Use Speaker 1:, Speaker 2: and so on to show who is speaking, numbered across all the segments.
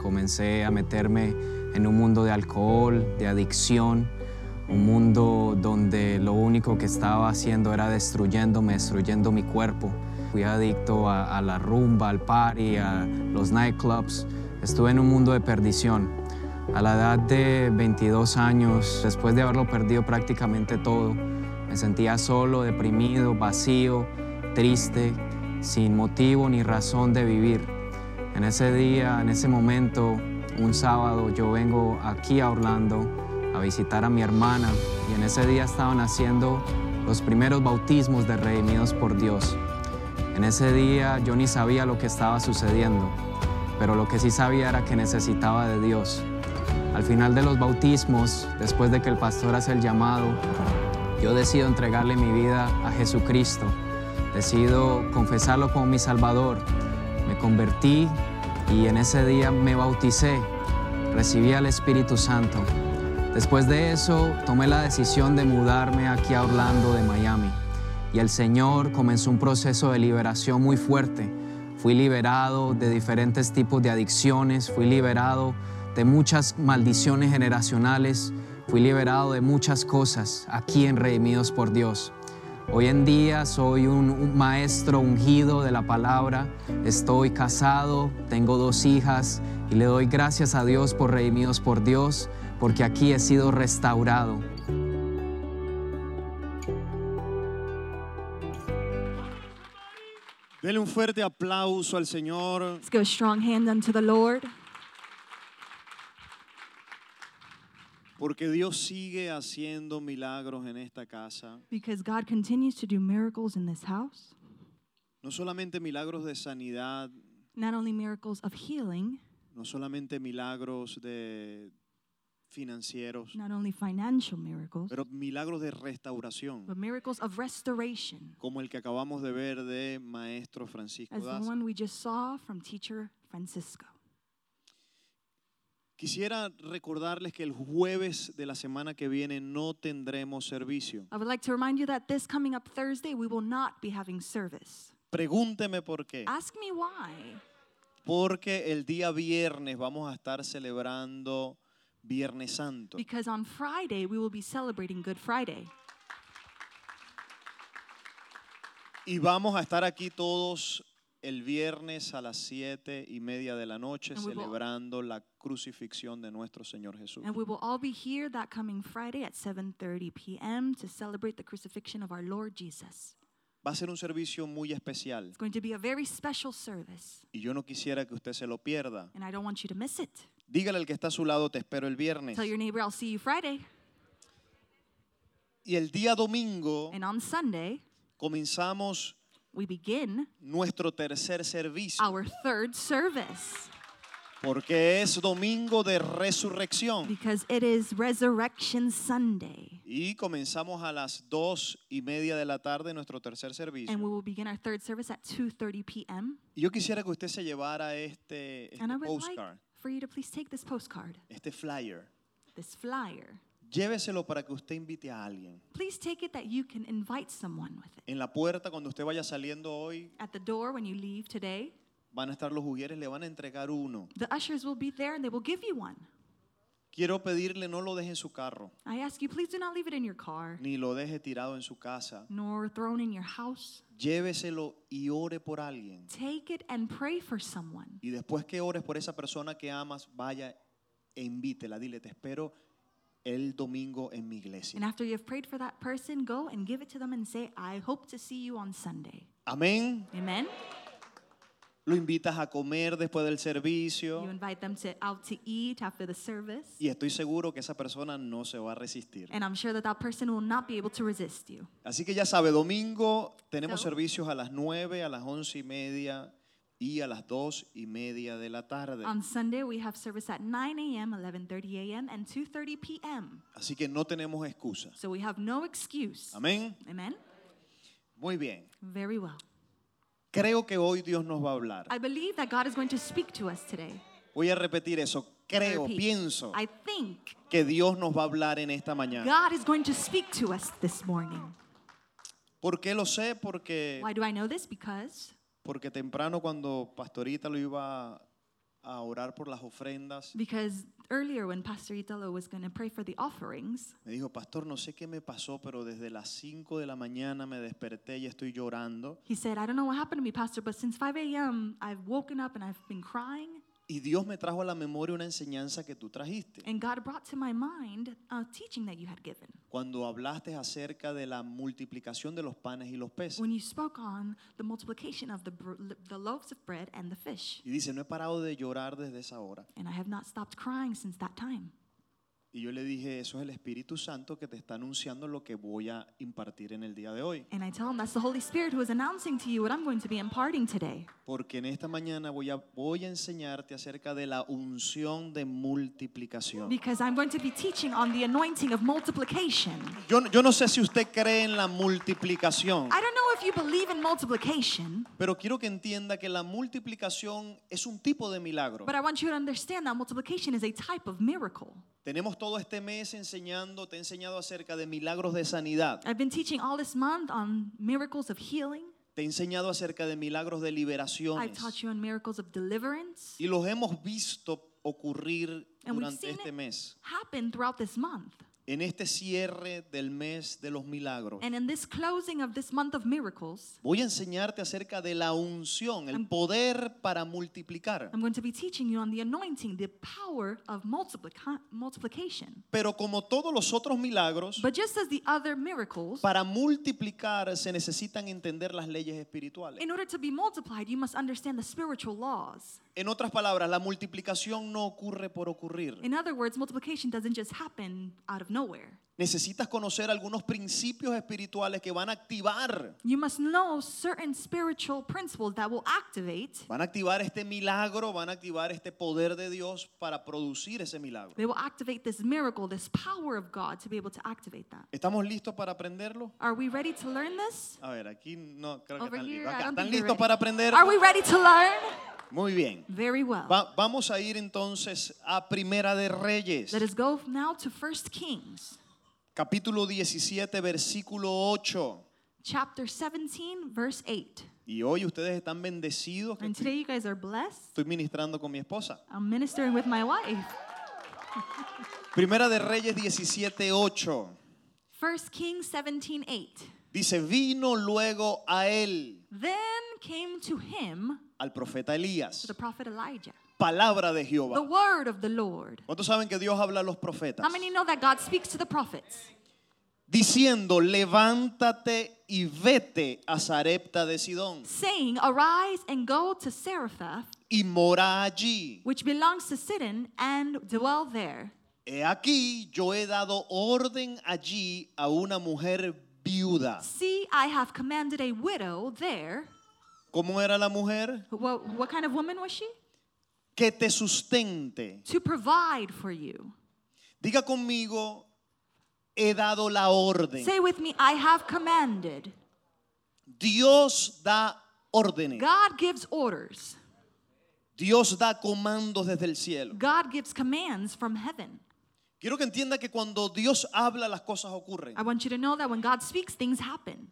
Speaker 1: comencé a meterme en un mundo de alcohol, de adicción, un mundo donde lo único que estaba haciendo era destruyéndome, destruyendo mi cuerpo. Fui adicto a, a la rumba, al party, a los nightclubs. Estuve en un mundo de perdición. A la edad de 22 años, después de haberlo perdido prácticamente todo, me sentía solo, deprimido, vacío, triste, sin motivo ni razón de vivir. En ese día, en ese momento, un sábado, yo vengo aquí a Orlando a visitar a mi hermana y en ese día estaban haciendo los primeros bautismos de redimidos por Dios. En ese día yo ni sabía lo que estaba sucediendo, pero lo que sí sabía era que necesitaba de Dios. Al final de los bautismos, después de que el pastor hace el llamado, yo decido entregarle mi vida a Jesucristo. Decido confesarlo como mi Salvador. Me convertí y en ese día me bauticé. Recibí al Espíritu Santo. Después de eso, tomé la decisión de mudarme aquí a Orlando de Miami. Y el Señor comenzó un proceso de liberación muy fuerte. Fui liberado de diferentes tipos de adicciones, fui liberado de muchas maldiciones generacionales, fui liberado de muchas cosas aquí en Redimidos por Dios. Hoy en día soy un, un, maestro ungido de la palabra, estoy casado, tengo dos hijas y le doy gracias a Dios por Redimidos por Dios, porque aquí he sido restaurado.
Speaker 2: Dele un fuerte aplauso al Señor.
Speaker 3: Let's give a strong hand unto the Lord.
Speaker 2: Porque Dios sigue haciendo milagros en esta casa.
Speaker 3: Because God continues to do miracles in this house,
Speaker 2: No solamente milagros de sanidad,
Speaker 3: not only miracles of healing,
Speaker 2: no solamente milagros de financieros,
Speaker 3: not only financial miracles,
Speaker 2: pero milagros de restauración,
Speaker 3: but miracles of restoration,
Speaker 2: como el que acabamos de ver de Maestro Francisco
Speaker 3: as the
Speaker 2: Daza.
Speaker 3: one we just saw from teacher Francisco.
Speaker 2: Quisiera recordarles que el jueves de la semana que viene no tendremos servicio.
Speaker 3: I would like to remind you that this coming up Thursday, we will not be having service.
Speaker 2: Pregúnteme por qué.
Speaker 3: Ask me why.
Speaker 2: Porque el día viernes vamos a estar celebrando Viernes Santo.
Speaker 3: Because on Friday, we will be celebrating Good Friday.
Speaker 2: Y vamos a estar aquí todos el viernes a las siete y media de la noche
Speaker 3: And we will-
Speaker 2: celebrando la crucifixión de nuestro Señor Jesús.
Speaker 3: And we will all be here that coming Friday at 7:30 p.m. to celebrate the crucifixion of our Lord Jesus.
Speaker 2: Va a ser un servicio muy especial
Speaker 3: It's going to be a very special service,
Speaker 2: y yo no quisiera que usted se lo pierda.
Speaker 3: and I don't want you to miss it.
Speaker 2: Dígale al que está a su lado, te espero el viernes.
Speaker 3: Tell your neighbor I'll see you Friday.
Speaker 2: Y el día domingo
Speaker 3: And on Sunday,
Speaker 2: comenzamos
Speaker 3: we begin
Speaker 2: nuestro tercer servicio
Speaker 3: our third service
Speaker 2: porque es domingo de resurrección
Speaker 3: because it is Resurrection Sunday.
Speaker 2: y comenzamos a las dos y media de la tarde nuestro tercer servicio.
Speaker 3: And we will begin our third service at 2:30 p.m.
Speaker 2: Y Yo quisiera que usted se llevara este, este
Speaker 3: And I would
Speaker 2: postcard,
Speaker 3: like for you to please take this postcard,
Speaker 2: este flyer.
Speaker 3: this flyer.
Speaker 2: Lléveselo para que usted invite a alguien.
Speaker 3: Please take it that you can invite someone with it.
Speaker 2: En la puerta, cuando usted vaya saliendo hoy,
Speaker 3: At the door when you leave today,
Speaker 2: van a estar los juguetes, le van a entregar uno.
Speaker 3: the ushers will be there and they will give you one.
Speaker 2: Quiero pedirle, no lo deje en su carro,
Speaker 3: I ask you, please do not leave it in your car
Speaker 2: ni lo deje tirado en su casa.
Speaker 3: nor thrown in your house.
Speaker 2: Lléveselo y ore por alguien.
Speaker 3: Take it and pray for someone.
Speaker 2: Y después que ores por esa persona que amas, vaya e invítela. Dile, te espero el domingo en mi
Speaker 3: And
Speaker 2: iglesia.
Speaker 3: after you have prayed for that person, go and give it to them and say, I hope to see you on Sunday.
Speaker 2: Amén.
Speaker 3: Amen.
Speaker 2: Lo invitas a comer después del
Speaker 3: You
Speaker 2: servicio.
Speaker 3: invite them to out to eat after the service.
Speaker 2: Y estoy seguro que esa persona no se va a resistir.
Speaker 3: And I'm sure that that person will not be able to resist you.
Speaker 2: Así que ya sabe, domingo tenemos
Speaker 3: So-
Speaker 2: servicios a las 9, a las 11 y media y a las 2 y media de la tarde.
Speaker 3: On Sunday, we have service at 9 a.m., 11:30 a.m., and 2:30 p.m.
Speaker 2: Así que no tenemos excusa.
Speaker 3: So we have no excuse.
Speaker 2: Amén.
Speaker 3: Amen.
Speaker 2: Muy bien.
Speaker 3: Very well.
Speaker 2: Creo que hoy Dios nos va a hablar.
Speaker 3: I believe that God is going to speak to us today.
Speaker 2: Voy a repetir eso.
Speaker 3: I
Speaker 2: Creo,
Speaker 3: repeat,
Speaker 2: pienso
Speaker 3: I think
Speaker 2: que Dios nos va a hablar en esta mañana.
Speaker 3: God is going to speak to us this morning.
Speaker 2: ¿Por qué lo sé? Porque,
Speaker 3: Why do I know this? Because
Speaker 2: porque temprano cuando Pastorita lo iba a orar por las ofrendas.
Speaker 3: Because earlier, when Pastor Italo was going to pray for the offerings,
Speaker 2: Me dijo, pastor, no sé qué me pasó, pero desde las 5 de la mañana me desperté y estoy llorando.
Speaker 3: he said, I don't know what happened to me, Pastor, but since 5 a.m., I've woken up and I've been crying.
Speaker 2: Y Dios me trajo a la memoria una enseñanza que tú trajiste.
Speaker 3: And God brought to my mind a teaching that you had given
Speaker 2: Cuando hablaste acerca de la multiplicación de los panes y los peces.
Speaker 3: when you spoke on the multiplication of the, br- the loaves of bread and the fish.
Speaker 2: Y dice, no he parado de llorar desde esa hora.
Speaker 3: And I have not stopped crying since that time.
Speaker 2: Y yo le dije, eso es el Espíritu Santo que te está anunciando lo que voy a impartir en el día de hoy.
Speaker 3: And I tell him that's the Holy Spirit who is announcing to you what I'm going to be imparting today.
Speaker 2: Porque en esta mañana voy a, voy a enseñarte acerca de la unción de multiplicación.
Speaker 3: Because I'm going to be teaching on the anointing of multiplication.
Speaker 2: Yo, no- yo no sé si usted cree en la multiplicación,
Speaker 3: I don't know if you believe in multiplication,
Speaker 2: pero quiero que entienda que la multiplicación es un tipo de milagro.
Speaker 3: but I want you to understand that multiplication is a type of miracle.
Speaker 2: Tenemos todo este mes enseñando, te he enseñado acerca de milagros de sanidad,
Speaker 3: I've been teaching all this month on miracles of healing.
Speaker 2: te he enseñado acerca de milagros de
Speaker 3: I've
Speaker 2: liberaciones
Speaker 3: taught you on miracles of deliverance
Speaker 2: y los hemos visto ocurrir
Speaker 3: And we've
Speaker 2: durante
Speaker 3: seen
Speaker 2: este
Speaker 3: it.
Speaker 2: mes.
Speaker 3: happen throughout this month.
Speaker 2: En este cierre del mes de los milagros,
Speaker 3: And in this closing of this month of miracles,
Speaker 2: voy a enseñarte acerca de la unción, el
Speaker 3: I'm-
Speaker 2: poder para multiplicar.
Speaker 3: I'm going to be teaching you on the anointing, the power of multiplica- multiplication.
Speaker 2: Pero como todos los otros milagros,
Speaker 3: But just as the other miracles,
Speaker 2: para multiplicar se necesitan entender las leyes espirituales.
Speaker 3: in order to be multiplied, you must understand the spiritual laws.
Speaker 2: En otras palabras, la multiplicación no ocurre por ocurrir.
Speaker 3: In other words, multiplication doesn't just happen out of nowhere.
Speaker 2: Necesitas conocer algunos principios espirituales que van a activar,
Speaker 3: You must know certain spiritual principles that will activate,
Speaker 2: van a activar este milagro, van a activar este poder de Dios para producir ese milagro.
Speaker 3: they will activate this miracle, this power of God to be able to activate that.
Speaker 2: ¿Estamos listos para aprenderlo?
Speaker 3: Are we ready to learn this?
Speaker 2: A ver, aquí no creo que
Speaker 3: Over
Speaker 2: están
Speaker 3: here,
Speaker 2: listos.
Speaker 3: I
Speaker 2: Acá,
Speaker 3: don't
Speaker 2: ¿Están
Speaker 3: think you're
Speaker 2: listos
Speaker 3: ready.
Speaker 2: para aprender?
Speaker 3: Are we ready to learn?
Speaker 2: Muy bien.
Speaker 3: Very well.
Speaker 2: Va- vamos a ir entonces a Primera de Reyes,
Speaker 3: Let us go now to 1 Kings,
Speaker 2: capítulo 17, versículo 8.
Speaker 3: chapter 17, verse 8.
Speaker 2: Y hoy ustedes están bendecidos. que
Speaker 3: And
Speaker 2: estoy,
Speaker 3: today you guys are blessed.
Speaker 2: estoy ministrando con mi esposa.
Speaker 3: I'm ministering with my wife.
Speaker 2: Primera de Reyes 17, 8.
Speaker 3: 1 Kings 17, 8.
Speaker 2: Dice, vino luego a él,
Speaker 3: Then came to him
Speaker 2: al profeta
Speaker 3: the
Speaker 2: Elías,
Speaker 3: prophet Elijah,
Speaker 2: palabra de
Speaker 3: the
Speaker 2: Jehová.
Speaker 3: word of the Lord.
Speaker 2: ¿Cuántos saben que Dios habla a los profetas?
Speaker 3: How many know that God speaks to the prophets?
Speaker 2: Diciendo, levántate y vete a Zarepta de Sidón
Speaker 3: saying, Arise and go to Seraphath,
Speaker 2: y mora allí.
Speaker 3: which belongs to Sidon, and dwell there.
Speaker 2: He aquí, yo he dado orden allí a una mujer viuda.
Speaker 3: See, I have commanded a widow there.
Speaker 2: ¿Cómo era la mujer?
Speaker 3: What, what kind of woman was she?
Speaker 2: Que te sustente.
Speaker 3: To provide for you.
Speaker 2: Diga conmigo, he dado la orden.
Speaker 3: Say with me, I have commanded.
Speaker 2: Dios da órdenes.
Speaker 3: God gives orders,
Speaker 2: Dios da comandos desde el cielo.
Speaker 3: God gives commands from heaven.
Speaker 2: Quiero que entienda que cuando Dios habla las cosas ocurren.
Speaker 3: I want you to know that when God speaks, things happen.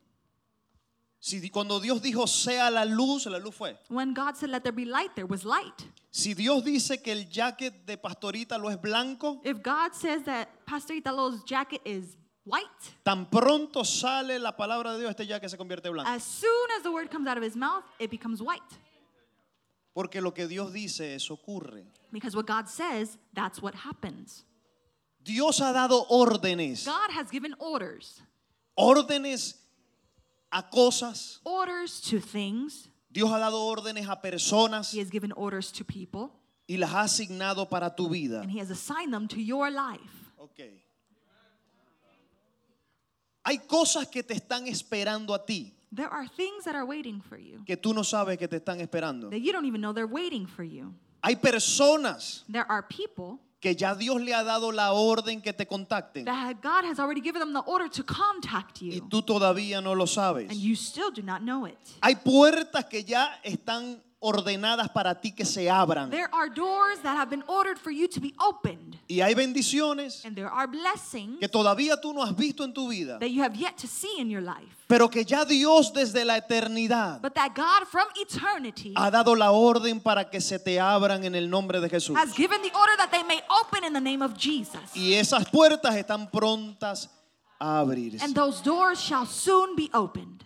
Speaker 2: Si di- cuando Dios dijo sea la luz, la luz fue.
Speaker 3: When God said, Let there be light, there was light.
Speaker 2: Si Dios dice que el jacket de pastorita lo es blanco,
Speaker 3: If God says that Pastor Italo's jacket is white,
Speaker 2: tan pronto sale la palabra de Dios, este jacket se convierte en blanco.
Speaker 3: As soon as the word comes out of his mouth, it becomes white.
Speaker 2: Porque lo que Dios dice, eso ocurre.
Speaker 3: Because what God says, that's what happens.
Speaker 2: Dios ha dado órdenes.
Speaker 3: God has given orders
Speaker 2: Órdenes a cosas.
Speaker 3: orders to things,
Speaker 2: Dios ha dado órdenes a personas
Speaker 3: He has given orders to people,
Speaker 2: y las ha asignado para tu vida.
Speaker 3: and He has assigned them to your life.
Speaker 2: Ok. Hay cosas que te están esperando a ti,
Speaker 3: There are things that are waiting for you
Speaker 2: que tú no sabes que te están esperando.
Speaker 3: that you don't even know they're waiting for you.
Speaker 2: Hay personas
Speaker 3: There are people
Speaker 2: que ya Dios le ha dado la orden que te contacten
Speaker 3: that had- God has already given them the order to contact
Speaker 2: y
Speaker 3: you,
Speaker 2: tú todavía no lo sabes.
Speaker 3: and you still do not know it.
Speaker 2: Hay puertas que ya están ordenadas para ti que se abran
Speaker 3: There are doors that have been ordered for you to be opened,
Speaker 2: Y hay bendiciones
Speaker 3: And there are blessings
Speaker 2: que todavía tú no has visto en tu vida,
Speaker 3: that you have yet to see in your life.
Speaker 2: pero que ya Dios desde la eternidad
Speaker 3: But that God from eternity
Speaker 2: ha dado la orden para que se te abran en el nombre de Jesús.
Speaker 3: has given the order that they may open in the name of Jesus.
Speaker 2: Y esas puertas están prontas a abrirse.
Speaker 3: And those doors shall soon be opened.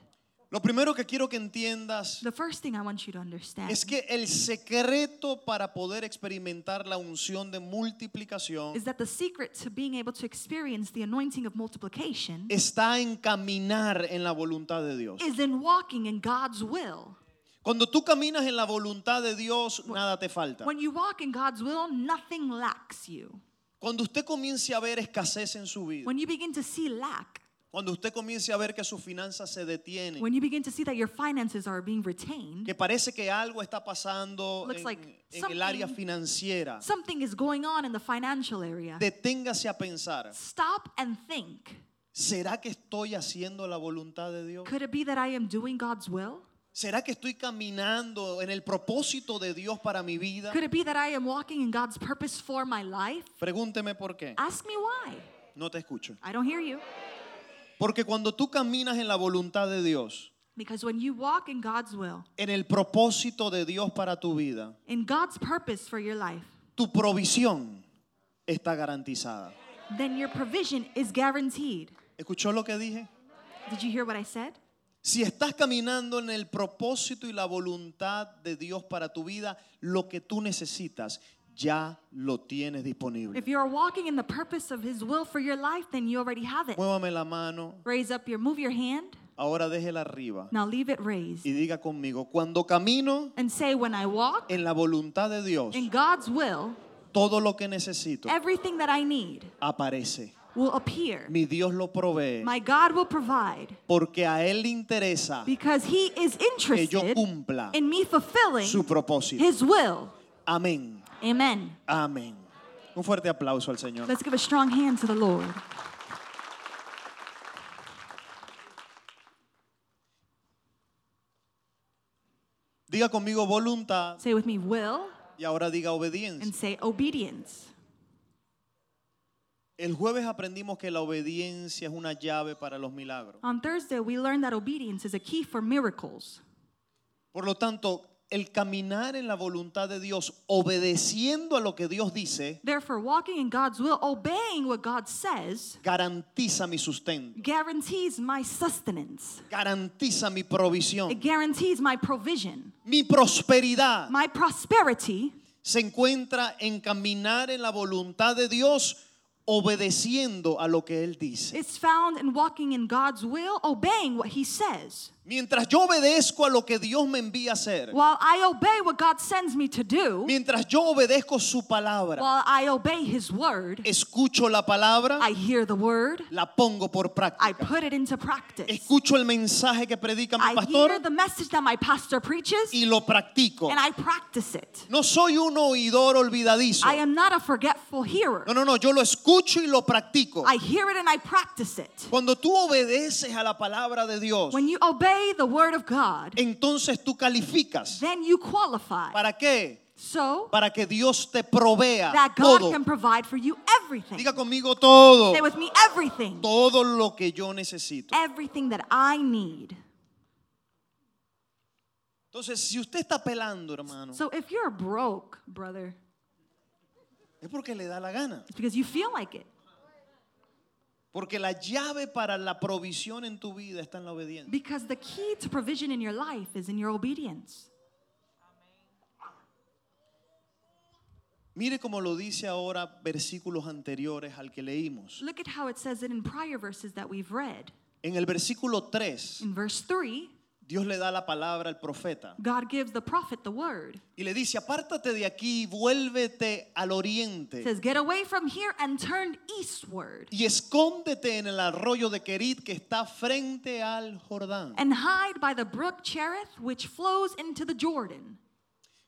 Speaker 2: Lo primero que quiero que entiendas
Speaker 3: The first thing I want you to understand
Speaker 2: es que el secreto para poder experimentar la unción de multiplicación
Speaker 3: is that the secret to being able to experience the anointing of multiplication
Speaker 2: está en caminar en la voluntad de Dios.
Speaker 3: is in walking in God's will.
Speaker 2: Cuando tú caminas en la voluntad de Dios, nada te falta.
Speaker 3: When you walk in God's will, nothing lacks you.
Speaker 2: Cuando usted comience a ver escasez en su vida,
Speaker 3: When you begin to see lack,
Speaker 2: cuando usted comience a ver que sus finanzas se detienen,
Speaker 3: when you begin to see that your finances are being retained,
Speaker 2: que parece que algo está pasando
Speaker 3: Looks
Speaker 2: en,
Speaker 3: like
Speaker 2: en el área
Speaker 3: something-
Speaker 2: financiera,
Speaker 3: something is going on in the financial area.
Speaker 2: deténgase a pensar,
Speaker 3: Stop and think.
Speaker 2: ¿será que estoy haciendo la voluntad de Dios?
Speaker 3: Could it be that I am doing God's will?
Speaker 2: ¿Será que estoy caminando en el propósito de Dios para mi vida?
Speaker 3: Could it be that I am walking in God's purpose for my life?
Speaker 2: Pregúnteme por qué.
Speaker 3: Ask me why.
Speaker 2: No te escucho.
Speaker 3: I don't hear you.
Speaker 2: Porque cuando tú caminas en la voluntad de Dios,
Speaker 3: Because when you walk in God's will,
Speaker 2: en el propósito de Dios para tu vida,
Speaker 3: in God's purpose for your life,
Speaker 2: tu provisión está garantizada.
Speaker 3: then your provision is guaranteed.
Speaker 2: ¿Escuchó lo que dije?
Speaker 3: Did you hear what I said?
Speaker 2: Si estás caminando en el propósito y la voluntad de Dios para tu vida, lo que tú necesitas ya lo tienes disponible.
Speaker 3: If you're walking in the purpose of His will for your life, then you already have it.
Speaker 2: Muévame la mano,
Speaker 3: Raise up your, move your hand.
Speaker 2: ahora déjela arriba
Speaker 3: Now leave it raised.
Speaker 2: y diga conmigo, cuando camino
Speaker 3: And say, when I walk
Speaker 2: en la voluntad de Dios,
Speaker 3: in God's will,
Speaker 2: todo lo que necesito
Speaker 3: everything that I need
Speaker 2: aparece.
Speaker 3: will appear.
Speaker 2: Mi Dios lo provee
Speaker 3: My God will provide
Speaker 2: porque a Él le interesa
Speaker 3: because He is
Speaker 2: que yo
Speaker 3: interested
Speaker 2: cumpla
Speaker 3: in me
Speaker 2: su
Speaker 3: fulfilling
Speaker 2: propósito.
Speaker 3: His will.
Speaker 2: Amén.
Speaker 3: Amen.
Speaker 2: Amén. Un fuerte aplauso al Señor.
Speaker 3: Let's give a strong hand to the Lord.
Speaker 2: Diga conmigo voluntad
Speaker 3: Say with me, will,
Speaker 2: y ahora diga obediencia.
Speaker 3: and say obedience.
Speaker 2: El jueves aprendimos que la obediencia es una llave para los milagros.
Speaker 3: On Thursday, we learned that obedience is a key for miracles.
Speaker 2: Por lo tanto, el caminar en la voluntad de Dios, obedeciendo a lo que Dios dice,
Speaker 3: Therefore, walking in God's will, obeying what God says,
Speaker 2: garantiza mi sustento,
Speaker 3: guarantees my sustenance.
Speaker 2: garantiza mi
Speaker 3: It
Speaker 2: provisión,
Speaker 3: guarantees my provision.
Speaker 2: mi prosperidad.
Speaker 3: My prosperity
Speaker 2: Se encuentra en caminar en la voluntad de Dios, obedeciendo a lo que Él dice.
Speaker 3: is found in walking in God's will, obeying what He says.
Speaker 2: Mientras yo obedezco a lo que Dios me envía a hacer,
Speaker 3: While I obey what God sends me to do,
Speaker 2: mientras yo obedezco su palabra,
Speaker 3: while I obey His word,
Speaker 2: escucho la palabra,
Speaker 3: I hear the word,
Speaker 2: la pongo por
Speaker 3: I
Speaker 2: práctica.
Speaker 3: put it into practice.
Speaker 2: Escucho el mensaje que predica mi
Speaker 3: I hear
Speaker 2: pastor
Speaker 3: the message that my pastor preaches,
Speaker 2: y lo practico.
Speaker 3: and I practice it.
Speaker 2: No soy un oidor olvidadizo.
Speaker 3: I am not a forgetful hearer.
Speaker 2: No, no, no, yo lo escucho y lo practico.
Speaker 3: I hear it and I practice it.
Speaker 2: Cuando tú obedeces a la palabra de Dios,
Speaker 3: When you obey the word of God,
Speaker 2: entonces tú calificas.
Speaker 3: then you qualify.
Speaker 2: ¿Para qué?
Speaker 3: So
Speaker 2: Para que Dios te provea
Speaker 3: that God
Speaker 2: todo.
Speaker 3: can provide for you everything.
Speaker 2: Diga conmigo todo.
Speaker 3: Say with me, everything.
Speaker 2: Todo lo que yo necesito.
Speaker 3: Everything that I need.
Speaker 2: Entonces, si usted está pelando, hermano,
Speaker 3: So if you're broke, brother,
Speaker 2: es porque le da la gana.
Speaker 3: it's because you feel like it.
Speaker 2: Porque la llave para la provisión en tu vida está en la obediencia.
Speaker 3: Because the key to provision in your life is in your obedience.
Speaker 2: Mire como lo dice ahora versículos anteriores al que leímos.
Speaker 3: Look at how it says it in prior verses that we've read.
Speaker 2: En el versículo 3,
Speaker 3: In verse 3,
Speaker 2: Dios le da la palabra al profeta
Speaker 3: God gives the prophet the word.
Speaker 2: y le dice, apártate de aquí y vuélvete al
Speaker 3: It
Speaker 2: oriente
Speaker 3: says, Get away from here and turn eastward.
Speaker 2: y escóndete en el arroyo de Kerit que está frente al Jordán.
Speaker 3: and hide by the brook Cherith, which flows into the Jordan.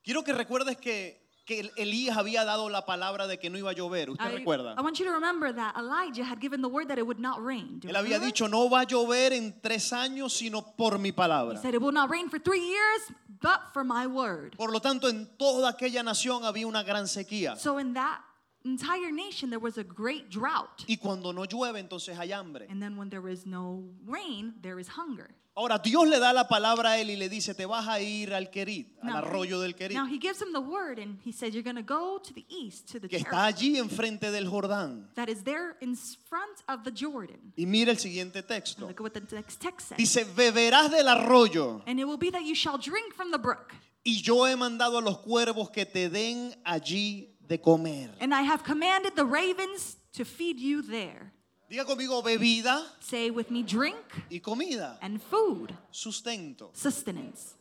Speaker 2: Quiero que recuerdes que, que Elías había dado la palabra de que no iba a llover. Usted
Speaker 3: I,
Speaker 2: recuerda.
Speaker 3: I want you to remember that Elijah had given the word that it would not rain. Do you
Speaker 2: Él había
Speaker 3: remember?
Speaker 2: dicho, no va a llover en tres años, sino por mi
Speaker 3: he
Speaker 2: palabra.
Speaker 3: said, It will not rain for three years, but for my word.
Speaker 2: Por lo tanto, en toda aquella nación había una gran sequía.
Speaker 3: So in that entire nation, there was a great drought.
Speaker 2: Y cuando no llueve, entonces hay hambre.
Speaker 3: And then when there is no rain, there is hunger.
Speaker 2: Ahora, Dios le da la palabra a él y le dice, te vas a ir al Querit, al
Speaker 3: Now-
Speaker 2: arroyo del Querit,
Speaker 3: Now he gives him the word and he says, You're going to go to the east, to the
Speaker 2: que
Speaker 3: territory
Speaker 2: está allí enfrente del Jordán.
Speaker 3: that is there in s- front of the Jordan.
Speaker 2: Y mira el siguiente texto.
Speaker 3: And look at what the next text says.
Speaker 2: Dice, beberás del arroyo
Speaker 3: And it will be that you shall drink from the brook.
Speaker 2: y yo he mandado a los cuervos que te den allí de comer.
Speaker 3: And I have commanded the ravens to feed you there.
Speaker 2: Diga conmigo, bebida
Speaker 3: Say with me, drink
Speaker 2: y comida,
Speaker 3: and food,
Speaker 2: sustento.
Speaker 3: sustenance.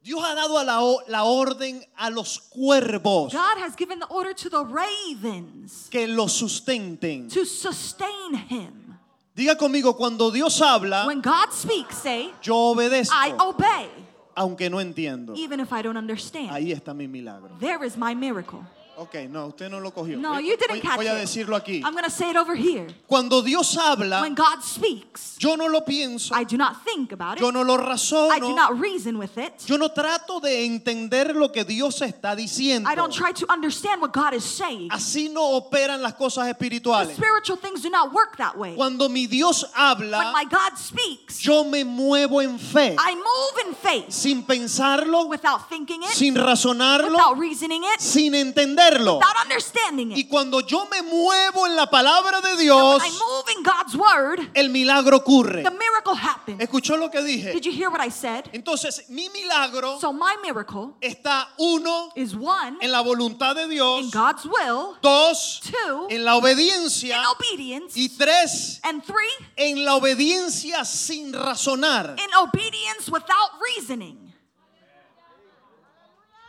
Speaker 2: Dios ha dado a la, o- la orden a los cuervos
Speaker 3: God has given the order to the ravens
Speaker 2: que los sustenten.
Speaker 3: to sustain him.
Speaker 2: Diga conmigo, cuando Dios habla,
Speaker 3: When God speaks, say,
Speaker 2: yo obedezco,
Speaker 3: I obey,
Speaker 2: aunque no entiendo.
Speaker 3: even if I don't understand.
Speaker 2: Ahí está mi milagro.
Speaker 3: There is my miracle.
Speaker 2: Ok, no, usted no lo cogió.
Speaker 3: No,
Speaker 2: Voy-
Speaker 3: you didn't
Speaker 2: voy-
Speaker 3: catch
Speaker 2: Voy a
Speaker 3: it.
Speaker 2: decirlo aquí.
Speaker 3: I'm going to say it over here.
Speaker 2: Cuando Dios
Speaker 3: When
Speaker 2: habla,
Speaker 3: God speaks,
Speaker 2: yo no lo pienso,
Speaker 3: I do not think about
Speaker 2: yo
Speaker 3: it,
Speaker 2: no lo
Speaker 3: I do
Speaker 2: razono,
Speaker 3: not reason with it,
Speaker 2: yo no trato de entender lo que Dios está diciendo.
Speaker 3: I don't try to understand what God is saying.
Speaker 2: Así no operan las cosas
Speaker 3: The
Speaker 2: espirituales.
Speaker 3: spiritual things do not work that way. When
Speaker 2: Cuando mi Dios habla,
Speaker 3: my God speaks,
Speaker 2: uh, yo me muevo en fe,
Speaker 3: I move in faith
Speaker 2: sin pensarlo,
Speaker 3: without thinking it,
Speaker 2: sin razonarlo,
Speaker 3: without reasoning it,
Speaker 2: sin entenderlo.
Speaker 3: without understanding
Speaker 2: Y
Speaker 3: it.
Speaker 2: cuando yo me muevo en la palabra de Dios,
Speaker 3: I move in God's word,
Speaker 2: el milagro ocurre.
Speaker 3: the miracle happens.
Speaker 2: ¿Escuchó lo que dije?
Speaker 3: Did you hear what I said?
Speaker 2: Entonces, mi milagro
Speaker 3: So my miracle
Speaker 2: está uno
Speaker 3: is one
Speaker 2: en la voluntad de
Speaker 3: in
Speaker 2: Dios,
Speaker 3: God's will,
Speaker 2: dos
Speaker 3: two
Speaker 2: en la obediencia
Speaker 3: in obedience,
Speaker 2: y tres
Speaker 3: and three
Speaker 2: en la obediencia sin razonar.
Speaker 3: in obedience without reasoning.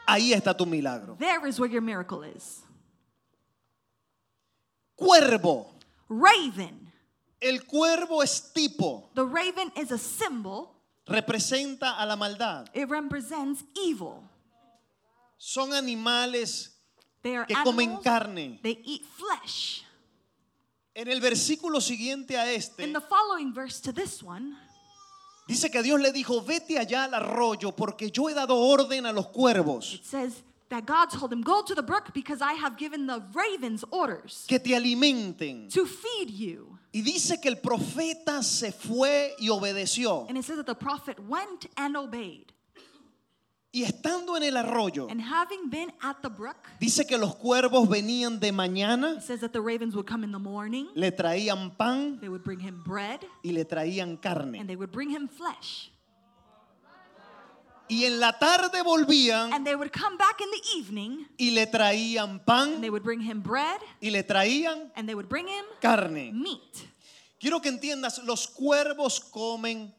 Speaker 2: Ahí está tu milagro.
Speaker 3: There is where your miracle is.
Speaker 2: Cuervo.
Speaker 3: Raven.
Speaker 2: El cuervo es tipo,
Speaker 3: The raven is a symbol.
Speaker 2: representa a la maldad.
Speaker 3: It represents evil.
Speaker 2: Son animales
Speaker 3: They are
Speaker 2: que comen
Speaker 3: animals.
Speaker 2: carne.
Speaker 3: They eat flesh.
Speaker 2: En el versículo siguiente a este,
Speaker 3: In the following verse to this one,
Speaker 2: dice que Dios le dijo, vete allá al arroyo porque yo he dado orden a los cuervos
Speaker 3: it says that God told him, Go to the brook because I have given the ravens orders
Speaker 2: que te alimenten.
Speaker 3: to feed you.
Speaker 2: Y dice que el profeta se fue y obedeció.
Speaker 3: And it says that the prophet went and obeyed.
Speaker 2: Y estando en el arroyo,
Speaker 3: And having been at the brook,
Speaker 2: dice que los cuervos venían de mañana,
Speaker 3: it says that the ravens would come in the morning,
Speaker 2: le traían pan
Speaker 3: they would bring him bread,
Speaker 2: y le traían
Speaker 3: and
Speaker 2: carne.
Speaker 3: they would bring him flesh.
Speaker 2: Y en la tarde volvían
Speaker 3: And they would come back in the evening,
Speaker 2: y le traían
Speaker 3: and
Speaker 2: pan
Speaker 3: they would bring him bread,
Speaker 2: y le traían
Speaker 3: and they would bring him
Speaker 2: carne.
Speaker 3: meat.
Speaker 2: Quiero que entiendas, los cuervos comen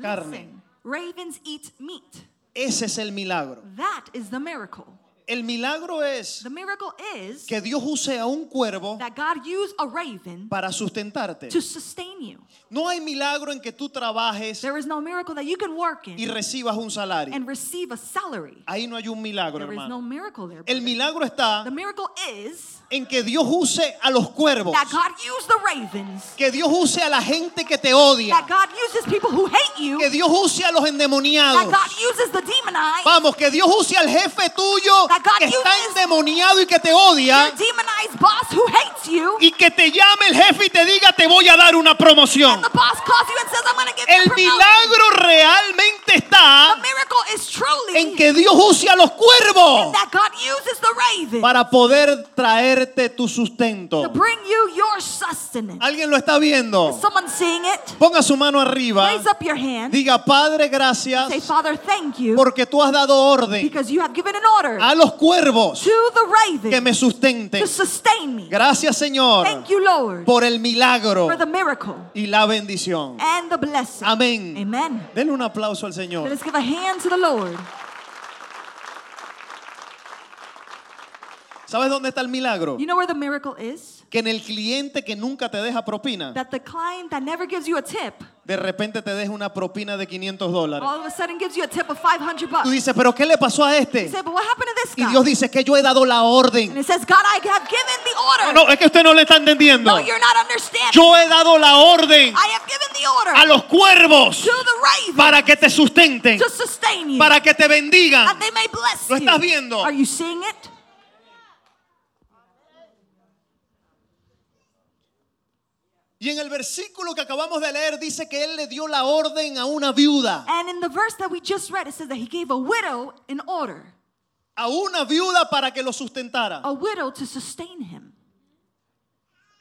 Speaker 2: carne.
Speaker 3: Listen, ravens eat meat.
Speaker 2: Ese es el milagro.
Speaker 3: That is the miracle.
Speaker 2: El milagro es
Speaker 3: The miracle is
Speaker 2: que Dios use a un cuervo
Speaker 3: that God used a raven
Speaker 2: para sustentarte.
Speaker 3: to sustain you.
Speaker 2: No hay milagro en que tú trabajes
Speaker 3: There is no miracle that you can work
Speaker 2: y
Speaker 3: in
Speaker 2: recibas un salario.
Speaker 3: and receive a salary.
Speaker 2: Ahí no hay un milagro,
Speaker 3: There is no
Speaker 2: hermano.
Speaker 3: miracle there.
Speaker 2: El milagro está
Speaker 3: The miracle is
Speaker 2: en que Dios use a los cuervos,
Speaker 3: that God used the ravens,
Speaker 2: que Dios use a la gente que te odia,
Speaker 3: that God uses people who hate you,
Speaker 2: que Dios use a los
Speaker 3: that
Speaker 2: endemoniados.
Speaker 3: God uses the demonized,
Speaker 2: Vamos, que Dios use al jefe tuyo
Speaker 3: That God
Speaker 2: que está
Speaker 3: uses-
Speaker 2: endemoniado y que te odia
Speaker 3: your demonized boss who hates you,
Speaker 2: y que te llame el jefe y te diga te voy a dar una promoción.
Speaker 3: and the boss calls you and says, I'm going to give you a
Speaker 2: El
Speaker 3: promotion."
Speaker 2: milagro realmente
Speaker 3: The
Speaker 2: está
Speaker 3: miracle is truly
Speaker 2: en que Dios use a los cuervos
Speaker 3: that God uses the raven
Speaker 2: para poder traerte tu sustento.
Speaker 3: to bring you your sustenance.
Speaker 2: ¿Alguien lo está viendo?
Speaker 3: Is someone seeing it?
Speaker 2: Ponga su mano arriba.
Speaker 3: Raise up your hand.
Speaker 2: Diga, Padre, gracias
Speaker 3: Say, Father, thank you
Speaker 2: porque tú has dado orden
Speaker 3: because you have given an order
Speaker 2: a los cuervos
Speaker 3: to the
Speaker 2: que
Speaker 3: raven
Speaker 2: me sustenten.
Speaker 3: to sustain me.
Speaker 2: Gracias, Señor,
Speaker 3: Thank you, Lord,
Speaker 2: por el milagro
Speaker 3: for the miracle
Speaker 2: y la bendición.
Speaker 3: and the blessing.
Speaker 2: Amén.
Speaker 3: Amen.
Speaker 2: Denle un aplauso al
Speaker 3: Let
Speaker 2: Señor.
Speaker 3: us give a hand to the Lord.
Speaker 2: ¿Sabes dónde está el milagro?
Speaker 3: You know where the miracle is?
Speaker 2: Que en el cliente que nunca te deja propina,
Speaker 3: That the client that never gives you a tip
Speaker 2: de repente te deja una propina de 500 dólares.
Speaker 3: all of a sudden gives you a tip of 500
Speaker 2: Tú
Speaker 3: bucks.
Speaker 2: dices, ¿pero qué le pasó a
Speaker 3: You
Speaker 2: este?
Speaker 3: say, but what happened to this
Speaker 2: Y Dios
Speaker 3: guy?
Speaker 2: dice que yo he dado la
Speaker 3: And
Speaker 2: orden.
Speaker 3: it says, God, I have given the
Speaker 2: No,
Speaker 3: order.
Speaker 2: no, es que usted no le está entendiendo.
Speaker 3: No, you're not understanding.
Speaker 2: Yo he dado la orden
Speaker 3: I have given the order
Speaker 2: a los cuervos
Speaker 3: to the raven
Speaker 2: para que te sustenten,
Speaker 3: to sustain you,
Speaker 2: para que te bendigan.
Speaker 3: that they may bless
Speaker 2: ¿Lo
Speaker 3: you.
Speaker 2: estás viendo?
Speaker 3: Are you seeing it?
Speaker 2: Y en el versículo que acabamos de leer dice que él le dio la orden a una viuda,
Speaker 3: And in the verse that we just read, it says that he gave a widow an order,
Speaker 2: a una viuda para que lo sustentara.
Speaker 3: a widow to sustain him.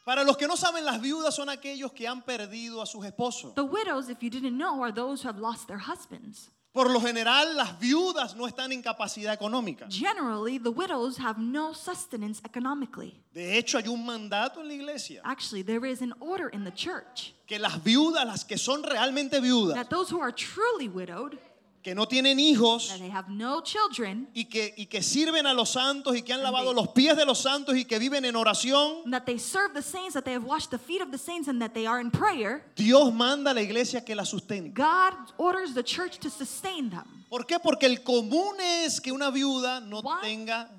Speaker 2: Para los que no saben, las viudas son aquellos que han perdido a sus esposos.
Speaker 3: The widows, if you didn't know, are those who have lost their husbands.
Speaker 2: Por lo general, las viudas no están en capacidad económica.
Speaker 3: Generally, the widows have no sustenance economically.
Speaker 2: De hecho, hay un mandato en la iglesia
Speaker 3: Actually, there is an order in the church
Speaker 2: que las viudas, las que son realmente viudas,
Speaker 3: that those who are truly widowed,
Speaker 2: que no tienen hijos
Speaker 3: that they have no children,
Speaker 2: y que, y que sirven a los santos y que han lavado los pies de los santos y que viven en oración,
Speaker 3: and that they serve the saints, that they have washed the feet of the saints, and that they are in prayer,
Speaker 2: Dios manda a la iglesia que la sustente.
Speaker 3: God orders the church to sustain them
Speaker 2: ¿Por qué? Porque el común es que una viuda no
Speaker 3: Why?
Speaker 2: tenga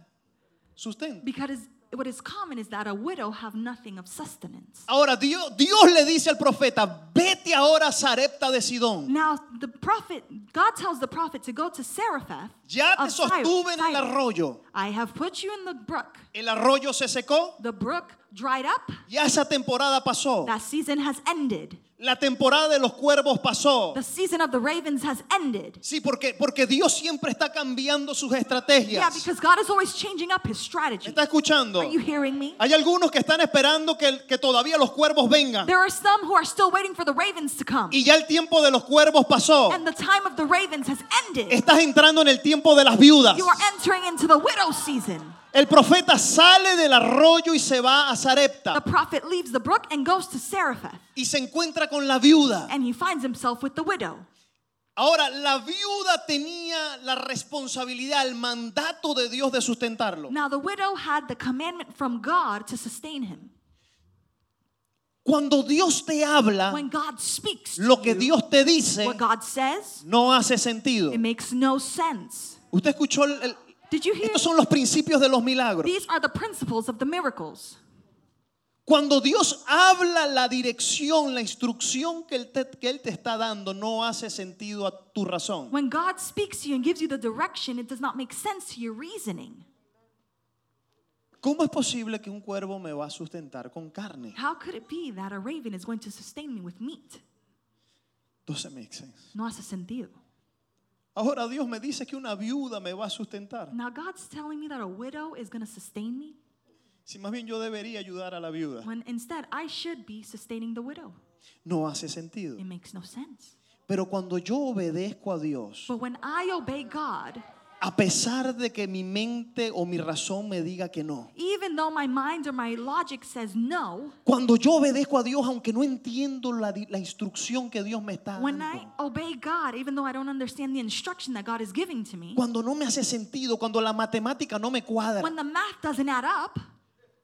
Speaker 2: sustento.
Speaker 3: because what is common is that a widow have nothing of sustenance.
Speaker 2: Ahora Dios, Dios le dice al profeta, vete ahora a Sarepta de Sidón.
Speaker 3: Now the prophet, God tells the prophet to go to Seraphath.
Speaker 2: Ya te
Speaker 3: of Tyre-
Speaker 2: sostuve en el
Speaker 3: Tyre.
Speaker 2: arroyo.
Speaker 3: I have put you in the brook.
Speaker 2: El arroyo se secó,
Speaker 3: The brook dried up.
Speaker 2: ya esa temporada pasó.
Speaker 3: That season has ended.
Speaker 2: La temporada de los cuervos pasó.
Speaker 3: The season of the ravens has ended.
Speaker 2: Sí, porque, porque Dios siempre está cambiando sus
Speaker 3: Yeah,
Speaker 2: estrategias.
Speaker 3: because God is always changing up his
Speaker 2: ¿Me
Speaker 3: strategy.
Speaker 2: está escuchando?
Speaker 3: Are you hearing me?
Speaker 2: Hay algunos que están esperando que, que todavía los cuervos vengan.
Speaker 3: There are some who are still waiting for the ravens to come.
Speaker 2: Y ya el tiempo de los cuervos pasó.
Speaker 3: And the time of the ravens has ended.
Speaker 2: Estás entrando en el tiempo de las viudas.
Speaker 3: You are entering into the widow season.
Speaker 2: El profeta sale del arroyo y se va a
Speaker 3: The
Speaker 2: Sarepta
Speaker 3: prophet leaves the brook and goes to Seraphath.
Speaker 2: y se encuentra con la viuda.
Speaker 3: And he finds himself with the widow.
Speaker 2: Ahora, la viuda tenía la responsabilidad, el mandato de Dios de sustentarlo.
Speaker 3: Now the widow had the commandment from God to sustain him.
Speaker 2: Cuando Dios te habla,
Speaker 3: When God speaks to
Speaker 2: lo que
Speaker 3: you,
Speaker 2: Dios te dice
Speaker 3: what God says,
Speaker 2: no hace sentido.
Speaker 3: it makes no sense.
Speaker 2: Usted escuchó, el- el-
Speaker 3: Did you hear?
Speaker 2: estos son los principios de los milagros.
Speaker 3: These are the principles of the miracles.
Speaker 2: Cuando Dios habla la dirección, la instrucción que Él te, que Él te está dando, no hace sentido a tu razón.
Speaker 3: When God speaks to you and gives you the direction, it does not make sense to your reasoning.
Speaker 2: ¿Cómo es posible que un cuervo me va a sustentar con carne?
Speaker 3: How could it be that a raven is going to sustain me with meat?
Speaker 2: Entonces me dicen,
Speaker 3: No hace sentido.
Speaker 2: ahora Dios me dice que una viuda me va a sustentar.
Speaker 3: Now God's telling me that a widow is going to sustain me
Speaker 2: Si más bien yo debería ayudar a la viuda.
Speaker 3: when instead I should be sustaining the widow.
Speaker 2: No hace sentido.
Speaker 3: It makes no sense.
Speaker 2: Pero cuando yo obedezco a Dios,
Speaker 3: But when I obey God,
Speaker 2: a pesar de que mi mente o mi razón me diga que no,
Speaker 3: even though my mind or my logic says no,
Speaker 2: cuando yo obedezco a Dios, aunque no entiendo la, di- la instrucción que Dios me está
Speaker 3: when I
Speaker 2: dando,
Speaker 3: obey God, even though I don't understand the instruction that God is giving to me,
Speaker 2: cuando no me hace sentido, cuando la matemática no me cuadra,
Speaker 3: when the math doesn't add up,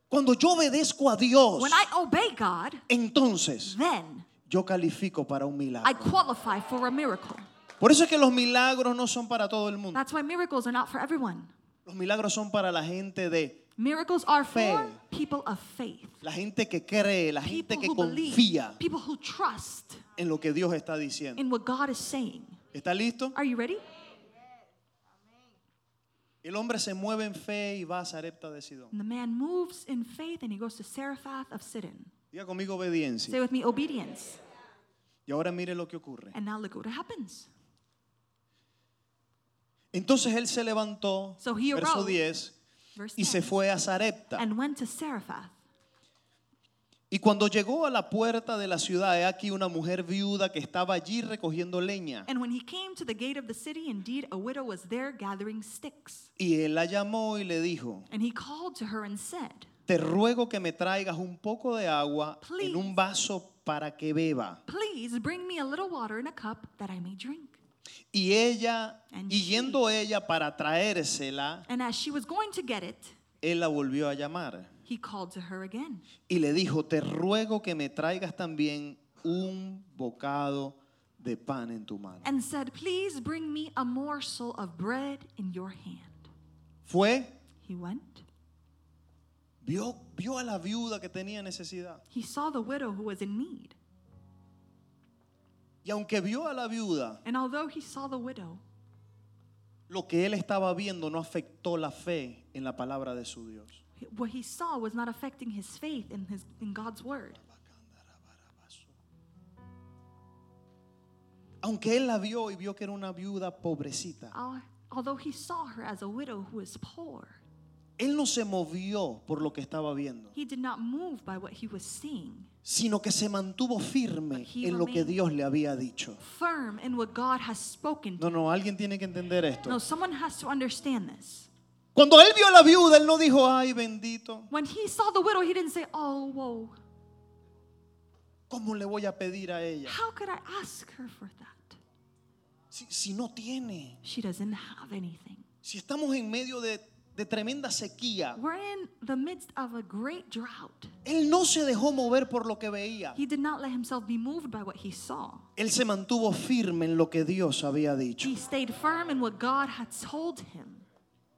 Speaker 2: cuando yo obedezco a Dios,
Speaker 3: when I obey God,
Speaker 2: entonces
Speaker 3: then
Speaker 2: yo califico para un
Speaker 3: I
Speaker 2: milagro.
Speaker 3: qualify for a miracle.
Speaker 2: Por eso es que los milagros no son para todo el mundo.
Speaker 3: That's why miracles are not for everyone.
Speaker 2: Los milagros son para la gente de
Speaker 3: Miracles are for
Speaker 2: Fe.
Speaker 3: people of faith,
Speaker 2: la gente que cree, la gente
Speaker 3: people
Speaker 2: que
Speaker 3: who believe,
Speaker 2: confía
Speaker 3: people who trust
Speaker 2: en lo que Dios está diciendo.
Speaker 3: in what God is saying.
Speaker 2: ¿Está listo?
Speaker 3: Are you ready?
Speaker 2: El hombre se mueve en fe y va a Sarepta de Sidón.
Speaker 3: And the man moves in faith and he goes to Seraphath of Sidon.
Speaker 2: Diga conmigo
Speaker 3: Say
Speaker 2: obediencia.
Speaker 3: with me, obedience.
Speaker 2: Y ahora mire lo que ocurre.
Speaker 3: And now look what happens.
Speaker 2: Entonces él se levantó,
Speaker 3: So he
Speaker 2: verso
Speaker 3: arose.
Speaker 2: 10,
Speaker 3: Verse
Speaker 2: y se
Speaker 3: 10,
Speaker 2: fue a Sarepta.
Speaker 3: and went to Seraphath.
Speaker 2: Y cuando llegó a la puerta de la ciudad, he aquí una mujer viuda que estaba allí recogiendo leña.
Speaker 3: And when he came to the gate of the city, indeed a widow was there gathering sticks.
Speaker 2: Y él la llamó y le dijo,
Speaker 3: And he called to her and said,
Speaker 2: te ruego que me traigas un poco de agua en un
Speaker 3: Please.
Speaker 2: vaso para que beba.
Speaker 3: Please bring me a little water in a cup that I may drink.
Speaker 2: Y ella,
Speaker 3: And
Speaker 2: y
Speaker 3: she-
Speaker 2: yendo ella para traérsela,
Speaker 3: And as she was going to get it,
Speaker 2: él la volvió a llamar.
Speaker 3: he called to her again.
Speaker 2: Y le dijo, te ruego que me traigas también un bocado de pan en tu mano.
Speaker 3: and said, Please bring me a morsel of bread in your hand.
Speaker 2: Fue,
Speaker 3: He went.
Speaker 2: vio, vio a la viuda que tenía necesidad.
Speaker 3: He saw the widow who was in need.
Speaker 2: Y aunque vio a la viuda,
Speaker 3: And although he saw the widow,
Speaker 2: lo que él estaba viendo no afectó la fe en la palabra de su Dios.
Speaker 3: what he saw was not affecting his faith in, his, in God's word.
Speaker 2: Aunque él la vio y vio que era una viuda pobrecita,
Speaker 3: Al- Uh, Although he saw her as a widow who was poor,
Speaker 2: él no se movió por lo que estaba viendo,
Speaker 3: he did not move by what he was seeing,
Speaker 2: sino que se mantuvo firme en lo que Dios le había dicho.
Speaker 3: firm in what God has spoken
Speaker 2: No,
Speaker 3: to.
Speaker 2: no, alguien tiene que entender esto.
Speaker 3: No, someone has to understand this.
Speaker 2: Cuando él vio a la viuda, él no dijo, ay bendito,
Speaker 3: When he saw the widow, he didn't say, Oh, whoa,
Speaker 2: ¿cómo le voy a pedir a ella?
Speaker 3: how could I ask her for that?
Speaker 2: Si, si no tiene,
Speaker 3: She doesn't have anything.
Speaker 2: si estamos en medio de, de tremenda sequía,
Speaker 3: We're in the midst of a great drought.
Speaker 2: él no se dejó mover por lo que veía.
Speaker 3: He did not let himself be moved by what he saw.
Speaker 2: Él se mantuvo firme en lo que Dios había dicho.
Speaker 3: He stayed firm in what God had told him.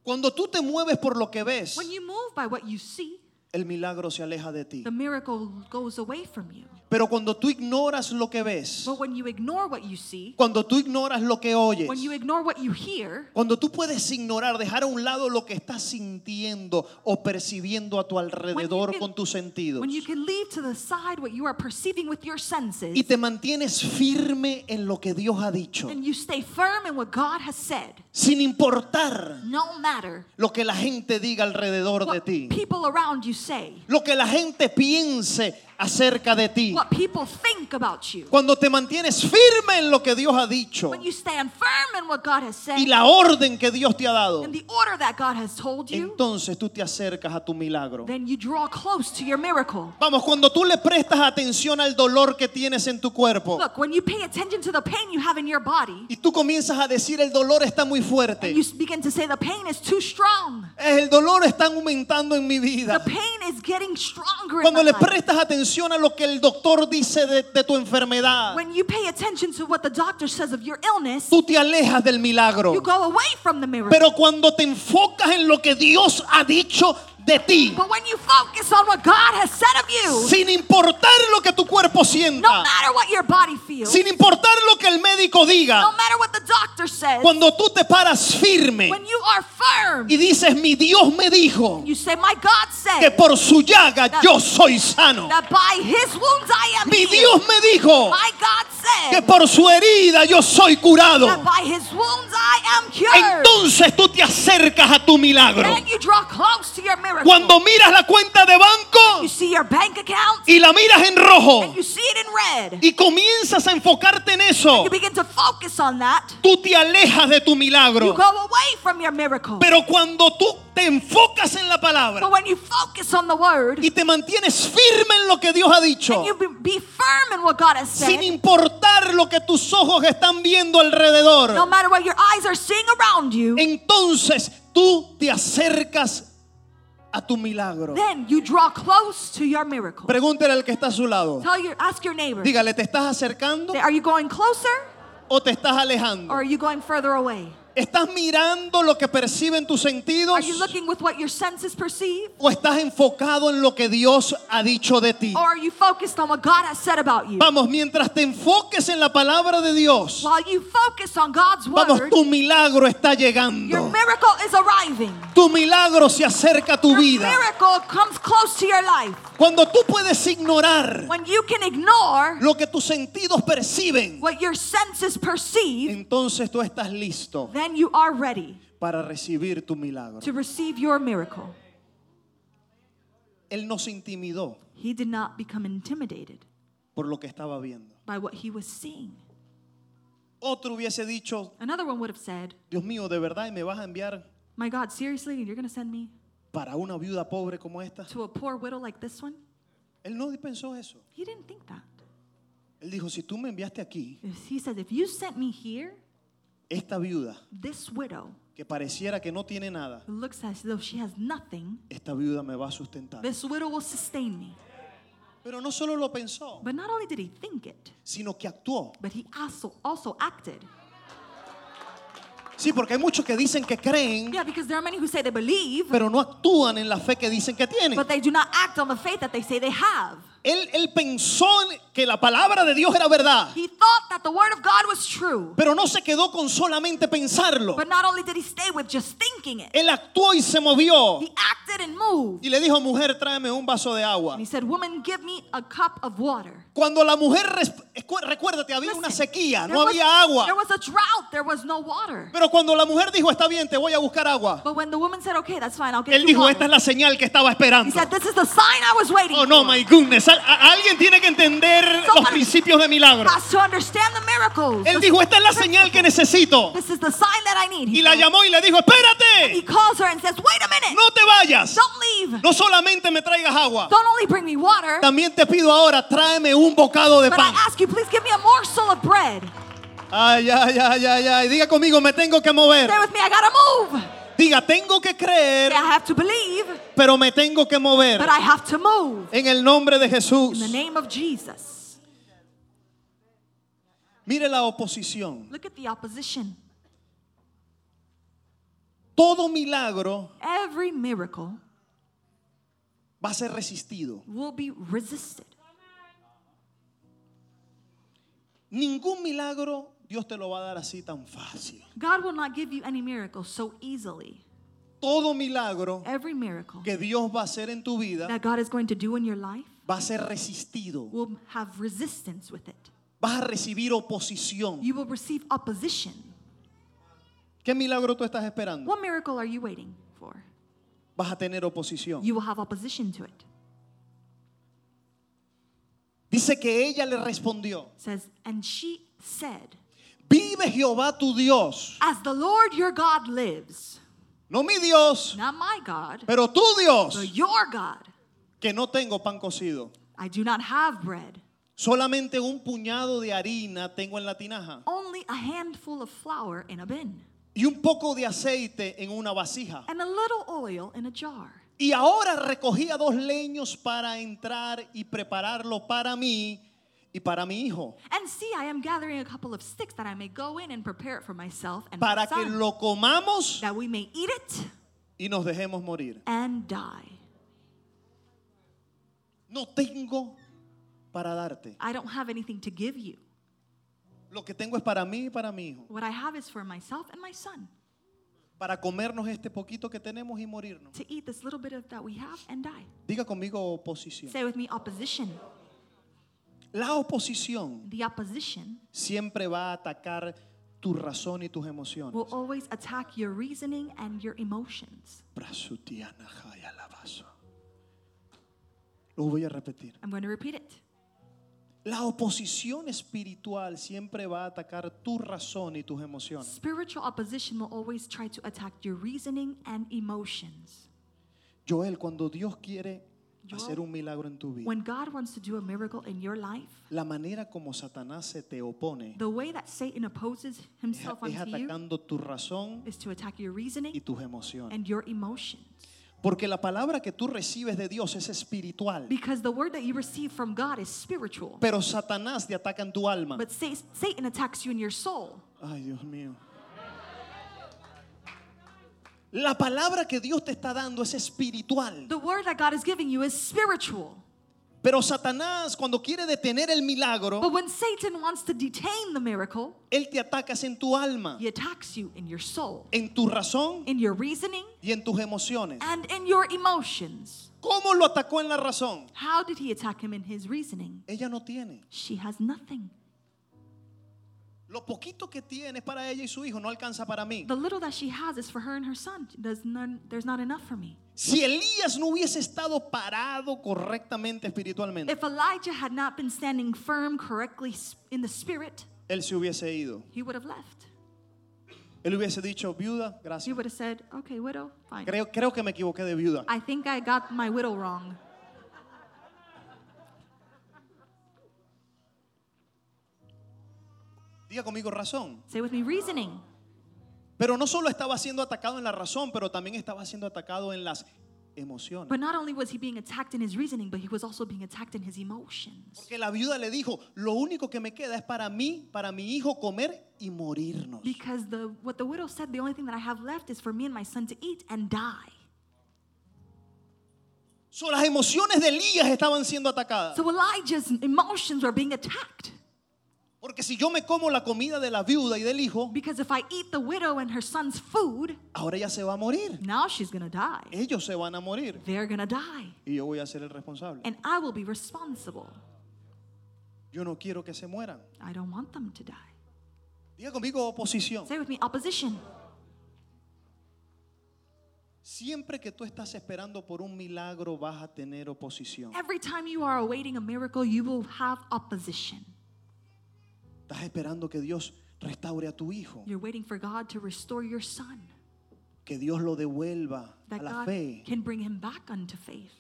Speaker 2: Cuando tú te mueves por lo que ves,
Speaker 3: When you move by what you see,
Speaker 2: el milagro se aleja de ti.
Speaker 3: the miracle goes away from you.
Speaker 2: Pero cuando tú ignoras lo que ves,
Speaker 3: But when you ignore what you see,
Speaker 2: cuando tú ignoras lo que oyes,
Speaker 3: when you ignore what you hear,
Speaker 2: cuando tú puedes ignorar, dejar a un lado lo que estás sintiendo o percibiendo a tu alrededor
Speaker 3: can-
Speaker 2: con tus sentidos
Speaker 3: when you can leave to the side what you are perceiving with your
Speaker 2: y
Speaker 3: senses,
Speaker 2: te mantienes firme en lo que Dios ha dicho,
Speaker 3: and you stay firm in what God has said,
Speaker 2: sin importar
Speaker 3: no matter
Speaker 2: lo que la gente diga alrededor de
Speaker 3: what
Speaker 2: ti,
Speaker 3: people around you say,
Speaker 2: lo que la gente piense acerca de ti.
Speaker 3: what people think about you.
Speaker 2: Cuando te mantienes firme en lo que Dios ha dicho
Speaker 3: When you stand firm in what God has said
Speaker 2: y la orden que Dios te ha dado,
Speaker 3: and the order that God has told you,
Speaker 2: entonces tú te acercas a tu milagro.
Speaker 3: then you draw close to your miracle.
Speaker 2: Vamos, cuando tú le prestas atención al dolor que tienes en tu cuerpo
Speaker 3: Look, when you pay attention to the pain you have in your body,
Speaker 2: y tú comienzas a decir el dolor está muy fuerte,
Speaker 3: and you begin to say the pain is too strong,
Speaker 2: el dolor está aumentando en mi
Speaker 3: the
Speaker 2: vida.
Speaker 3: pain is getting stronger. In
Speaker 2: Cuando
Speaker 3: my
Speaker 2: le
Speaker 3: life.
Speaker 2: prestas atención a lo que el doctor dice de, de tu enfermedad,
Speaker 3: When you pay attention to what the doctor says of your illness,
Speaker 2: tú te alejas del
Speaker 3: you
Speaker 2: milagro.
Speaker 3: go away from the miracle.
Speaker 2: Pero cuando te enfocas en lo que Dios ha dicho de ti,
Speaker 3: But when you focus on what God has said of you,
Speaker 2: sin importar lo que tu cuerpo
Speaker 3: no
Speaker 2: sienta,
Speaker 3: matter what your body feels,
Speaker 2: sin importar lo que el médico
Speaker 3: no
Speaker 2: diga,
Speaker 3: matter what the doctor says,
Speaker 2: cuando tú te paras firme
Speaker 3: when you are firm,
Speaker 2: y dices, mi Dios me dijo
Speaker 3: you say, My God said.
Speaker 2: que por su llaga yo soy sano.
Speaker 3: that by his wounds I am
Speaker 2: Mi
Speaker 3: healed.
Speaker 2: Dios me dijo
Speaker 3: My God
Speaker 2: que
Speaker 3: said
Speaker 2: por su herida yo soy curado.
Speaker 3: that by his wounds I am cured.
Speaker 2: Entonces tú te acercas a tu milagro.
Speaker 3: Then you draw close to your miracle.
Speaker 2: Cuando miras la cuenta de banco
Speaker 3: you see your bank account
Speaker 2: y la miras en rojo
Speaker 3: and you see it in red,
Speaker 2: y comienzas a enfocarte en eso,
Speaker 3: you begin to focus on that.
Speaker 2: tú te alejas de tu
Speaker 3: You
Speaker 2: milagro.
Speaker 3: go away from your miracle.
Speaker 2: Pero cuando tú te enfocas en la palabra,
Speaker 3: but when you focus on the word
Speaker 2: y te mantienes firme en lo que Dios ha dicho,
Speaker 3: and you be, be firm in what God has said,
Speaker 2: sin importar lo que tus ojos están viendo
Speaker 3: no
Speaker 2: alrededor,
Speaker 3: matter what your eyes are seeing around you,
Speaker 2: entonces tú te acercas a tu milagro.
Speaker 3: then you draw close to your miracle.
Speaker 2: Pregúntale al que está a su lado.
Speaker 3: Tell your, ask your neighbor,
Speaker 2: Dígale, ¿te estás acercando
Speaker 3: say, are you going closer
Speaker 2: o te estás
Speaker 3: or
Speaker 2: alejando?
Speaker 3: are you going further away?
Speaker 2: ¿Estás mirando lo que perciben tus sentidos
Speaker 3: Are you looking with what your senses perceive?
Speaker 2: o estás enfocado en lo que Dios ha dicho de ti?
Speaker 3: Or are you focused on what God has said about you?
Speaker 2: Vamos, mientras te enfoques en la palabra de Dios,
Speaker 3: While you focus on God's
Speaker 2: vamos,
Speaker 3: word,
Speaker 2: tu milagro está
Speaker 3: your
Speaker 2: llegando.
Speaker 3: miracle is arriving.
Speaker 2: Tu milagro se acerca a tu
Speaker 3: Your
Speaker 2: vida.
Speaker 3: miracle comes close to your life.
Speaker 2: Cuando tú puedes ignorar
Speaker 3: When you can ignore
Speaker 2: lo que tus sentidos perciben,
Speaker 3: what your senses perceive,
Speaker 2: entonces tú estás listo
Speaker 3: then you are ready
Speaker 2: para recibir tu milagro.
Speaker 3: to receive your miracle.
Speaker 2: Él no se intimidó
Speaker 3: He did not become intimidated
Speaker 2: por lo que estaba viendo.
Speaker 3: by what he was seeing.
Speaker 2: Otro hubiese dicho,
Speaker 3: Another one would have said,
Speaker 2: Dios mío, de verdad, ¿y me vas a enviar
Speaker 3: My God, seriously, you're going to send me
Speaker 2: para una viuda pobre como esta?
Speaker 3: to a poor widow like this one?
Speaker 2: Él no pensó eso.
Speaker 3: He didn't think that.
Speaker 2: Él dijo, si tú me enviaste aquí,
Speaker 3: He says, If you sent me here,
Speaker 2: esta viuda
Speaker 3: this widow
Speaker 2: que pareciera que no tiene nada,
Speaker 3: who looks as though she has nothing,
Speaker 2: esta viuda me va a sustentar.
Speaker 3: this widow will sustain me.
Speaker 2: Pero no solo lo pensó,
Speaker 3: But not only did he think it,
Speaker 2: sino que actuó.
Speaker 3: but he also, also acted.
Speaker 2: Sí, porque hay muchos que dicen que creen,
Speaker 3: Yeah, because there are many who say they believe,
Speaker 2: pero no actúan en la fe que dicen que tienen.
Speaker 3: but they do not act on the faith that they say they have.
Speaker 2: Él, él pensó en que la palabra de Dios era verdad,
Speaker 3: He thought that the word of God was true.
Speaker 2: pero no se quedó con solamente pensarlo.
Speaker 3: But not only did he stay with just thinking it,
Speaker 2: Él actuó y se movió
Speaker 3: he acted and moved.
Speaker 2: y le dijo, mujer, tráeme un vaso de agua.
Speaker 3: And he said, Woman, give me a cup of water.
Speaker 2: Cuando la mujer, resp- escu- recuérdate, había una
Speaker 3: Listen,
Speaker 2: sequía,
Speaker 3: there
Speaker 2: no
Speaker 3: was-
Speaker 2: había agua.
Speaker 3: There was a drought, there was no water.
Speaker 2: Pero cuando la mujer dijo, está bien, te voy a buscar agua,
Speaker 3: But when the woman said, Okay, that's fine, I'll get
Speaker 2: él
Speaker 3: you
Speaker 2: dijo,
Speaker 3: water.
Speaker 2: esta es la señal que estaba
Speaker 3: He
Speaker 2: esperando.
Speaker 3: said, This is the sign I was waiting
Speaker 2: Oh no,
Speaker 3: for.
Speaker 2: my goodness, Al- a- alguien tiene que entender los
Speaker 3: Somebody-
Speaker 2: principios de milagro.
Speaker 3: Has to understand the miracles.
Speaker 2: Él dijo, esta es la señal que necesito.
Speaker 3: This is the sign that I need. He,
Speaker 2: Y la
Speaker 3: said.
Speaker 2: llamó y le dijo,
Speaker 3: He
Speaker 2: espérate,
Speaker 3: calls her and says, Wait a minute,
Speaker 2: no te vayas.
Speaker 3: don't leave.
Speaker 2: No solamente me traigas agua,
Speaker 3: Don't only bring me water,
Speaker 2: también te pido ahora, tráeme un bocado de
Speaker 3: but I
Speaker 2: pan.
Speaker 3: ask you, please give me a morsel of bread.
Speaker 2: Ay, ay, ay, ay, ay. Diga conmigo, me tengo que mover.
Speaker 3: Stay with me, I gotta move.
Speaker 2: Diga, tengo que creer,
Speaker 3: Say, I have to believe,
Speaker 2: pero me tengo que mover.
Speaker 3: but I have to move.
Speaker 2: En el nombre de Jesús.
Speaker 3: In the name of Jesus.
Speaker 2: Mire la oposición.
Speaker 3: Look at the opposition.
Speaker 2: Todo milagro
Speaker 3: Every miracle
Speaker 2: va a ser resistido.
Speaker 3: will be resisted.
Speaker 2: Ningún milagro Dios te lo va a dar así tan fácil.
Speaker 3: God will not give you any miracle so easily.
Speaker 2: Todo milagro
Speaker 3: Every miracle
Speaker 2: que Dios va a hacer en tu vida
Speaker 3: that God is going to do in your life
Speaker 2: va a ser resistido.
Speaker 3: will have resistance with it.
Speaker 2: Vas a recibir oposición.
Speaker 3: You will receive opposition.
Speaker 2: ¿Qué milagro tú estás esperando?
Speaker 3: What miracle are you waiting for?
Speaker 2: Vas a tener oposición.
Speaker 3: You will have opposition to it.
Speaker 2: Dice que ella le respondió,
Speaker 3: It says, and she said,
Speaker 2: vive Jehová tu Dios,
Speaker 3: As the Lord your God lives,
Speaker 2: no mi Dios,
Speaker 3: not my God,
Speaker 2: pero tu
Speaker 3: but
Speaker 2: Dios,
Speaker 3: your God,
Speaker 2: que no tengo pan cocido.
Speaker 3: I do not have bread,
Speaker 2: Solamente un puñado de harina tengo en la tinaja
Speaker 3: only a handful of flour in a bin,
Speaker 2: y un poco de aceite en una vasija.
Speaker 3: and a little oil in a jar.
Speaker 2: Y ahora recogía dos leños para entrar y prepararlo para mí y para mi hijo,
Speaker 3: And see, I am gathering a couple of sticks that I may go in and prepare it for myself and my
Speaker 2: para que
Speaker 3: son,
Speaker 2: lo comamos
Speaker 3: that we may eat it
Speaker 2: y nos dejemos morir.
Speaker 3: and die.
Speaker 2: No tengo para darte.
Speaker 3: I don't have anything to give you.
Speaker 2: Lo que tengo es para mí y para mi hijo,
Speaker 3: What I have is for myself and my son
Speaker 2: para comernos este poquito que tenemos y morirnos.
Speaker 3: to eat this little bit of that we have and die.
Speaker 2: Diga conmigo oposición.
Speaker 3: Say with me, opposition.
Speaker 2: La oposición
Speaker 3: The opposition
Speaker 2: siempre va a atacar tu razón y tus emociones.
Speaker 3: will always attack your reasoning and your emotions.
Speaker 2: Prasutiana jaya lavaso. Lo voy a repetir.
Speaker 3: I'm going to repeat it.
Speaker 2: La oposición espiritual siempre va a atacar tu razón y tus emociones.
Speaker 3: Spiritual opposition will always try to attack your reasoning and emotions.
Speaker 2: Joel, cuando Dios quiere
Speaker 3: Joel.
Speaker 2: hacer un milagro en tu vida,
Speaker 3: When God wants to do a miracle in your life,
Speaker 2: la manera como Satanás se te opone
Speaker 3: the way that Satan opposes
Speaker 2: es,
Speaker 3: himself
Speaker 2: es
Speaker 3: unto you
Speaker 2: atacando tu razón
Speaker 3: is to attack your
Speaker 2: y
Speaker 3: reasoning
Speaker 2: tus emociones.
Speaker 3: and your emotions.
Speaker 2: Porque la palabra que tú recibes de Dios es espiritual,
Speaker 3: Because the word that you receive from God is spiritual.
Speaker 2: pero Satanás te ataca en tu alma.
Speaker 3: But sa- Satan attacks you in your soul.
Speaker 2: Ay, Dios mío. La palabra que Dios te está dando es espiritual.
Speaker 3: The word that God is giving you is spiritual.
Speaker 2: Pero Satanás, cuando quiere detener el milagro,
Speaker 3: But when Satan wants to detain the miracle,
Speaker 2: él te ataca es en tu alma,
Speaker 3: he attacks you in your soul,
Speaker 2: en tu razón
Speaker 3: in your reasoning,
Speaker 2: y en tus emociones.
Speaker 3: and in your emotions.
Speaker 2: ¿Cómo lo atacó en la razón?
Speaker 3: How did he attack him in his reasoning?
Speaker 2: Ella no tiene.
Speaker 3: She has nothing.
Speaker 2: Lo poquito que tiene es para ella y su hijo, no alcanza para mí.
Speaker 3: The little that she has is for her and her son. There's, none, there's not enough for me.
Speaker 2: Si Elías no hubiese estado parado correctamente espiritualmente,
Speaker 3: If Elijah had not been standing firm correctly s- in the spirit,
Speaker 2: él se hubiese ido.
Speaker 3: he would have left.
Speaker 2: Él hubiese dicho, viuda,
Speaker 3: He
Speaker 2: gracias.
Speaker 3: would have said, okay, widow, fine.
Speaker 2: Creo, creo que me equivoqué de viuda.
Speaker 3: I think I got my widow wrong.
Speaker 2: Diga conmigo razón.
Speaker 3: Say with me, reasoning.
Speaker 2: Pero no solo estaba siendo atacado en la razón, pero también estaba siendo atacado en las emociones.
Speaker 3: But not only was he being attacked in his reasoning, but he was also being attacked in his emotions.
Speaker 2: Porque la viuda le dijo, lo único que me queda es para mí, para mi hijo comer y morirnos.
Speaker 3: Because the what the widow said, the only thing that I have left is for me and my son to eat and die.
Speaker 2: So, las emociones de Elías estaban siendo atacadas.
Speaker 3: So Elijah's emotions were being attacked
Speaker 2: Porque si yo me como la comida de la viuda y del hijo,
Speaker 3: because if I eat the widow and her son's food,
Speaker 2: ahora ella se va a morir.
Speaker 3: now she's going to die.
Speaker 2: Ellos se van a morir.
Speaker 3: They're going to die.
Speaker 2: Y yo voy a ser el responsable.
Speaker 3: And I will be responsible.
Speaker 2: Yo no quiero que se mueran.
Speaker 3: I don't want them to die.
Speaker 2: Diga conmigo oposición.
Speaker 3: Say with me opposition.
Speaker 2: Siempre que tú estás esperando por un milagro vas a tener oposición.
Speaker 3: Every time you are awaiting a miracle, you will have opposition.
Speaker 2: Estás esperando que Dios restaure a tu hijo,
Speaker 3: You're waiting for God to restore your son,
Speaker 2: que Dios lo devuelva a
Speaker 3: that
Speaker 2: la
Speaker 3: God
Speaker 2: fe.
Speaker 3: can bring him back unto faith.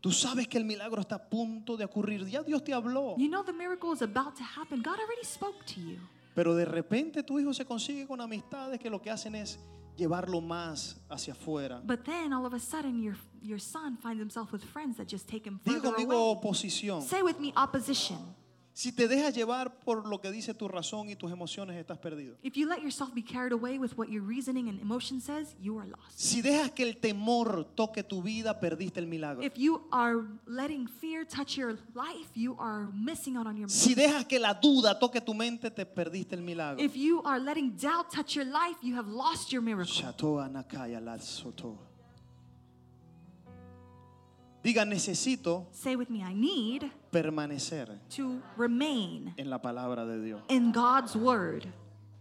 Speaker 2: Tú sabes que el milagro está a punto de ocurrir. Ya Dios te habló.
Speaker 3: You know the miracle is about to happen. God already spoke to you.
Speaker 2: Pero de repente tu hijo se consigue con amistades que lo que hacen es llevarlo más hacia afuera.
Speaker 3: But then all of a sudden, your, your son finds himself with friends that just take him
Speaker 2: Diga
Speaker 3: further
Speaker 2: conmigo
Speaker 3: away.
Speaker 2: oposición.
Speaker 3: Say with me opposition.
Speaker 2: Si te dejas llevar por lo que dice tu razón y tus emociones, estás perdido.
Speaker 3: If you let yourself be carried away with what your reasoning and emotion says, you are lost.
Speaker 2: Si dejas que el temor toque tu vida, perdiste el milagro.
Speaker 3: If you are letting fear touch your life, you are missing out on your
Speaker 2: Si dejas que la duda toque tu mente, te perdiste el milagro.
Speaker 3: If you are letting doubt touch your life, you have lost your miracle.
Speaker 2: Shato anakaya la soto. Diga, necesito
Speaker 3: Say with me, I need
Speaker 2: permanecer
Speaker 3: to remain
Speaker 2: en la palabra de Dios.
Speaker 3: in God's word.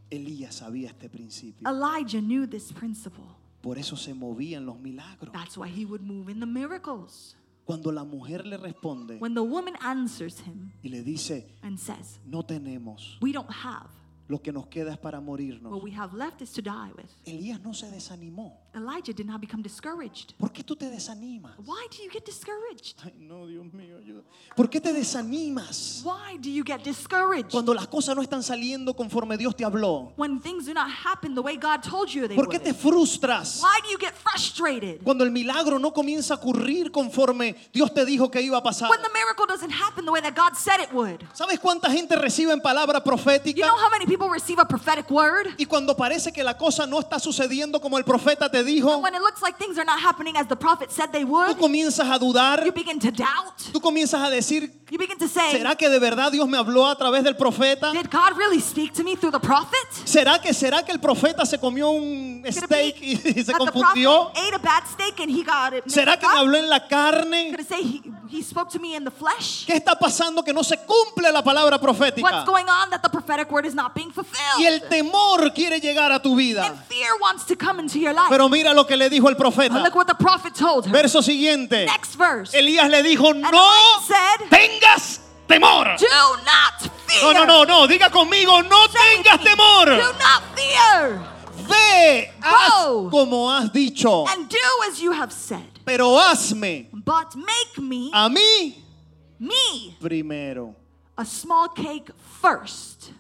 Speaker 2: Elías sabía este principio.
Speaker 3: Elijah knew this principle.
Speaker 2: Por eso se movían los milagros.
Speaker 3: That's why he would move in the miracles.
Speaker 2: Cuando la mujer le responde
Speaker 3: When the woman answers him
Speaker 2: y le dice,
Speaker 3: and says,
Speaker 2: no tenemos,
Speaker 3: We don't have,
Speaker 2: lo que nos queda es para morirnos.
Speaker 3: what we have left is to die with.
Speaker 2: Elías no se desanimó.
Speaker 3: Elijah did not become discouraged.
Speaker 2: ¿Por qué tú te desanimas?
Speaker 3: Why do you get discouraged?
Speaker 2: Ay, no, Dios mío, ayuda. ¿Por qué te desanimas
Speaker 3: Why do you get discouraged?
Speaker 2: cuando las cosas no están saliendo conforme Dios te habló?
Speaker 3: When things do not happen the way God told you they
Speaker 2: ¿Por qué te
Speaker 3: would.
Speaker 2: frustras
Speaker 3: Why do you get frustrated?
Speaker 2: cuando el milagro no comienza a ocurrir conforme Dios te dijo que iba a pasar?
Speaker 3: when the miracle doesn't happen the way that God said it would.
Speaker 2: ¿Sabes cuánta gente recibe en palabra
Speaker 3: You
Speaker 2: profética?
Speaker 3: know how many people receive a prophetic word?
Speaker 2: Y cuando parece que la cosa no está sucediendo como el profeta te dijo,
Speaker 3: When it looks like things are not happening as the prophet said they would,
Speaker 2: tú comienzas a
Speaker 3: you
Speaker 2: dudar,
Speaker 3: begin to doubt.
Speaker 2: tú comienzas a decir,
Speaker 3: You begin to say,
Speaker 2: ¿será que de verdad Dios me habló a través del profeta?
Speaker 3: Did God really speak to me through the prophet?
Speaker 2: ¿Será que será que el profeta se comió un
Speaker 3: Could it
Speaker 2: steak
Speaker 3: be
Speaker 2: y, y se
Speaker 3: that the
Speaker 2: confundió?
Speaker 3: prophet ate a bad steak and he got it.
Speaker 2: ¿Será que me habló en la carne?
Speaker 3: Could it say he, he spoke to me in the flesh?
Speaker 2: ¿Qué está pasando que no se cumple la palabra profética?
Speaker 3: What's going on that the prophetic word is not being
Speaker 2: Y el
Speaker 3: fulfilled?
Speaker 2: temor quiere llegar a tu
Speaker 3: And
Speaker 2: vida.
Speaker 3: fear wants to come into your life.
Speaker 2: Pero mira lo que le dijo el
Speaker 3: But
Speaker 2: profeta.
Speaker 3: look what the prophet told her.
Speaker 2: Verso siguiente.
Speaker 3: Next verse.
Speaker 2: Elías le dijo,
Speaker 3: And
Speaker 2: no
Speaker 3: Elijah said,
Speaker 2: tengas temor.
Speaker 3: Do not fear.
Speaker 2: No, no, no, no. Diga conmigo, no tengas temor.
Speaker 3: Do not fear
Speaker 2: Ve, haz
Speaker 3: Go.
Speaker 2: como has dicho,
Speaker 3: and do as you have said,
Speaker 2: pero hazme
Speaker 3: but make me,
Speaker 2: a mí
Speaker 3: me,
Speaker 2: primero.
Speaker 3: a small cake first.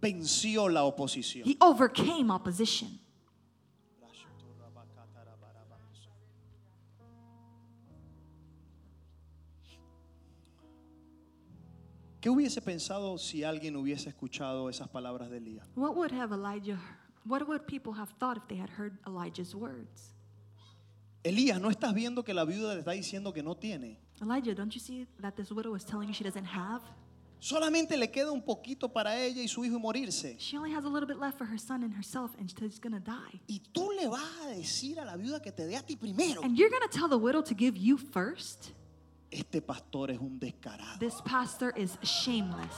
Speaker 2: Venció la oposición.
Speaker 3: He overcame opposition.
Speaker 2: ¿Qué hubiese pensado si alguien hubiese escuchado esas palabras de Elías?
Speaker 3: What would have Elijah, what would people have thought if they had heard Elijah's words?
Speaker 2: Elías, ¿no estás viendo que la viuda le está diciendo que no tiene?
Speaker 3: Elijah, don't you see that this widow is telling you she doesn't have?
Speaker 2: Solamente le queda un poquito para ella y su hijo y morirse.
Speaker 3: She only has a little bit left for her son and herself, and she's gonna die.
Speaker 2: Y tú le vas a decir a la viuda que te dé a ti primero.
Speaker 3: And you're gonna tell the widow to give you first?
Speaker 2: Este pastor es un descarado.
Speaker 3: This pastor is shameless.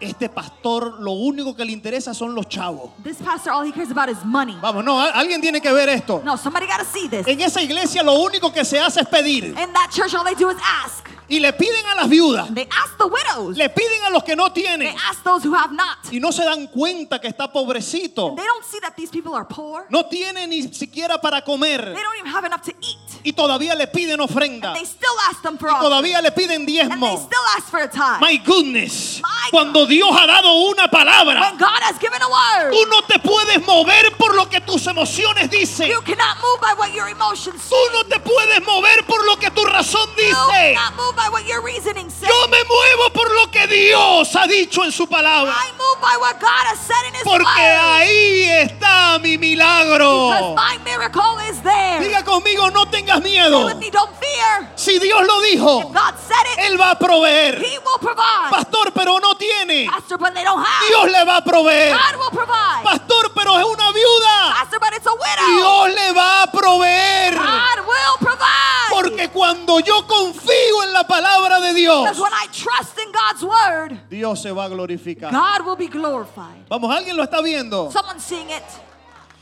Speaker 2: Este pastor lo único que le interesa son los chavos.
Speaker 3: This pastor, all he cares about is money.
Speaker 2: Vamos, no, a- alguien tiene que ver esto.
Speaker 3: No, somebody got to see this.
Speaker 2: En esa iglesia lo único que se hace es pedir.
Speaker 3: In that church, all they do is ask.
Speaker 2: Y le piden a las viudas.
Speaker 3: They ask the widows.
Speaker 2: Le piden a los que no
Speaker 3: They
Speaker 2: tienen.
Speaker 3: ask those who have not. They
Speaker 2: Y no se dan cuenta que está pobrecito.
Speaker 3: don't see that these people are poor.
Speaker 2: No tiene ni siquiera para comer.
Speaker 3: They don't even have enough to eat.
Speaker 2: Y todavía le piden ofrenda.
Speaker 3: They still ask them for all.
Speaker 2: Todavía le piden
Speaker 3: And they
Speaker 2: diezmo.
Speaker 3: still ask for a tithe.
Speaker 2: My goodness.
Speaker 3: My God.
Speaker 2: Cuando Dios ha dado una palabra,
Speaker 3: When God has given a
Speaker 2: tú
Speaker 3: word,
Speaker 2: no te puedes mover por lo que tus emociones dicen.
Speaker 3: You cannot move by what your emotions
Speaker 2: Tú
Speaker 3: say.
Speaker 2: no te puedes mover por lo que tu razón
Speaker 3: You
Speaker 2: dice.
Speaker 3: cannot move by what your reasoning says.
Speaker 2: Yo me muevo por lo que Dios ha dicho en su palabra.
Speaker 3: I move by what God has said in His
Speaker 2: Porque
Speaker 3: Word.
Speaker 2: ahí está mi milagro.
Speaker 3: Because my miracle is there.
Speaker 2: Diga conmigo, no tengas
Speaker 3: Stay
Speaker 2: miedo.
Speaker 3: with me, don't fear.
Speaker 2: Si Dios lo dijo,
Speaker 3: If God said it,
Speaker 2: Él va a proveer.
Speaker 3: He will provide.
Speaker 2: Pastor, pero no tiene.
Speaker 3: Pastor, but they don't have.
Speaker 2: Dios le va a proveer.
Speaker 3: God will provide.
Speaker 2: Pastor, pero es una viuda.
Speaker 3: Pastor, but it's a widow.
Speaker 2: Dios le va a proveer.
Speaker 3: God will provide.
Speaker 2: Porque cuando yo confío en la palabra de Dios,
Speaker 3: Because when I trust in God's word,
Speaker 2: Dios se va a glorificar.
Speaker 3: God will be glorified.
Speaker 2: Vamos, alguien lo está viendo.
Speaker 3: Someone's seeing it.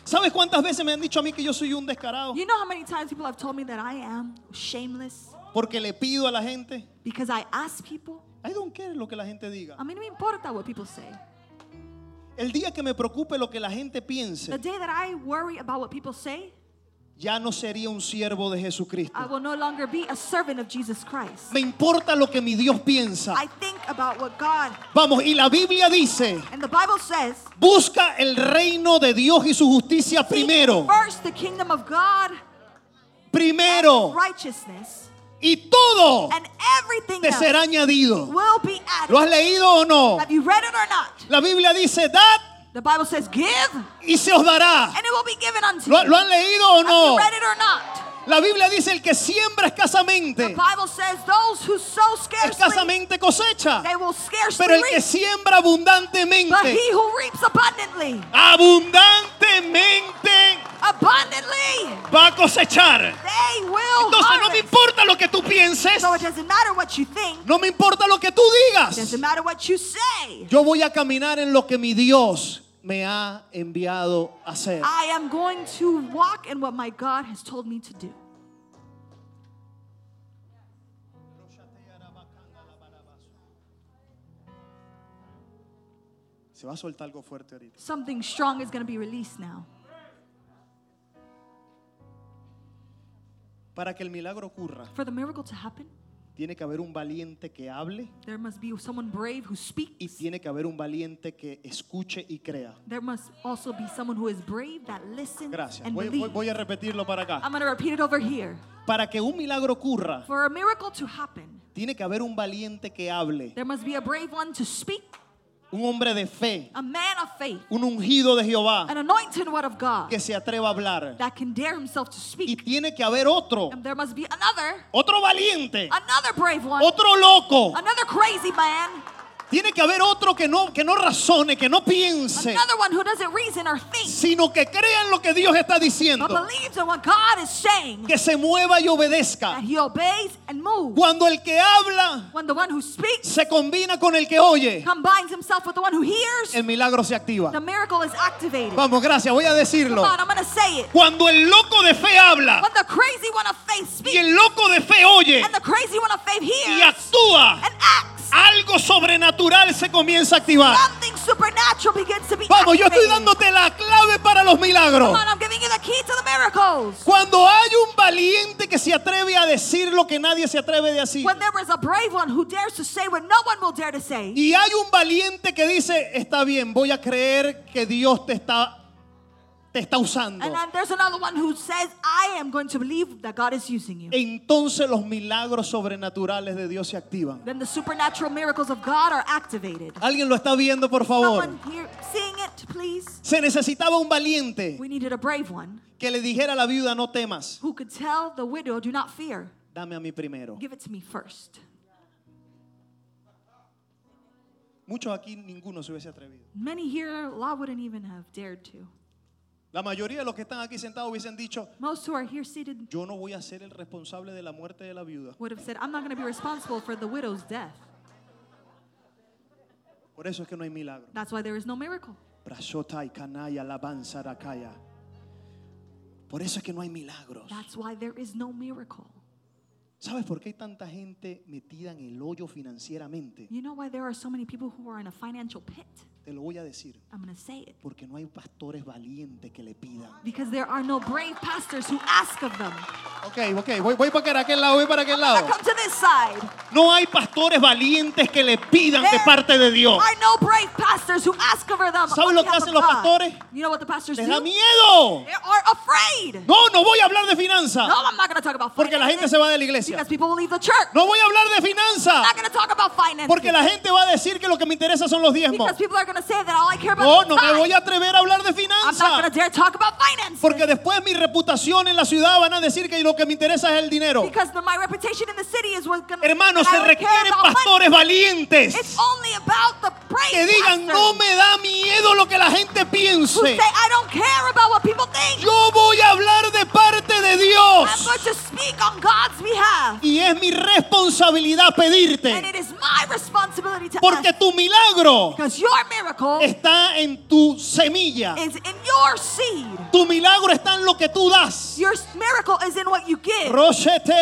Speaker 2: ¿Sabes cuántas veces me han dicho a mí que yo soy un descarado?
Speaker 3: You know how many times people have told me that I am shameless
Speaker 2: Porque le pido a la gente.
Speaker 3: because I ask people.
Speaker 2: I don't care lo que la gente diga.
Speaker 3: A mí no me importa what people say.
Speaker 2: El día que me preocupe lo que la gente
Speaker 3: The
Speaker 2: piense,
Speaker 3: day that I worry about what people say,
Speaker 2: ya no sería un siervo de
Speaker 3: I
Speaker 2: Jesucristo.
Speaker 3: will no longer be a servant of Jesus Christ.
Speaker 2: Me importa lo que mi Dios piensa.
Speaker 3: I think about what God
Speaker 2: Vamos, y la Biblia dice,
Speaker 3: and the Bible says.
Speaker 2: busca el reino de Dios y su justicia
Speaker 3: Seek
Speaker 2: primero.
Speaker 3: First, the kingdom of God,
Speaker 2: Primero.
Speaker 3: righteousness,
Speaker 2: Y todo
Speaker 3: and everything
Speaker 2: te será
Speaker 3: else
Speaker 2: añadido.
Speaker 3: will be
Speaker 2: ¿Lo has
Speaker 3: added.
Speaker 2: leído o no?
Speaker 3: Have you read it or not?
Speaker 2: La Biblia dice, dad
Speaker 3: The Bible says, "Give, and
Speaker 2: y se os dará.
Speaker 3: it will be given unto
Speaker 2: ¿Lo,
Speaker 3: you."
Speaker 2: lo han leído o
Speaker 3: Have
Speaker 2: no?
Speaker 3: you read it or not?
Speaker 2: La Biblia dice, el que siembra
Speaker 3: The
Speaker 2: escasamente,
Speaker 3: Bible says, "Those who sow scarcely,
Speaker 2: escasamente cosecha.
Speaker 3: they will scarcely
Speaker 2: Pero el que
Speaker 3: reap,
Speaker 2: siembra
Speaker 3: but
Speaker 2: abundantemente,
Speaker 3: he who reaps abundantly,
Speaker 2: abundantemente
Speaker 3: abundantly,
Speaker 2: va a cosechar.
Speaker 3: they will
Speaker 2: Entonces no me
Speaker 3: harvest."
Speaker 2: importa lo que tú pienses,
Speaker 3: So it doesn't matter what you think,
Speaker 2: no me importa lo que tú digas.
Speaker 3: doesn't matter what you say.
Speaker 2: Yo voy a caminar en lo que mi Dios me ha enviado a hacer.
Speaker 3: I am going to walk in what my God has told me to do.
Speaker 2: Se va a soltar algo fuerte ahorita.
Speaker 3: Something strong is going to be released now.
Speaker 2: Para que el milagro ocurra,
Speaker 3: For the miracle to happen,
Speaker 2: tiene que haber un valiente que hable
Speaker 3: there must be someone brave who
Speaker 2: y
Speaker 3: speaks.
Speaker 2: tiene que haber un valiente que escuche y crea.
Speaker 3: There must also be someone who is brave that listens
Speaker 2: Gracias.
Speaker 3: and
Speaker 2: Voy, voy-
Speaker 3: believes.
Speaker 2: voy a repetirlo para acá.
Speaker 3: I'm going to repeat it over here.
Speaker 2: Para que un milagro ocurra,
Speaker 3: For a miracle to happen,
Speaker 2: tiene que haber un valiente que hable,
Speaker 3: there must be a brave one to speak,
Speaker 2: un hombre de fe,
Speaker 3: a man of faith,
Speaker 2: un ungido de Jehová
Speaker 3: an anointed one of God
Speaker 2: que se atreva a hablar.
Speaker 3: that can dare himself to
Speaker 2: Y
Speaker 3: speak.
Speaker 2: tiene que haber otro,
Speaker 3: And there must be another,
Speaker 2: otro valiente,
Speaker 3: another brave one,
Speaker 2: otro loco.
Speaker 3: another crazy man,
Speaker 2: Tiene que haber otro que no, que no razone, que no piense,
Speaker 3: another one who doesn't reason or think,
Speaker 2: sino que crea en lo que Dios está
Speaker 3: but
Speaker 2: diciendo,
Speaker 3: believes in what God is saying,
Speaker 2: que se mueva y
Speaker 3: that
Speaker 2: obedezca.
Speaker 3: he obeys and moves.
Speaker 2: Cuando el que habla
Speaker 3: When the one who speaks
Speaker 2: se combina con el que oye,
Speaker 3: combines himself with the one who hears,
Speaker 2: el milagro se activa.
Speaker 3: the miracle is activated.
Speaker 2: Vamos, gracias, voy a
Speaker 3: Come
Speaker 2: decirlo.
Speaker 3: on, I'm going to say it.
Speaker 2: Cuando el loco de fe habla
Speaker 3: When the crazy one of faith
Speaker 2: y
Speaker 3: speaks
Speaker 2: el loco de fe oye
Speaker 3: and the crazy one of faith
Speaker 2: y
Speaker 3: hears
Speaker 2: actúa,
Speaker 3: and acts,
Speaker 2: algo sobrenatural se comienza a activar.
Speaker 3: something supernatural begins to be
Speaker 2: Vamos, yo estoy
Speaker 3: activated.
Speaker 2: dándote la clave para los
Speaker 3: Come
Speaker 2: milagros.
Speaker 3: on, I'm giving you the key to the miracles.
Speaker 2: Cuando hay un valiente que se atreve a decir lo que nadie se atreve a decir.
Speaker 3: When there is a brave one who dares to say what no one will dare to say,
Speaker 2: Y hay un valiente que dice, está bien, voy a creer que Dios te está, te está usando.
Speaker 3: and then there's another one who says, I am going to believe that God is using you.
Speaker 2: Entonces los milagros sobrenaturales de Dios se activan.
Speaker 3: Then the supernatural miracles of God are activated.
Speaker 2: ¿Alguien lo está viendo, por favor?
Speaker 3: Someone here seeing it, please.
Speaker 2: Se necesitaba un valiente
Speaker 3: We needed a brave one
Speaker 2: que le dijera a la viuda, no temas,
Speaker 3: who could tell the widow, Do not fear,
Speaker 2: dame a mí primero.
Speaker 3: give it to me first.
Speaker 2: Muchos aquí ninguno se hubiese atrevido.
Speaker 3: Many here, a lot wouldn't even have dared to.
Speaker 2: La mayoría de los que están aquí sentados hubiesen dicho,
Speaker 3: Most who are here seated
Speaker 2: yo no voy a ser el responsable de la muerte de la viuda.
Speaker 3: would have said, I'm not going to be responsible for the widow's death.
Speaker 2: Por eso es que no hay milagro.
Speaker 3: That's why there is no miracle.
Speaker 2: Brashota y canaya, alabanza, rakaya. Por eso es que no hay milagros.
Speaker 3: That's why there is no miracle.
Speaker 2: ¿Sabes por qué hay tanta gente metida en el hoyo financieramente?
Speaker 3: You know why there are so many people who are in a financial pit?
Speaker 2: Te lo voy a decir.
Speaker 3: I'm going to say it
Speaker 2: Porque no hay pastores valientes que le pidan.
Speaker 3: because there are no brave pastors who ask of them.
Speaker 2: Ok, ok, voy, voy para aquel lado, voy para aquel lado.
Speaker 3: Now come to this side.
Speaker 2: No hay pastores valientes que le pidan de
Speaker 3: There
Speaker 2: parte de Dios.
Speaker 3: are no brave pastors who ask of them. on
Speaker 2: ¿Saben lo que
Speaker 3: behalf
Speaker 2: hacen
Speaker 3: of
Speaker 2: los
Speaker 3: God.
Speaker 2: pastores?
Speaker 3: You know what the pastors
Speaker 2: Les
Speaker 3: do?
Speaker 2: da miedo.
Speaker 3: They are afraid.
Speaker 2: No, no voy a hablar de finanzas.
Speaker 3: No, I'm not going to talk about
Speaker 2: Porque la gente
Speaker 3: finances
Speaker 2: se va de la iglesia.
Speaker 3: because people will leave the church.
Speaker 2: No voy a hablar de
Speaker 3: I'm
Speaker 2: finanzas.
Speaker 3: not going to talk about finances
Speaker 2: Porque la gente va a decir que lo que me interesa son los diezmos.
Speaker 3: because people are going to say that all I care about
Speaker 2: Oh, No,
Speaker 3: is
Speaker 2: no me
Speaker 3: tithe.
Speaker 2: voy a atrever a hablar de
Speaker 3: I'm not going
Speaker 2: finanzas.
Speaker 3: to dare talk about finances
Speaker 2: Porque después mi reputación en la ciudad van a decir que lo que me interesa es el dinero.
Speaker 3: because the, my reputation in the city is what's going to
Speaker 2: Hermanos, se requieren pastores
Speaker 3: It's
Speaker 2: valientes
Speaker 3: only about the brave
Speaker 2: que digan, no
Speaker 3: pastors
Speaker 2: me da miedo lo que la gente
Speaker 3: who say,
Speaker 2: piense.
Speaker 3: I don't care about what people think.
Speaker 2: Yo voy a hablar de parte de
Speaker 3: I'm
Speaker 2: Dios
Speaker 3: going to speak on God's behalf.
Speaker 2: y es mi responsabilidad
Speaker 3: And
Speaker 2: pedirte
Speaker 3: it is my responsibility to
Speaker 2: porque
Speaker 3: ask
Speaker 2: tu milagro
Speaker 3: because your miracle
Speaker 2: está en tu semilla.
Speaker 3: is in your seed.
Speaker 2: Tu milagro está en lo que tú das.
Speaker 3: Your miracle is in what you give.
Speaker 2: Roshete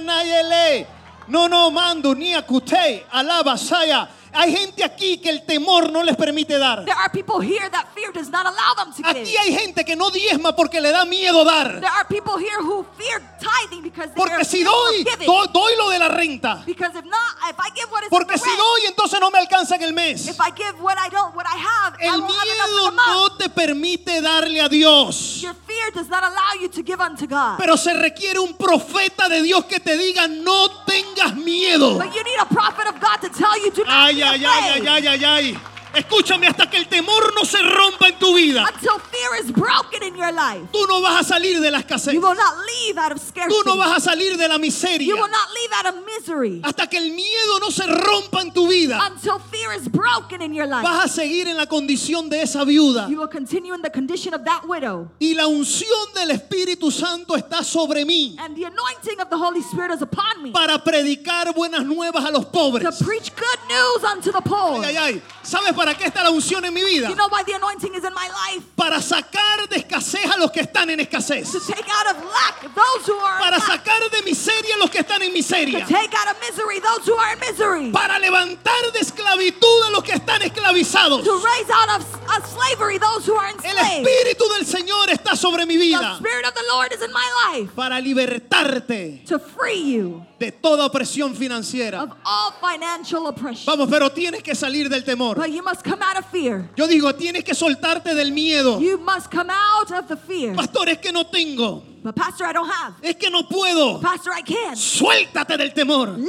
Speaker 2: remananayele. No, no, mando ni acute. Alaba, saya. Hay gente aquí que el temor no les permite dar.
Speaker 3: There are people here that fear does not allow them to give.
Speaker 2: Aquí hay gente que no diezma porque le da miedo dar.
Speaker 3: There are people here who fear tithing because they are
Speaker 2: Porque si
Speaker 3: fearful of
Speaker 2: doy,
Speaker 3: giving.
Speaker 2: do- doy lo de la renta.
Speaker 3: Because if not, if I give what is in
Speaker 2: Porque
Speaker 3: the
Speaker 2: si
Speaker 3: rent,
Speaker 2: doy, entonces no me alcanza en el mes.
Speaker 3: if I give what I don't, what I have, I
Speaker 2: El
Speaker 3: won't have enough for
Speaker 2: miedo
Speaker 3: the month.
Speaker 2: no te permite darle a Dios.
Speaker 3: Your fear does not allow you to give unto God.
Speaker 2: Pero se requiere un profeta de Dios que te diga, no tengas miedo.
Speaker 3: but you need a prophet of God to tell you do not
Speaker 2: Ay, ay, ay,
Speaker 3: be afraid
Speaker 2: ay, ay, ay, ay. Escúchame hasta que el temor no se rompa en tu vida.
Speaker 3: until fear is broken in your life.
Speaker 2: Tú no vas a salir de la escasez.
Speaker 3: You will not leave out of
Speaker 2: Tú
Speaker 3: scarcity.
Speaker 2: no vas a salir de la miseria.
Speaker 3: you will not leave out of misery
Speaker 2: Hasta que el miedo no se rompa en tu vida.
Speaker 3: until fear is broken in your life.
Speaker 2: Vas a seguir en la condición de esa viuda.
Speaker 3: You will continue in the condition of that widow.
Speaker 2: Y la unción del Espíritu Santo está sobre mí
Speaker 3: And the anointing of the Holy Spirit is upon me
Speaker 2: para predicar buenas nuevas a los pobres.
Speaker 3: to preach good news unto the poor.
Speaker 2: Ay, ay, ay. ¿Sabes para qué está la unción en mi vida?
Speaker 3: You know why the anointing is in my life?
Speaker 2: Para sacar de escasez a los que están en escasez.
Speaker 3: To take out of lack those who are in
Speaker 2: Para
Speaker 3: lack.
Speaker 2: sacar de miseria a los que están en miseria.
Speaker 3: To take out of misery those who are in misery.
Speaker 2: para levantar de esclavitud a los que están esclavizados.
Speaker 3: To raise out of, of slavery those who are
Speaker 2: El
Speaker 3: enslaved.
Speaker 2: Espíritu del Señor está sobre mi
Speaker 3: The
Speaker 2: vida
Speaker 3: Spirit of the Lord is in my life
Speaker 2: para libertarte
Speaker 3: to free you
Speaker 2: de toda opresión financiera.
Speaker 3: of all financial oppression.
Speaker 2: Vamos, pero tienes que salir del temor.
Speaker 3: But you must come out of fear.
Speaker 2: Yo digo, tienes que soltarte del miedo.
Speaker 3: You must come out of the fear.
Speaker 2: Pastor, es que no tengo,
Speaker 3: But, Pastor, I don't have.
Speaker 2: es que no puedo.
Speaker 3: Pastor, I can't.
Speaker 2: Suéltate del temor.
Speaker 3: Let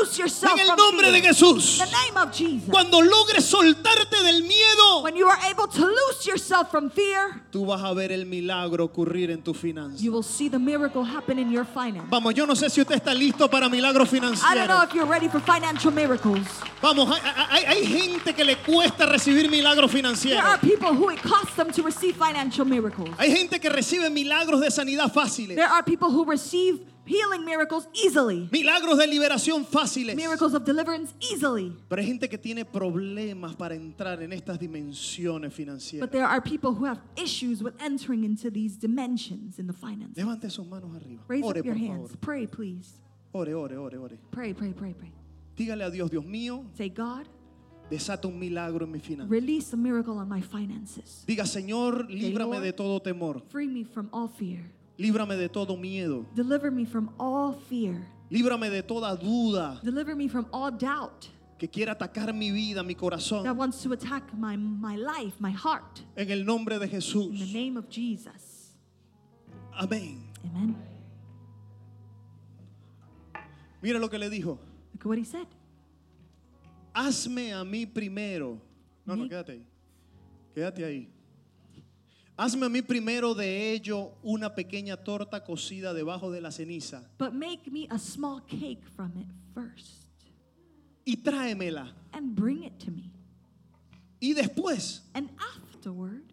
Speaker 3: loose yourself
Speaker 2: En el
Speaker 3: from
Speaker 2: nombre
Speaker 3: fear.
Speaker 2: de Jesús.
Speaker 3: In the name of Jesus.
Speaker 2: Cuando logres soltarte del miedo,
Speaker 3: When you are able to loose yourself from fear,
Speaker 2: tú vas a ver el milagro ocurrir en tu finanzas.
Speaker 3: you will see the miracle happen in your finance.
Speaker 2: Vamos, yo no sé si usted está listo para milagros
Speaker 3: I don't
Speaker 2: financieros.
Speaker 3: know if you're ready for financial miracles.
Speaker 2: Vamos, hay, hay- hay gente que le cuesta recibir milagros
Speaker 3: There are
Speaker 2: financieros.
Speaker 3: people who it costs them to receive financial miracles.
Speaker 2: Hay gente que recibe milagros de sanidad fáciles,
Speaker 3: There are people who receive healing miracles easily,
Speaker 2: milagros de liberación fáciles.
Speaker 3: miracles of deliverance easily.
Speaker 2: Pero hay gente que tiene problemas para entrar en estas dimensiones financieras.
Speaker 3: But there are people who have issues with entering into these dimensions in the finance.
Speaker 2: Levante sus manos arriba.
Speaker 3: Raise
Speaker 2: Ore,
Speaker 3: up your
Speaker 2: por
Speaker 3: hands.
Speaker 2: favor.
Speaker 3: Pray, please.
Speaker 2: Ore, ore, ore, ore.
Speaker 3: Pray, pray, pray, pray.
Speaker 2: Dígale a Dios, Dios mío,
Speaker 3: Say, God,
Speaker 2: desata un milagro en mi finanzas.
Speaker 3: release a miracle on my finances.
Speaker 2: Diga, Señor, líbrame
Speaker 3: Lord.
Speaker 2: de todo temor.
Speaker 3: Free me from all fear.
Speaker 2: Líbrame de todo miedo.
Speaker 3: Deliver me from all fear.
Speaker 2: Líbrame de toda duda
Speaker 3: Deliver me from all doubt
Speaker 2: que quiera atacar mi vida, mi
Speaker 3: that
Speaker 2: corazón.
Speaker 3: wants to attack my, my life, my heart.
Speaker 2: En el nombre de
Speaker 3: In the
Speaker 2: Jesús.
Speaker 3: name of Jesus.
Speaker 2: Amén.
Speaker 3: Amen.
Speaker 2: Mira lo que le dijo.
Speaker 3: Look at what he said.
Speaker 2: Hazme a mí primero. No, no,
Speaker 3: Mi-
Speaker 2: quédate ahí. Quédate ahí. Hazme a mí primero de ello una pequeña torta cocida debajo de la ceniza
Speaker 3: But make me a small cake from it first
Speaker 2: y tráemela.
Speaker 3: and bring it to me.
Speaker 2: Y después,
Speaker 3: And afterward,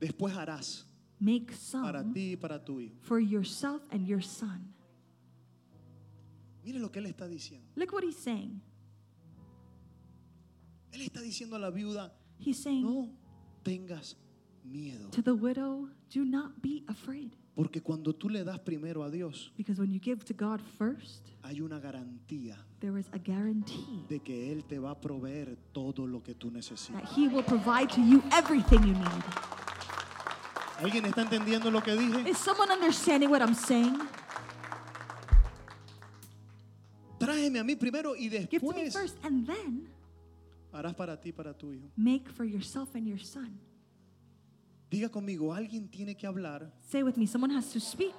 Speaker 2: después harás
Speaker 3: make
Speaker 2: para
Speaker 3: some
Speaker 2: ti y para tu hijo.
Speaker 3: for yourself and your son.
Speaker 2: Mire lo que él está diciendo.
Speaker 3: Look what he's saying.
Speaker 2: Él está diciendo a la viuda,
Speaker 3: He's saying
Speaker 2: no tengas miedo.
Speaker 3: to the widow, do not be afraid.
Speaker 2: Porque cuando tú le das primero a Dios,
Speaker 3: Because when you give to God first,
Speaker 2: hay una garantía
Speaker 3: there is a guarantee
Speaker 2: de que Él te va a proveer todo lo que tú necesitas.
Speaker 3: that He will provide to you everything you need.
Speaker 2: ¿Alguien está entendiendo lo que dije?
Speaker 3: Is someone understanding what I'm saying?
Speaker 2: Tráeme a mí primero y
Speaker 3: Give to me
Speaker 2: después
Speaker 3: first, and then
Speaker 2: harás para ti, para tu hijo.
Speaker 3: make for yourself and your son.
Speaker 2: Diga conmigo, alguien tiene que hablar
Speaker 3: Say with me someone has to speak,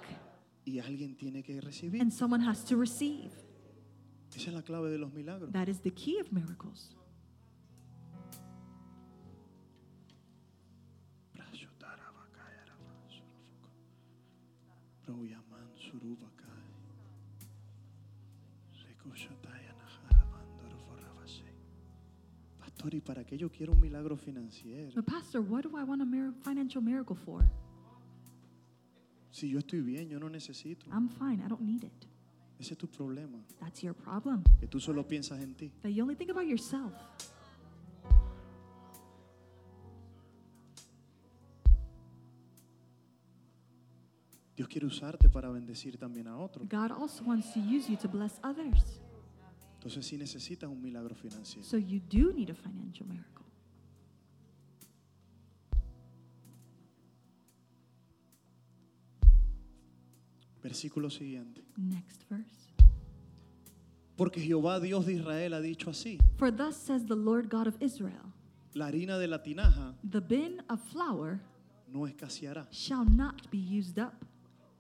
Speaker 2: y alguien tiene que recibir.
Speaker 3: and someone has to receive.
Speaker 2: Esa es la clave de los milagros.
Speaker 3: That is the key of miracles.
Speaker 2: Pastor, ¿y para qué yo quiero un milagro financiero?
Speaker 3: But, Pastor, what do I want a mir- financial miracle for?
Speaker 2: Si yo estoy bien, yo no necesito.
Speaker 3: I'm fine, I don't need it.
Speaker 2: Ese es tu problema,
Speaker 3: That's your problem.
Speaker 2: que tú solo piensas en ti.
Speaker 3: That you only think about yourself.
Speaker 2: Dios quiere usarte para bendecir también a otros.
Speaker 3: God also wants to use you to bless others.
Speaker 2: Entonces sí necesitas un milagro financiero.
Speaker 3: So, you do need a financial miracle.
Speaker 2: Versículo siguiente.
Speaker 3: Next verse.
Speaker 2: Porque Jehová Dios de Israel ha dicho así,
Speaker 3: For thus says the Lord God of Israel
Speaker 2: la harina de la tinaja
Speaker 3: the bin of flour
Speaker 2: no escaseará,
Speaker 3: shall not be used up,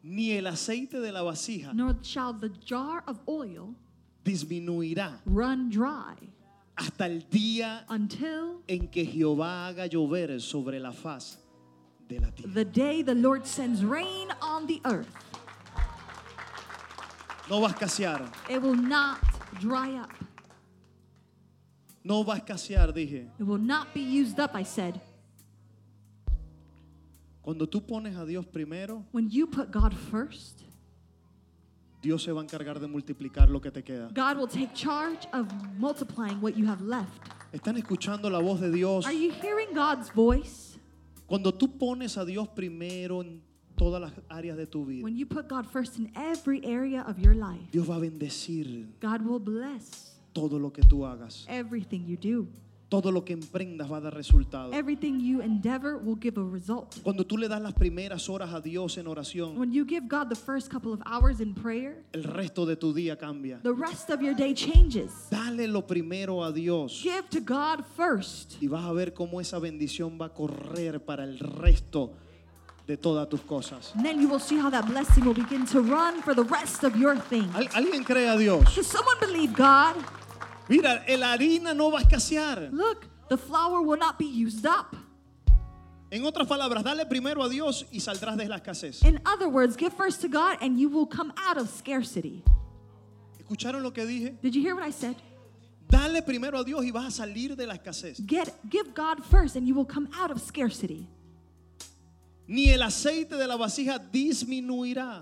Speaker 2: ni el aceite de la vasija
Speaker 3: nor shall the jar of oil
Speaker 2: disminuirá
Speaker 3: run dry
Speaker 2: hasta el día
Speaker 3: until
Speaker 2: en que Jehová haga llover sobre la faz de la tierra.
Speaker 3: the day the Lord sends rain on the earth.
Speaker 2: No va a escasear,
Speaker 3: It will not dry up.
Speaker 2: no va a escasear, dije.
Speaker 3: It will not be used up, I said.
Speaker 2: Cuando tú pones a Dios primero,
Speaker 3: When you put God first,
Speaker 2: Dios se va a encargar de multiplicar lo que te queda.
Speaker 3: God will take charge of multiplying what you have left.
Speaker 2: Están escuchando la voz de Dios.
Speaker 3: Are you hearing God's voice?
Speaker 2: Cuando tú pones a Dios primero en todas las áreas de tu vida,
Speaker 3: When you put God first in every area of your life,
Speaker 2: Dios va a bendecir
Speaker 3: God will bless
Speaker 2: todo lo que tú hagas.
Speaker 3: everything you do.
Speaker 2: Todo lo que emprendas va a dar resultado.
Speaker 3: Everything you endeavor will give a result.
Speaker 2: Cuando tú le das las primeras horas a Dios en oración,
Speaker 3: When you give God the first couple of hours in prayer,
Speaker 2: el resto de tu día cambia.
Speaker 3: the rest of your day changes.
Speaker 2: Dale lo primero a Dios
Speaker 3: Give to God first,
Speaker 2: y vas a ver cómo esa bendición va a correr para el resto de todas tus cosas.
Speaker 3: and then you will see how that blessing will begin to run for the rest of your things.
Speaker 2: Al- alguien cree a Dios.
Speaker 3: Does someone believe God?
Speaker 2: Mira, la harina no va a escasear.
Speaker 3: Look, the flour will not be used up.
Speaker 2: En otras palabras, dale primero a Dios y saldrás de la escasez.
Speaker 3: In other words, give first to God and you will come out of scarcity.
Speaker 2: ¿Escucharon lo que dije?
Speaker 3: Did you hear what I said?
Speaker 2: Dale primero a Dios y vas a salir de la escasez.
Speaker 3: Get give God first and you will come out of scarcity.
Speaker 2: Ni el aceite de la vasija disminuirá.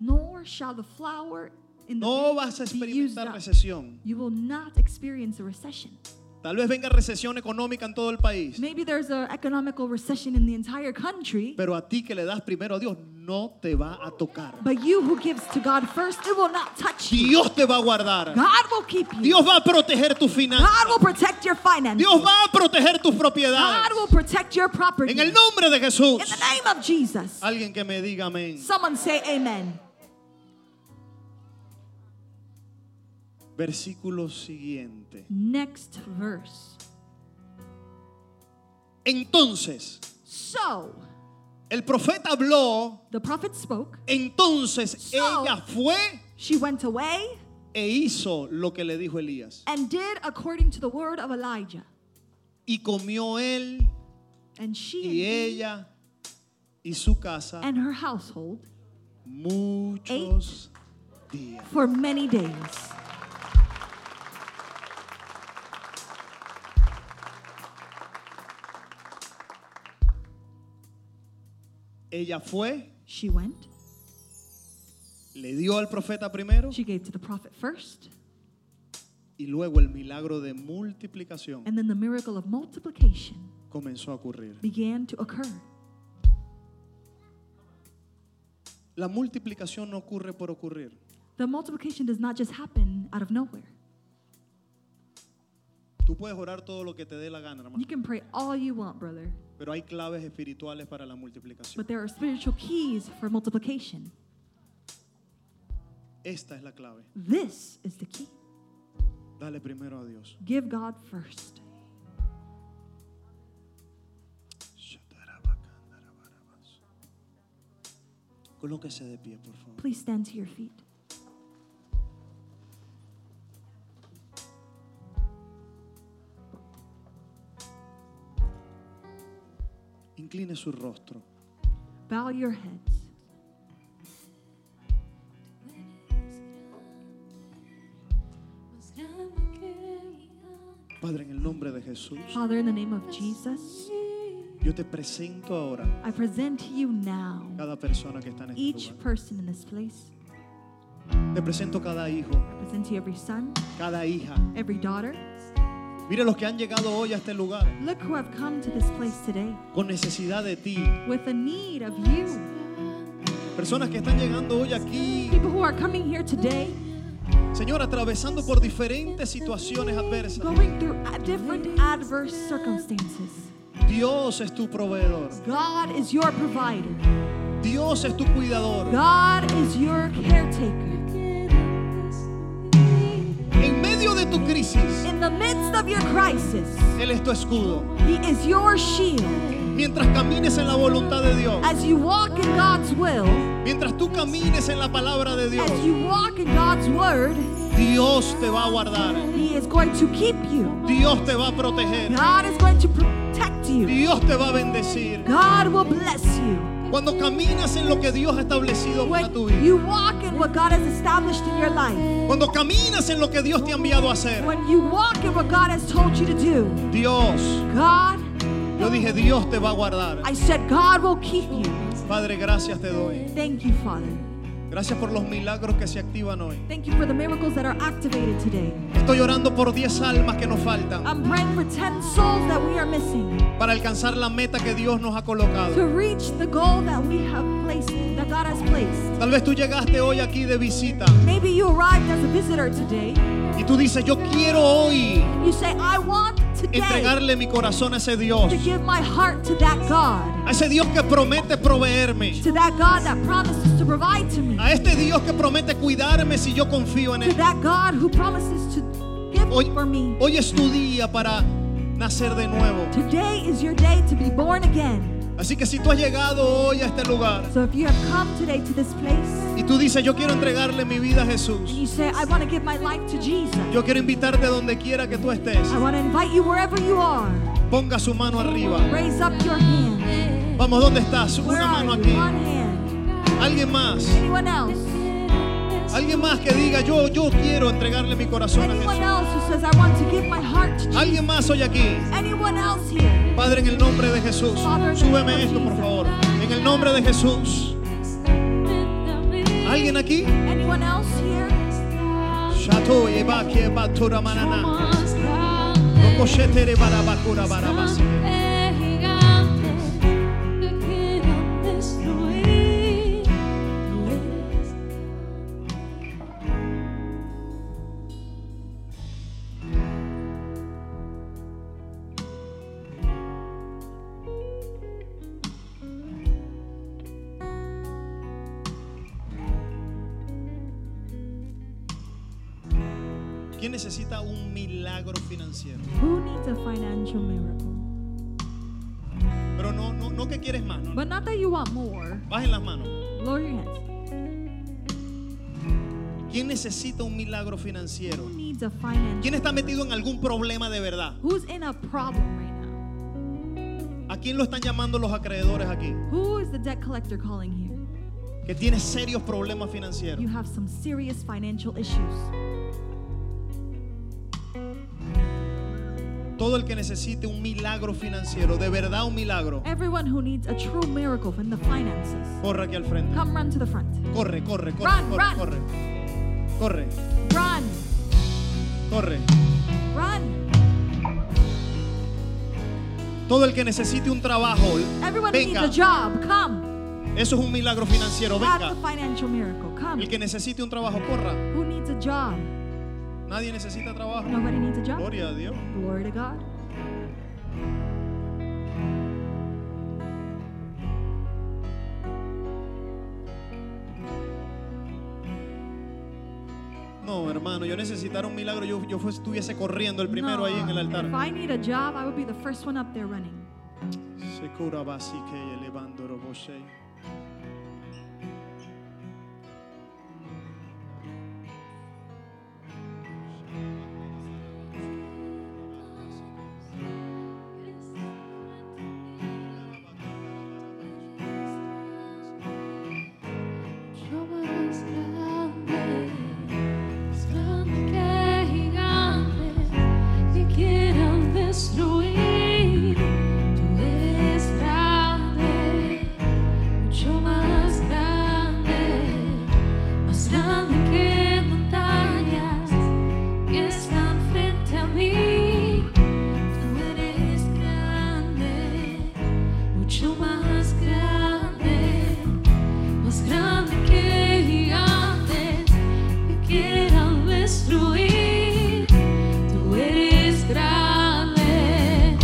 Speaker 3: Nor shall the flour in the
Speaker 2: No
Speaker 3: bin
Speaker 2: vas a
Speaker 3: be used
Speaker 2: experimentar
Speaker 3: up.
Speaker 2: recesión.
Speaker 3: You will not experience a recession.
Speaker 2: Tal vez venga recesión económica en todo el país.
Speaker 3: Maybe there's an economical recession in the entire country,
Speaker 2: Pero a ti que le das primero a Dios no te va a tocar.
Speaker 3: but you who gives to God first, it will not touch you.
Speaker 2: Dios te va a guardar.
Speaker 3: God will keep you.
Speaker 2: Dios va a proteger tus finanzas.
Speaker 3: God will protect your finances.
Speaker 2: Dios va a proteger tus propiedades.
Speaker 3: God will protect your property.
Speaker 2: En el nombre de Jesús.
Speaker 3: In the name of Jesus.
Speaker 2: Alguien que me diga amén.
Speaker 3: Someone say amen.
Speaker 2: Versículo siguiente.
Speaker 3: Next verse.
Speaker 2: Entonces,
Speaker 3: So
Speaker 2: el profeta habló.
Speaker 3: the prophet spoke.
Speaker 2: Entonces
Speaker 3: So-
Speaker 2: ella fue
Speaker 3: She went away
Speaker 2: e hizo lo que le dijo Elías.
Speaker 3: and did according to the word of Elijah.
Speaker 2: Y comió él
Speaker 3: And she and,
Speaker 2: y
Speaker 3: he
Speaker 2: ella y su casa
Speaker 3: and her household
Speaker 2: muchos días.
Speaker 3: for many days.
Speaker 2: Ella fue,
Speaker 3: She went.
Speaker 2: le dio al profeta primero
Speaker 3: She gave to the prophet first,
Speaker 2: y luego el milagro de multiplicación
Speaker 3: and then the miracle of multiplication
Speaker 2: comenzó a ocurrir.
Speaker 3: began to occur.
Speaker 2: La multiplicación no ocurre por ocurrir.
Speaker 3: The multiplication does not just happen out of nowhere.
Speaker 2: Tú puedes orar todo lo que te dé la gana, hermano.
Speaker 3: You can pray all you want, brother,
Speaker 2: Pero hay claves espirituales para la multiplicación.
Speaker 3: but there are spiritual keys for multiplication.
Speaker 2: Esta es la clave.
Speaker 3: This is the key.
Speaker 2: Dale primero a Dios.
Speaker 3: Give God first.
Speaker 2: Colóquese de pie, por favor.
Speaker 3: Please stand to your feet.
Speaker 2: Incline su rostro.
Speaker 3: Bow your heads.
Speaker 2: Padre, en el nombre de Jesús,
Speaker 3: Father, in the name of Jesus,
Speaker 2: yo te presento ahora
Speaker 3: I present to you now
Speaker 2: cada persona que está en este
Speaker 3: each
Speaker 2: lugar.
Speaker 3: person in this place.
Speaker 2: Te presento cada hijo,
Speaker 3: I present to you every son,
Speaker 2: cada hija.
Speaker 3: every daughter.
Speaker 2: Mira los que han llegado hoy a este lugar
Speaker 3: Look who have come to this place today
Speaker 2: con necesidad de ti.
Speaker 3: with the need of you.
Speaker 2: Personas que están llegando hoy aquí,
Speaker 3: People who are coming here today,
Speaker 2: Señor, atravesando por diferentes situaciones adversas.
Speaker 3: going through a- different adverse circumstances.
Speaker 2: Dios es tu proveedor.
Speaker 3: God is your provider.
Speaker 2: Dios es tu cuidador.
Speaker 3: God is your caretaker.
Speaker 2: En medio de tu crisis,
Speaker 3: In the midst of your crisis,
Speaker 2: Él es tu escudo.
Speaker 3: He is your shield.
Speaker 2: Mientras camines en la voluntad de Dios,
Speaker 3: As you walk in God's will,
Speaker 2: mientras tú camines en la palabra de Dios,
Speaker 3: as you walk in God's word,
Speaker 2: Dios te va a guardar.
Speaker 3: He is going to keep you.
Speaker 2: Dios te va a proteger.
Speaker 3: God is going to protect you.
Speaker 2: Dios te va a bendecir.
Speaker 3: God will bless you.
Speaker 2: Cuando caminas en lo que Dios ha establecido para tu
Speaker 3: When
Speaker 2: vida,
Speaker 3: you walk in what God has established in your life,
Speaker 2: cuando caminas en lo que Dios te ha enviado a hacer,
Speaker 3: when you walk in what God has told you to do,
Speaker 2: Dios,
Speaker 3: God,
Speaker 2: yo dije, Dios te va a guardar.
Speaker 3: I said, God will keep you.
Speaker 2: Padre, gracias te doy.
Speaker 3: Thank you, Father.
Speaker 2: Gracias por los milagros que se activan hoy.
Speaker 3: Thank you for the miracles that are activated today.
Speaker 2: Estoy orando por 10 almas que nos faltan
Speaker 3: I'm praying for 10 souls that we are missing
Speaker 2: para alcanzar la meta que Dios nos ha colocado.
Speaker 3: to reach the goal that we have placed, that God has placed.
Speaker 2: Tal vez tú llegaste hoy aquí de visita
Speaker 3: Maybe you arrived as a visitor today.
Speaker 2: y tú dices, yo quiero hoy
Speaker 3: You say, I want today
Speaker 2: entregarle mi corazón a ese Dios,
Speaker 3: to give my heart to that God,
Speaker 2: a ese Dios que promete proveerme,
Speaker 3: to that God that promises to provide to me,
Speaker 2: a este Dios que promete cuidarme si yo confío en
Speaker 3: to
Speaker 2: Él.
Speaker 3: that God who promises to give
Speaker 2: Hoy,
Speaker 3: for me.
Speaker 2: hoy es tu día para nacer de nuevo.
Speaker 3: Today is your day to be born again.
Speaker 2: Así que si tú has llegado hoy a este lugar
Speaker 3: So if you have come today to this place,
Speaker 2: y tú dices, yo quiero entregarle mi vida a
Speaker 3: and
Speaker 2: Jesús,
Speaker 3: you say, I want to give my life to Jesus,
Speaker 2: yo quiero invitarte donde quiera que tú estés,
Speaker 3: I want to invite you wherever you are,
Speaker 2: ponga su mano arriba.
Speaker 3: raise up your hand.
Speaker 2: Vamos, ¿dónde estás?
Speaker 3: Where
Speaker 2: Una
Speaker 3: are
Speaker 2: mano
Speaker 3: you?
Speaker 2: aquí.
Speaker 3: One hand.
Speaker 2: Alguien más.
Speaker 3: Anyone else?
Speaker 2: Alguien más que diga, yo, yo quiero entregarle mi corazón a Jesús.
Speaker 3: Anyone else who says, I want to give my heart to Jesus?
Speaker 2: Alguien más hoy aquí.
Speaker 3: Anyone else here?
Speaker 2: Padre, en el nombre de Jesús,
Speaker 3: Father, in the name
Speaker 2: súbeme
Speaker 3: of
Speaker 2: esto, por
Speaker 3: Jesus.
Speaker 2: favor. En el nombre de Jesús. ¿Alguien aquí?
Speaker 3: Anyone else here?
Speaker 2: Shato yeba keba tura manana. Okoshetere barabakura barabasi. ¿Quién necesita un milagro financiero?
Speaker 3: Who needs a financial miracle?
Speaker 2: Pero no, no, no que quieres más. No, no.
Speaker 3: But not that you want more.
Speaker 2: Bajen las manos.
Speaker 3: Lower your hands.
Speaker 2: ¿Quién necesita un milagro financiero?
Speaker 3: Who needs a financial
Speaker 2: ¿Quién está metido en algún problema de verdad?
Speaker 3: Who's in a problem right now?
Speaker 2: ¿A quién lo están llamando los acreedores aquí?
Speaker 3: Who is the debt collector calling here?
Speaker 2: Que tiene serios problemas
Speaker 3: You
Speaker 2: financieros.
Speaker 3: have some serious financial issues.
Speaker 2: Todo el que necesite un milagro financiero, de verdad un milagro,
Speaker 3: Everyone who needs a true miracle from the finances,
Speaker 2: corre aquí al frente.
Speaker 3: come run to the front.
Speaker 2: Corre, corre, corre,
Speaker 3: Run,
Speaker 2: corre,
Speaker 3: run.
Speaker 2: corre. Corre,
Speaker 3: Run,
Speaker 2: corre.
Speaker 3: run.
Speaker 2: Todo el que necesite un trabajo,
Speaker 3: Everyone who needs
Speaker 2: venga,
Speaker 3: a job, come.
Speaker 2: Eso es un milagro financiero.
Speaker 3: That's
Speaker 2: Venga.
Speaker 3: a financial miracle. Come.
Speaker 2: El que necesite un trabajo, corra.
Speaker 3: Who needs a job?
Speaker 2: Nadie necesita trabajo.
Speaker 3: Nobody needs a job.
Speaker 2: Gloria a Dios.
Speaker 3: Glory to God.
Speaker 2: No, hermano, yo necesitar un milagro, yo, yo fue- estuviese corriendo el primero
Speaker 3: No,
Speaker 2: ahí en el
Speaker 3: If
Speaker 2: altar.
Speaker 3: I need a job, I would be the first one up there running.
Speaker 2: Se cura basique, elevando roboshe.
Speaker 4: Jehová es grande, es grande que gigantes que quieran destruir. Tú eres grande, mucho más grande, más grande que montañas que están frente a mí. Tú eres grande, mucho más grande más grande que gigantes que quieran destruir. Tú eres grande,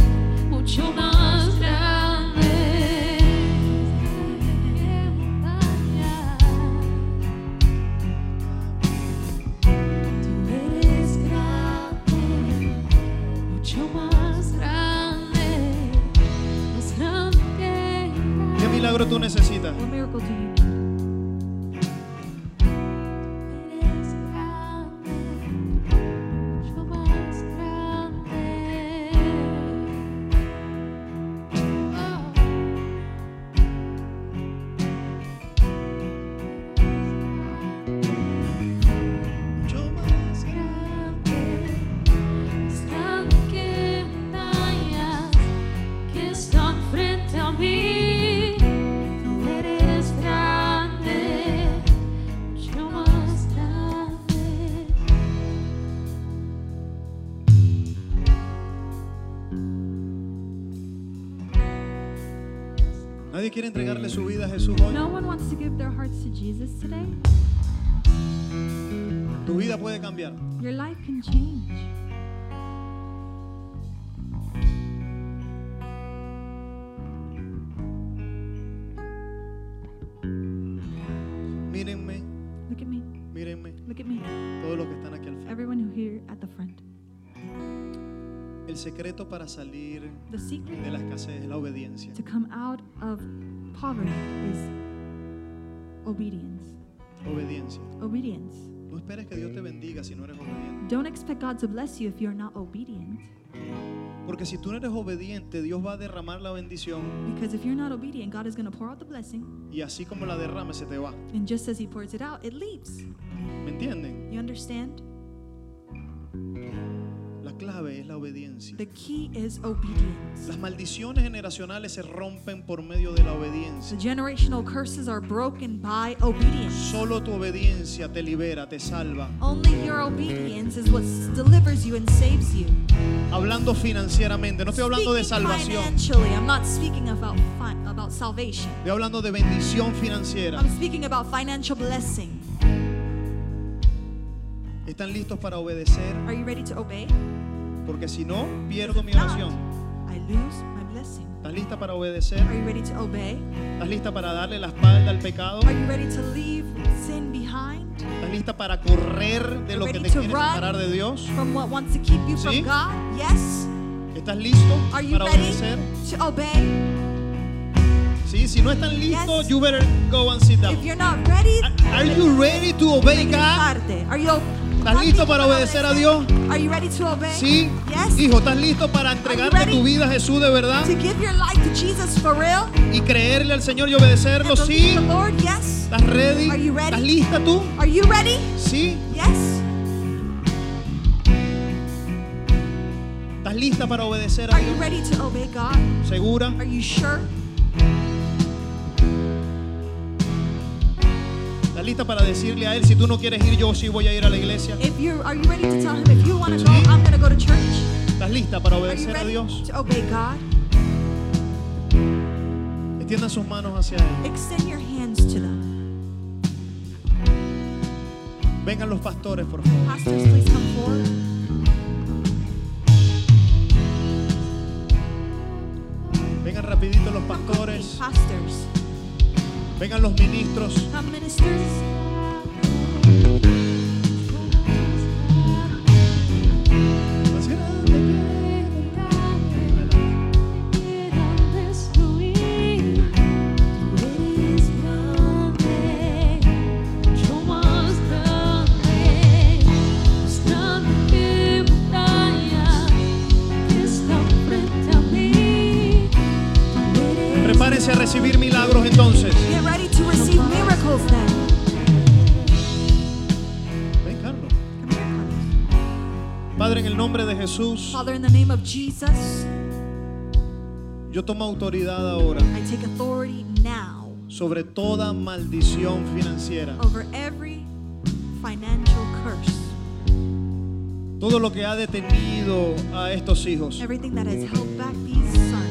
Speaker 4: mucho más grande que montañas. Tú eres grande, mucho más grande, más grande que gigantes.
Speaker 2: ¿Qué milagro tú necesitas?
Speaker 3: What miracle do you need?
Speaker 4: Eres grande, mucho más grande. Oh.
Speaker 2: Mucho más.
Speaker 4: Más grande, más grande que montañas que están frente a mí. Tú eres grande, mucho más grande.
Speaker 2: Nadie quiere entregarle su vida a Jesús hoy.
Speaker 3: No one wants to give their hearts to Jesus today.
Speaker 2: Tu vida puede cambiar.
Speaker 3: Your life can change.
Speaker 2: Mírenme,
Speaker 3: Look at me.
Speaker 2: mírenme,
Speaker 3: Look at me.
Speaker 2: todos los que están aquí al frente.
Speaker 3: Everyone who here at the front.
Speaker 2: El secreto para salir
Speaker 3: The secret
Speaker 2: de la escasez es la obediencia.
Speaker 3: to come out of poverty is obedience.
Speaker 2: Obediencia.
Speaker 3: Obedience.
Speaker 2: No esperes que Dios te bendiga si no eres obediente.
Speaker 3: Don't expect God to bless you if you're not obedient.
Speaker 2: Porque si tú no eres obediente, Dios va a derramar la bendición
Speaker 3: Because if you're not obedient, God is going to pour out the blessing,
Speaker 2: y así como la derrame se te va.
Speaker 3: and just as He pours it out, it leaves.
Speaker 2: ¿Me entienden?
Speaker 3: You understand?
Speaker 2: La clave es la obediencia.
Speaker 3: The key is obedience.
Speaker 2: Las maldiciones generacionales se rompen por medio de la
Speaker 3: The
Speaker 2: obediencia.
Speaker 3: generational curses are broken by obedience.
Speaker 2: Solo tu obediencia te libera, te salva.
Speaker 3: Only your obedience is what s- delivers you and saves you.
Speaker 2: Hablando financieramente, no estoy hablando de
Speaker 3: Speaking
Speaker 2: salvación,
Speaker 3: Financially, I'm not speaking about fi- about salvation.
Speaker 2: estoy hablando de bendición financiera.
Speaker 3: I'm speaking about financial blessing.
Speaker 2: ¿Están listos para obedecer?
Speaker 3: Are you ready to obey?
Speaker 2: Porque si no, pierdo mi
Speaker 3: Not,
Speaker 2: oración.
Speaker 3: I lose my blessing.
Speaker 2: ¿Estás lista para
Speaker 3: Are
Speaker 2: obedecer?
Speaker 3: you ready to obey?
Speaker 2: ¿Estás lista para darle la espalda al pecado?
Speaker 3: Are you ready to leave sin behind?
Speaker 2: ¿Estás lista para correr de lo que te
Speaker 3: Ready to
Speaker 2: quiere
Speaker 3: run?
Speaker 2: separar de Dios?
Speaker 3: From what wants to keep you
Speaker 2: ¿Sí?
Speaker 3: from God? Yes?
Speaker 2: ¿Estás listo
Speaker 3: Are you
Speaker 2: para
Speaker 3: ready
Speaker 2: obedecer?
Speaker 3: to obey?
Speaker 2: Sí, si no están listos,
Speaker 3: Yes.
Speaker 2: you better go and sit down.
Speaker 3: If you're not ready,
Speaker 2: Are you ready to obey God?
Speaker 3: tarde. Are you
Speaker 2: ¿Estás listo para obedecer a Dios?
Speaker 3: Are you ready to obey?
Speaker 2: Sí,
Speaker 3: Yes?
Speaker 2: hijo, ¿estás listo para entregarle
Speaker 3: ready?
Speaker 2: tu vida a Jesús de verdad
Speaker 3: To give your life to Jesus for real?
Speaker 2: y creerle al Señor y
Speaker 3: And
Speaker 2: obedecerlo?
Speaker 3: believe
Speaker 2: Sí,
Speaker 3: the Lord? Yes?
Speaker 2: ¿estás ready?
Speaker 3: Are you ready?
Speaker 2: ¿Estás lista tú?
Speaker 3: Are you ready?
Speaker 2: Sí,
Speaker 3: Yes?
Speaker 2: ¿estás lista para obedecer a
Speaker 3: Are you
Speaker 2: Dios?
Speaker 3: ready to obey God?
Speaker 2: ¿Segura?
Speaker 3: Are you sure?
Speaker 2: ¿Estás lista para decirle a Él, si tú no quieres ir, yo sí voy a ir a la iglesia?
Speaker 3: If you are you ready to tell him if you want to go,
Speaker 2: Sí.
Speaker 3: I'm going to go to church?
Speaker 2: ¿Estás lista para
Speaker 3: Are you
Speaker 2: obedecer a
Speaker 3: ready
Speaker 2: Dios?
Speaker 3: to obey God?
Speaker 2: Extienda sus manos hacia Él.
Speaker 3: Extend your hands to them.
Speaker 2: Vengan los pastores, por favor.
Speaker 3: Pastors, please come forward.
Speaker 2: Vengan rapidito los
Speaker 3: Come quickly,
Speaker 2: pastores.
Speaker 3: Pastors,
Speaker 2: Vengan los ministros.
Speaker 3: come ministers.
Speaker 2: Más grande. Prepárese a recibir milagros entonces.
Speaker 3: Get ready to receive miracles then.
Speaker 2: Ven, Carlos.
Speaker 3: Come here, Carlos.
Speaker 2: Padre, en el nombre de Jesús,
Speaker 3: Father, in the name of Jesus,
Speaker 2: yo tomo autoridad ahora
Speaker 3: I take authority now
Speaker 2: sobre toda maldición financiera.
Speaker 3: over every financial curse,
Speaker 2: Todo lo que ha detenido a estos hijos.
Speaker 3: everything that has held back these sons.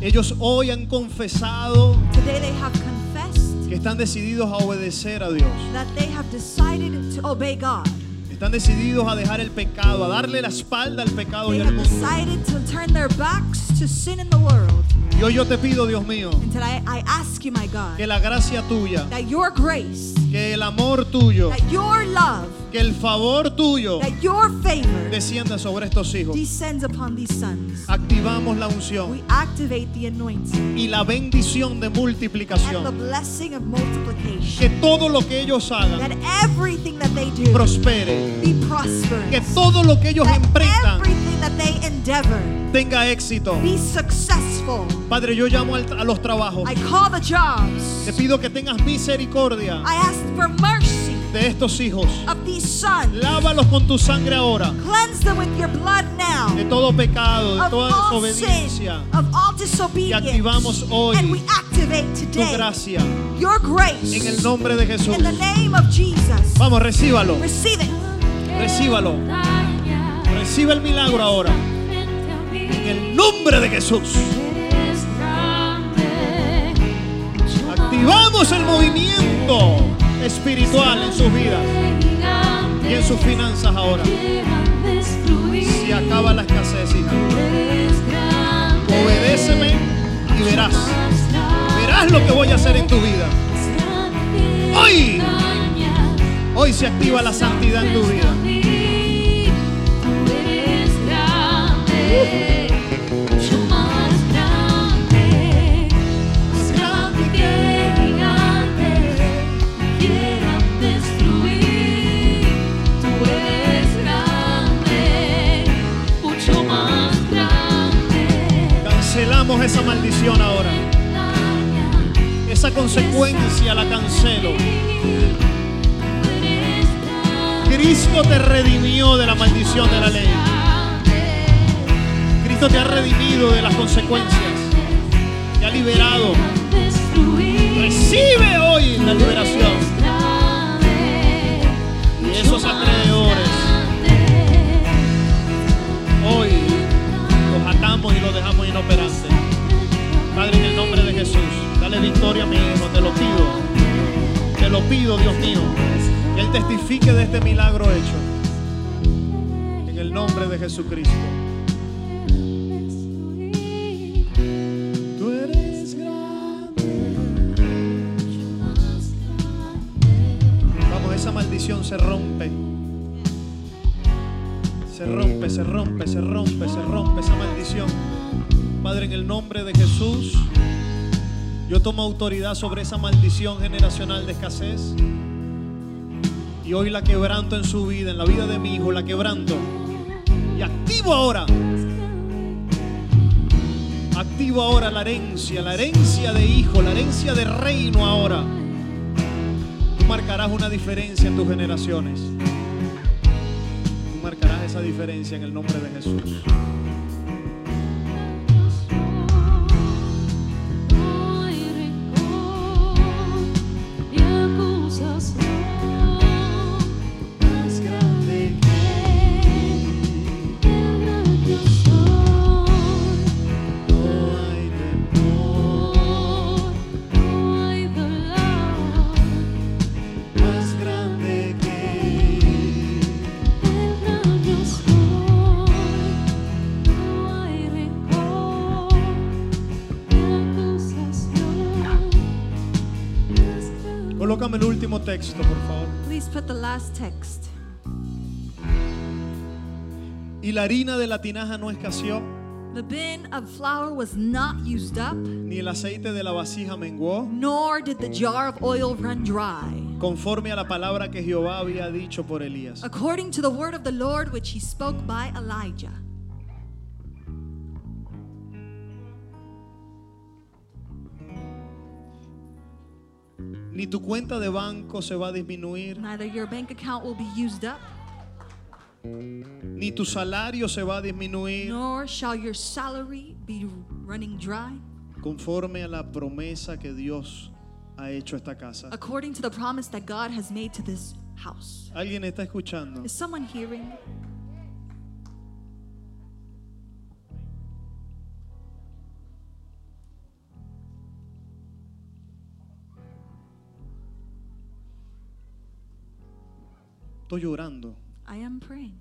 Speaker 2: Ellos hoy han confesado
Speaker 3: Today they have confessed
Speaker 2: que están decididos a obedecer a Dios.
Speaker 3: that they have decided to obey God.
Speaker 2: Están decididos a dejar el pecado, a darle la espalda al pecado
Speaker 3: They
Speaker 2: y al
Speaker 3: have
Speaker 2: mundo.
Speaker 3: decided to turn their backs to sin in the world.
Speaker 2: Y hoy yo te pido, Dios mío,
Speaker 3: And today I ask you,
Speaker 2: que
Speaker 3: my God,
Speaker 2: la gracia tuya,
Speaker 3: that your grace,
Speaker 2: que el amor tuyo,
Speaker 3: that your love,
Speaker 2: que el favor tuyo
Speaker 3: that your favor
Speaker 2: descienda sobre estos hijos.
Speaker 3: descends upon these sons.
Speaker 2: Activamos la unción
Speaker 3: We activate the anointing
Speaker 2: y la bendición de
Speaker 3: and the
Speaker 2: multiplicación.
Speaker 3: blessing of
Speaker 2: Que
Speaker 3: multiplication.
Speaker 2: todo lo que ellos
Speaker 3: That
Speaker 2: hagan
Speaker 3: everything that they do
Speaker 2: prospere.
Speaker 3: be prosperous.
Speaker 2: Que todo lo que ellos
Speaker 3: That
Speaker 2: emprendan
Speaker 3: everything that they endeavor
Speaker 2: tenga éxito.
Speaker 3: be successful.
Speaker 2: Padre, yo llamo al- a los trabajos.
Speaker 3: I call the jobs.
Speaker 2: Te pido que tengas misericordia
Speaker 3: I ask for mercy
Speaker 2: de estos hijos.
Speaker 3: of these sons.
Speaker 2: Lávalos con tu sangre ahora.
Speaker 3: Cleanse them with your blood now.
Speaker 2: de todo pecado, de
Speaker 3: Of
Speaker 2: toda
Speaker 3: all sin,
Speaker 2: desobediencia,
Speaker 3: of all disobedience.
Speaker 2: Y activamos hoy
Speaker 3: and we activate
Speaker 2: tu
Speaker 3: today
Speaker 2: gracia
Speaker 3: your grace
Speaker 2: en el nombre de Jesús.
Speaker 3: in the name of Jesus.
Speaker 2: Vamos, recíbalo,
Speaker 3: Receive it.
Speaker 2: recíbalo, recibe el milagro ahora en el nombre de Jesús. Activamos el movimiento espiritual en sus vidas y en sus finanzas ahora. Si acaba la escasez, hija, obedéceme y verás, verás lo que voy a hacer en tu vida.
Speaker 4: Hoy
Speaker 2: Hoy se activa la santidad en tu vida. Cancelamos esa maldición ahora. Esa consecuencia la cancelo. Cristo te redimió de la maldición de la ley. Cristo te ha redimido de las consecuencias. Te ha liberado. Recibe hoy la liberación.
Speaker 4: Y esos acreedores.
Speaker 2: Hoy los atamos y los dejamos inoperantes. Padre, en el nombre de Jesús, dale victoria a mi hijo. Te lo pido. Te lo pido, Dios mío. Que Él testifique de este milagro hecho. En el nombre de Jesucristo. Tú eres grande. Vamos, esa maldición se rompe. Se rompe, se rompe, se rompe, se rompe esa maldición. Padre, en el nombre de Jesús, yo tomo autoridad sobre esa maldición generacional de escasez. Y hoy la quebranto en su vida, en la vida de mi hijo, la quebranto. Y activo ahora, activo ahora la herencia, la herencia de hijo, la herencia de reino ahora. Tú marcarás una diferencia en tus generaciones. Tú marcarás esa diferencia en el nombre de Jesús.
Speaker 4: Oh
Speaker 2: último texto, por favor.
Speaker 3: Please put the last text.
Speaker 2: Y la harina de la tinaja no escaseó,
Speaker 3: The bin of flour was not used up,
Speaker 2: ni el aceite de la vasija menguó,
Speaker 3: nor did the jar of oil run dry.
Speaker 2: conforme a la palabra que Jehová había dicho por Elías.
Speaker 3: According to the word of the Lord which he spoke by Elijah.
Speaker 2: Ni tu cuenta de banco se va a disminuir,
Speaker 3: Neither your bank account will be used up,
Speaker 2: ni tu salario se va a disminuir,
Speaker 3: nor shall your salary be running dry,
Speaker 2: conforme a la promesa que Dios ha hecho a esta casa.
Speaker 3: according to the promise that God has made to this house.
Speaker 2: ¿Alguien está escuchando?
Speaker 3: Is someone hearing?
Speaker 2: Estoy llorando.
Speaker 3: I am praying.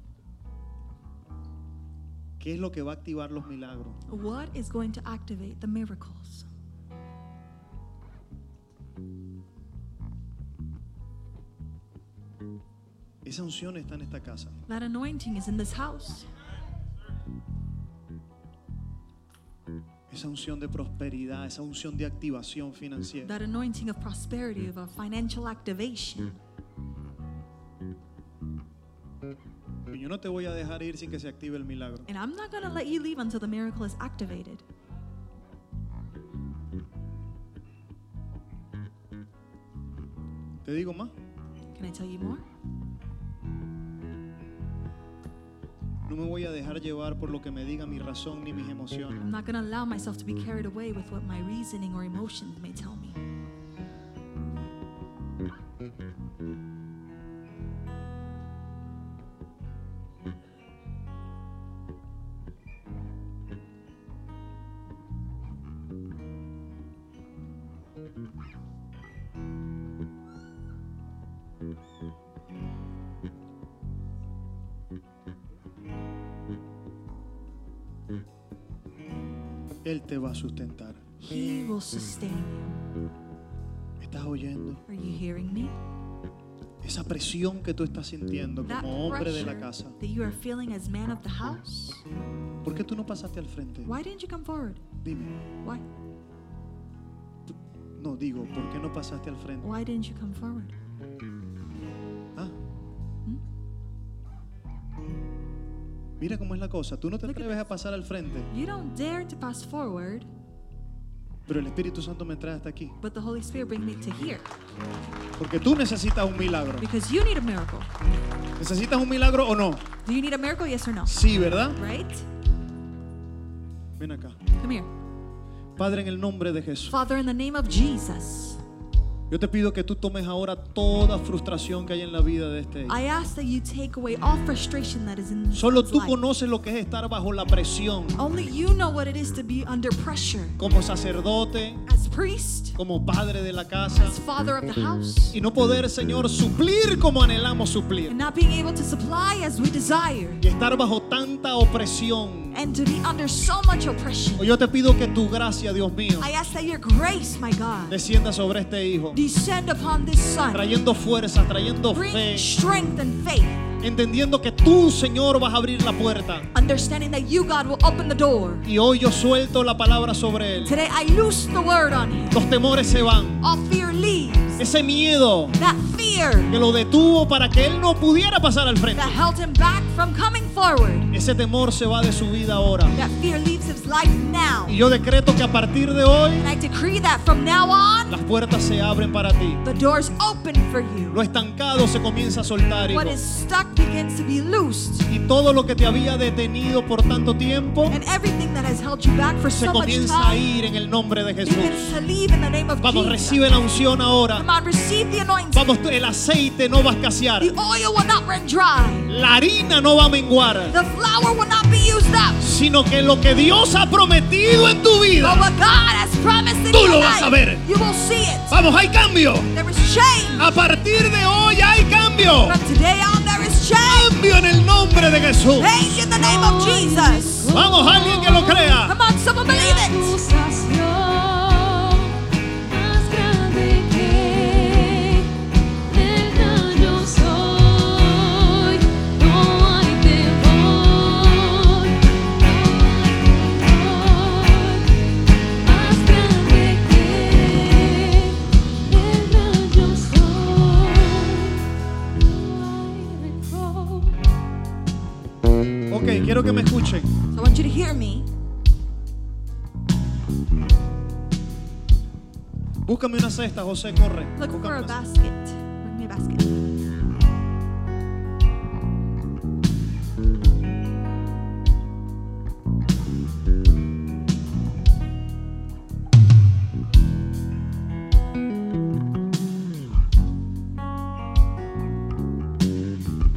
Speaker 2: ¿Qué es lo que va a activar los milagros?
Speaker 3: What is going to activate the miracles?
Speaker 2: Esa unción está en esta casa.
Speaker 3: That anointing is in this house.
Speaker 2: Esa unción de prosperidad, esa unción de activación financiera.
Speaker 3: That anointing of prosperity, of a financial activation.
Speaker 2: Yo no te voy a dejar ir sin que se active el milagro.
Speaker 3: And I'm not going to let you leave until the miracle is activated.
Speaker 2: Te digo más.
Speaker 3: Can I tell you more?
Speaker 2: No me voy a dejar llevar por lo que me diga mi razón ni mis emociones.
Speaker 3: I'm not going to allow myself to be carried away with what my reasoning or emotions may tell me.
Speaker 2: Él te va a sustentar.
Speaker 3: He will sustain
Speaker 2: ¿Estás oyendo?
Speaker 3: you. Are you hearing me?
Speaker 2: Esa presión que tú estás sintiendo
Speaker 3: That
Speaker 2: como hombre de la
Speaker 3: pressure
Speaker 2: casa.
Speaker 3: that you are feeling as man of the house.
Speaker 2: ¿Por qué tú no pasaste al frente?
Speaker 3: Why didn't you come forward?
Speaker 2: Dime.
Speaker 3: Why?
Speaker 2: No, digo, ¿por qué no pasaste al frente?
Speaker 3: Why didn't you come forward?
Speaker 2: Ah. Mira cómo es la cosa. Tú no te
Speaker 3: Look at
Speaker 2: atreves a pasar al frente,
Speaker 3: You don't dare to pass forward,
Speaker 2: pero el Espíritu Santo me trae hasta aquí.
Speaker 3: but the Holy Spirit brings me to here
Speaker 2: Porque tú necesitas un milagro.
Speaker 3: because you need a miracle.
Speaker 2: ¿Necesitas un milagro o no?
Speaker 3: Do you need a miracle? Yes or no?
Speaker 2: Sí, ¿verdad?
Speaker 3: Right?
Speaker 2: Ven acá.
Speaker 3: Come here.
Speaker 2: Padre, en el nombre de Jesús,
Speaker 3: Father, in the name of Jesus,
Speaker 2: yo te pido que tú tomes ahora toda frustración que hay en la vida de este.
Speaker 3: I ask that you take away all frustration that is in this
Speaker 2: Solo tú
Speaker 3: life.
Speaker 2: conoces lo que es estar bajo la presión
Speaker 3: Only you know what it is to be under pressure
Speaker 2: como sacerdote,
Speaker 3: as priest,
Speaker 2: como padre de la casa
Speaker 3: as father of the house,
Speaker 2: y no poder, Señor, suplir como anhelamos suplir
Speaker 3: and not being able to supply as we desire,
Speaker 2: y estar bajo tanta opresión.
Speaker 3: and to be under so much oppression.
Speaker 2: Hoy Oh, Yo te pido que tu gracia, Dios mío,
Speaker 3: I ask that your grace, my God,
Speaker 2: descienda sobre este hijo,
Speaker 3: descend upon this son,
Speaker 2: trayendo fuerza, trayendo fe,
Speaker 3: bring strength and faith,
Speaker 2: entendiendo que tú, Señor, vas a abrir la puerta.
Speaker 3: understanding that you, God, will open the door.
Speaker 2: Y hoy yo suelto la palabra sobre él.
Speaker 3: Today, I loose the word on him.
Speaker 2: Los temores se van.
Speaker 3: All fear leaves.
Speaker 2: Ese miedo
Speaker 3: That fear
Speaker 2: que lo detuvo para que él no pudiera pasar al frente.
Speaker 3: that held him back from coming forward,
Speaker 2: Ese temor se va de su vida ahora.
Speaker 3: that fear leaves his life now.
Speaker 2: Y yo decreto que a partir de hoy
Speaker 3: And I decree that from now on,
Speaker 2: las puertas se abren para ti.
Speaker 3: The doors open for you.
Speaker 2: Lo estancado se comienza a soltar. hijo.
Speaker 3: What is stuck begins to be loosed,
Speaker 2: Y todo lo que te había detenido por tanto tiempo
Speaker 3: and everything that has held you back for
Speaker 2: se
Speaker 3: so much
Speaker 2: comienza a
Speaker 3: time
Speaker 2: ir en el nombre de Jesús.
Speaker 3: begins to leave in the name of
Speaker 2: Vamos,
Speaker 3: Jesus.
Speaker 2: recibe la unción ahora.
Speaker 3: Come on, receive the anointing.
Speaker 2: Vamos, el aceite no va a escasear.
Speaker 3: The oil will not run dry.
Speaker 2: La harina no va a menguar.
Speaker 3: The flour will not be used up.
Speaker 2: Sino que lo que Dios ha prometido en tu
Speaker 3: But
Speaker 2: vida.
Speaker 3: what God has promised in
Speaker 2: Tú
Speaker 3: your
Speaker 2: lo vas a ver.
Speaker 3: life, you will see it.
Speaker 2: Vamos, hay cambio.
Speaker 3: There is change.
Speaker 2: A partir de hoy hay cambio.
Speaker 3: From today on, there is change.
Speaker 2: Cambio en el nombre de Jesús.
Speaker 3: Change in the name of Jesus.
Speaker 2: Vamos, alguien que
Speaker 3: Oh.
Speaker 2: lo crea.
Speaker 3: Come on, someone believe it.
Speaker 4: Acusación más grande que
Speaker 2: Ok, quiero que me escuchen.
Speaker 3: So I want you to hear me.
Speaker 2: Búscame una cesta, José, corre.
Speaker 3: Look for
Speaker 2: Búscame
Speaker 3: a
Speaker 2: una cesta.
Speaker 3: basket. Bring me a basket.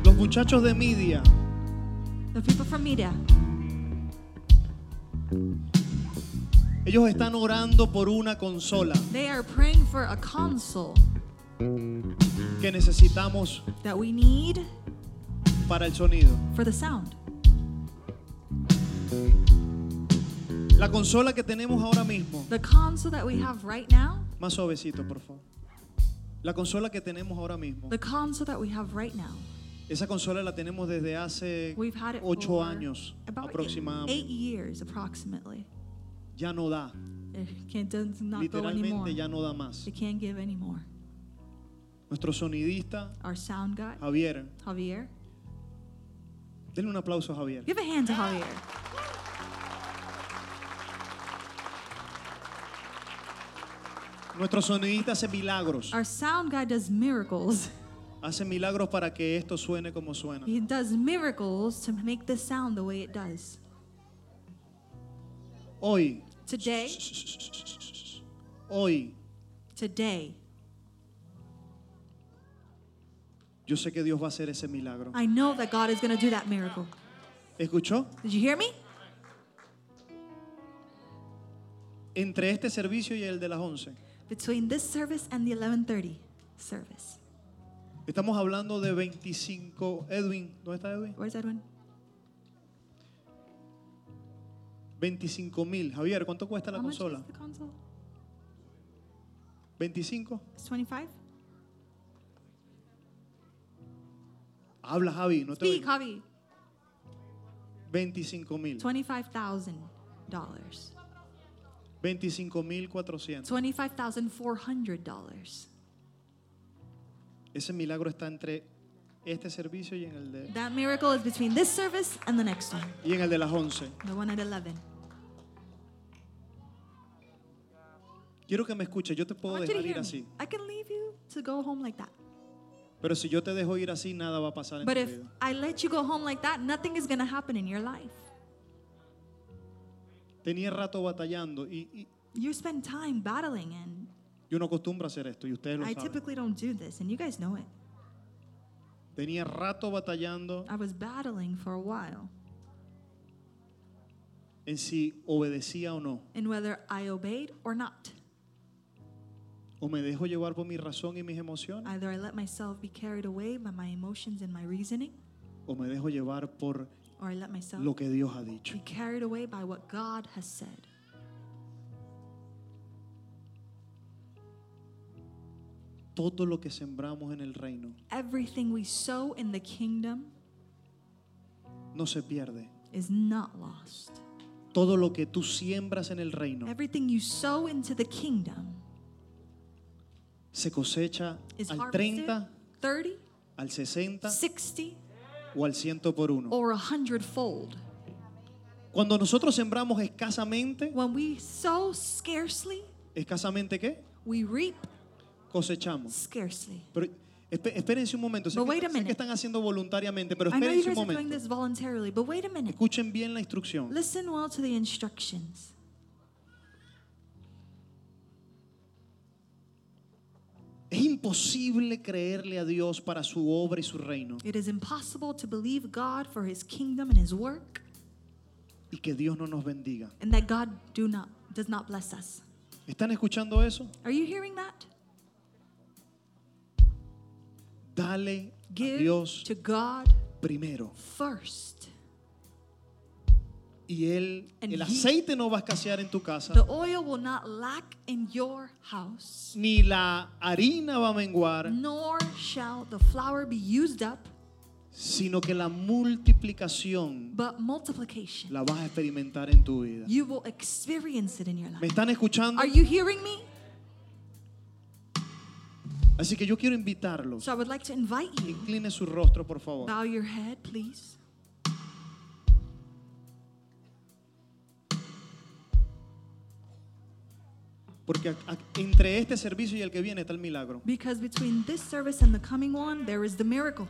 Speaker 2: Los muchachos de media,
Speaker 3: The people from media,
Speaker 2: ellos están orando por una consola
Speaker 3: they are praying for a console
Speaker 2: que necesitamos
Speaker 3: that we need
Speaker 2: para el sonido.
Speaker 3: for the sound.
Speaker 2: La consola que tenemos ahora mismo,
Speaker 3: The console that we have right now,
Speaker 2: más suavecito, por favor. La consola que tenemos ahora mismo,
Speaker 3: the console that we have right now,
Speaker 2: esa consola la tenemos desde hace
Speaker 3: we've had it
Speaker 2: ocho
Speaker 3: for
Speaker 2: años
Speaker 3: about
Speaker 2: aproximadamente.
Speaker 3: eight years approximately.
Speaker 2: Ya no da,
Speaker 3: It can't, does not go anymore.
Speaker 2: literalmente ya no da más.
Speaker 3: It can't give anymore.
Speaker 2: Nuestro sonidista
Speaker 3: Our sound guy,
Speaker 2: Javier,
Speaker 3: Javier.
Speaker 2: denle un aplauso a Javier.
Speaker 3: Give a hand to Javier.
Speaker 2: Nuestro sonidista hace milagros.
Speaker 3: Our sound guy does miracles.
Speaker 2: Hace milagros para que esto suene como suena.
Speaker 3: He does miracles to make this sound the way it does.
Speaker 2: Hoy,
Speaker 3: Today,
Speaker 2: hoy,
Speaker 3: today,
Speaker 2: yo sé que Dios va a hacer ese milagro.
Speaker 3: I know that God is going to do that miracle.
Speaker 2: ¿Escuchó?
Speaker 3: Did you hear me?
Speaker 2: Entre este servicio y el de las 11.
Speaker 3: Between this service and the 11:30 service.
Speaker 2: Estamos hablando de 25. Edwin, ¿dónde está Edwin?
Speaker 3: Where's Edwin?
Speaker 2: 25 mil. Javier, ¿cuánto cuesta la
Speaker 3: How much
Speaker 2: consola?
Speaker 3: is the console?
Speaker 2: 25.
Speaker 3: It's 25.
Speaker 2: Habla, Javi, no te
Speaker 3: Speak,
Speaker 2: oigo.
Speaker 3: Javi.
Speaker 2: 25 mil.
Speaker 3: Twenty-five thousand dollars.
Speaker 2: 25 mil 400.
Speaker 3: Twenty-five thousand four hundred dollars.
Speaker 2: Ese milagro está entre este servicio y en el de,
Speaker 3: That miracle is between this service and the next one,
Speaker 2: y en el de las 11.
Speaker 3: the one at 11.
Speaker 2: Quiero que me escuches. Yo te
Speaker 3: I
Speaker 2: puedo
Speaker 3: want you to
Speaker 2: dejar ir
Speaker 3: hear
Speaker 2: así.
Speaker 3: me. I can leave you to go home like that.
Speaker 2: Pero si yo te dejo ir así, nada va a pasar en
Speaker 3: But
Speaker 2: tu
Speaker 3: if
Speaker 2: vida.
Speaker 3: I let you go home like that, nothing is going to happen in your life.
Speaker 2: Tenía rato batallando y, y
Speaker 3: You spend time battling, and
Speaker 2: yo no acostumbro a hacer esto y ustedes lo
Speaker 3: I
Speaker 2: saben.
Speaker 3: typically don't do this, and you guys know it.
Speaker 2: Tenía rato batallando
Speaker 3: I was battling for a while
Speaker 2: en si obedecía o no.
Speaker 3: in whether I obeyed or not.
Speaker 2: O me dejo llevar por mi razón y mis emociones
Speaker 3: Either I let myself be carried away by my emotions and my reasoning,
Speaker 2: o me dejo llevar por
Speaker 3: or I let myself
Speaker 2: lo que Dios ha dicho.
Speaker 3: be carried away by what God has said.
Speaker 2: Todo lo que sembramos en el reino
Speaker 3: Everything we sow in the kingdom
Speaker 2: no se pierde.
Speaker 3: is not lost.
Speaker 2: Todo lo que tú siembras en el reino
Speaker 3: Everything you sow into the kingdom
Speaker 2: se cosecha
Speaker 3: is
Speaker 2: al
Speaker 3: harvested
Speaker 2: 30,
Speaker 3: 30,
Speaker 2: al 60
Speaker 3: 60,
Speaker 2: o al 100 por uno.
Speaker 3: or a hundredfold.
Speaker 2: Cuando nosotros sembramos escasamente,
Speaker 3: When we sow scarcely,
Speaker 2: escasamente qué?
Speaker 3: we reap
Speaker 2: Cosechamos.
Speaker 3: scarcely.
Speaker 2: Pero espe- espérense un momento, sé
Speaker 3: But
Speaker 2: que,
Speaker 3: wait a
Speaker 2: sé que
Speaker 3: minute.
Speaker 2: están haciendo voluntariamente, pero
Speaker 3: I know you
Speaker 2: espérense un
Speaker 3: guys are doing
Speaker 2: momento.
Speaker 3: this voluntarily, but wait a minute.
Speaker 2: Escuchen bien la instrucción.
Speaker 3: Listen well to the instructions.
Speaker 2: Es imposible creerle a Dios para su obra y su reino
Speaker 3: It is impossible to believe God for his kingdom and his work
Speaker 2: y que Dios no nos bendiga.
Speaker 3: and that God do not does not bless us.
Speaker 2: ¿Están escuchando eso?
Speaker 3: Are you hearing that?
Speaker 2: Dale a
Speaker 3: Give
Speaker 2: Dios
Speaker 3: to God
Speaker 2: primero
Speaker 3: first.
Speaker 2: y él
Speaker 3: And
Speaker 2: el
Speaker 3: he-
Speaker 2: aceite no va a escasear en tu casa,
Speaker 3: The oil will not lack in your house,
Speaker 2: ni la harina va a menguar,
Speaker 3: nor shall the flour be used up,
Speaker 2: sino que la multiplicación
Speaker 3: but multiplication.
Speaker 2: la vas a experimentar en tu vida.
Speaker 3: You will experience it in your
Speaker 2: ¿Me
Speaker 3: life.
Speaker 2: están escuchando?
Speaker 3: Are you hearing me?
Speaker 2: Así que yo quiero invitarlos.
Speaker 3: So I would like to invite you. Ah.
Speaker 2: Incline su rostro, por favor.
Speaker 3: Bow your head, please.
Speaker 2: Porque a- a- entre este servicio y el que viene está el milagro.
Speaker 3: Because between this service and the coming one, there is the miracle.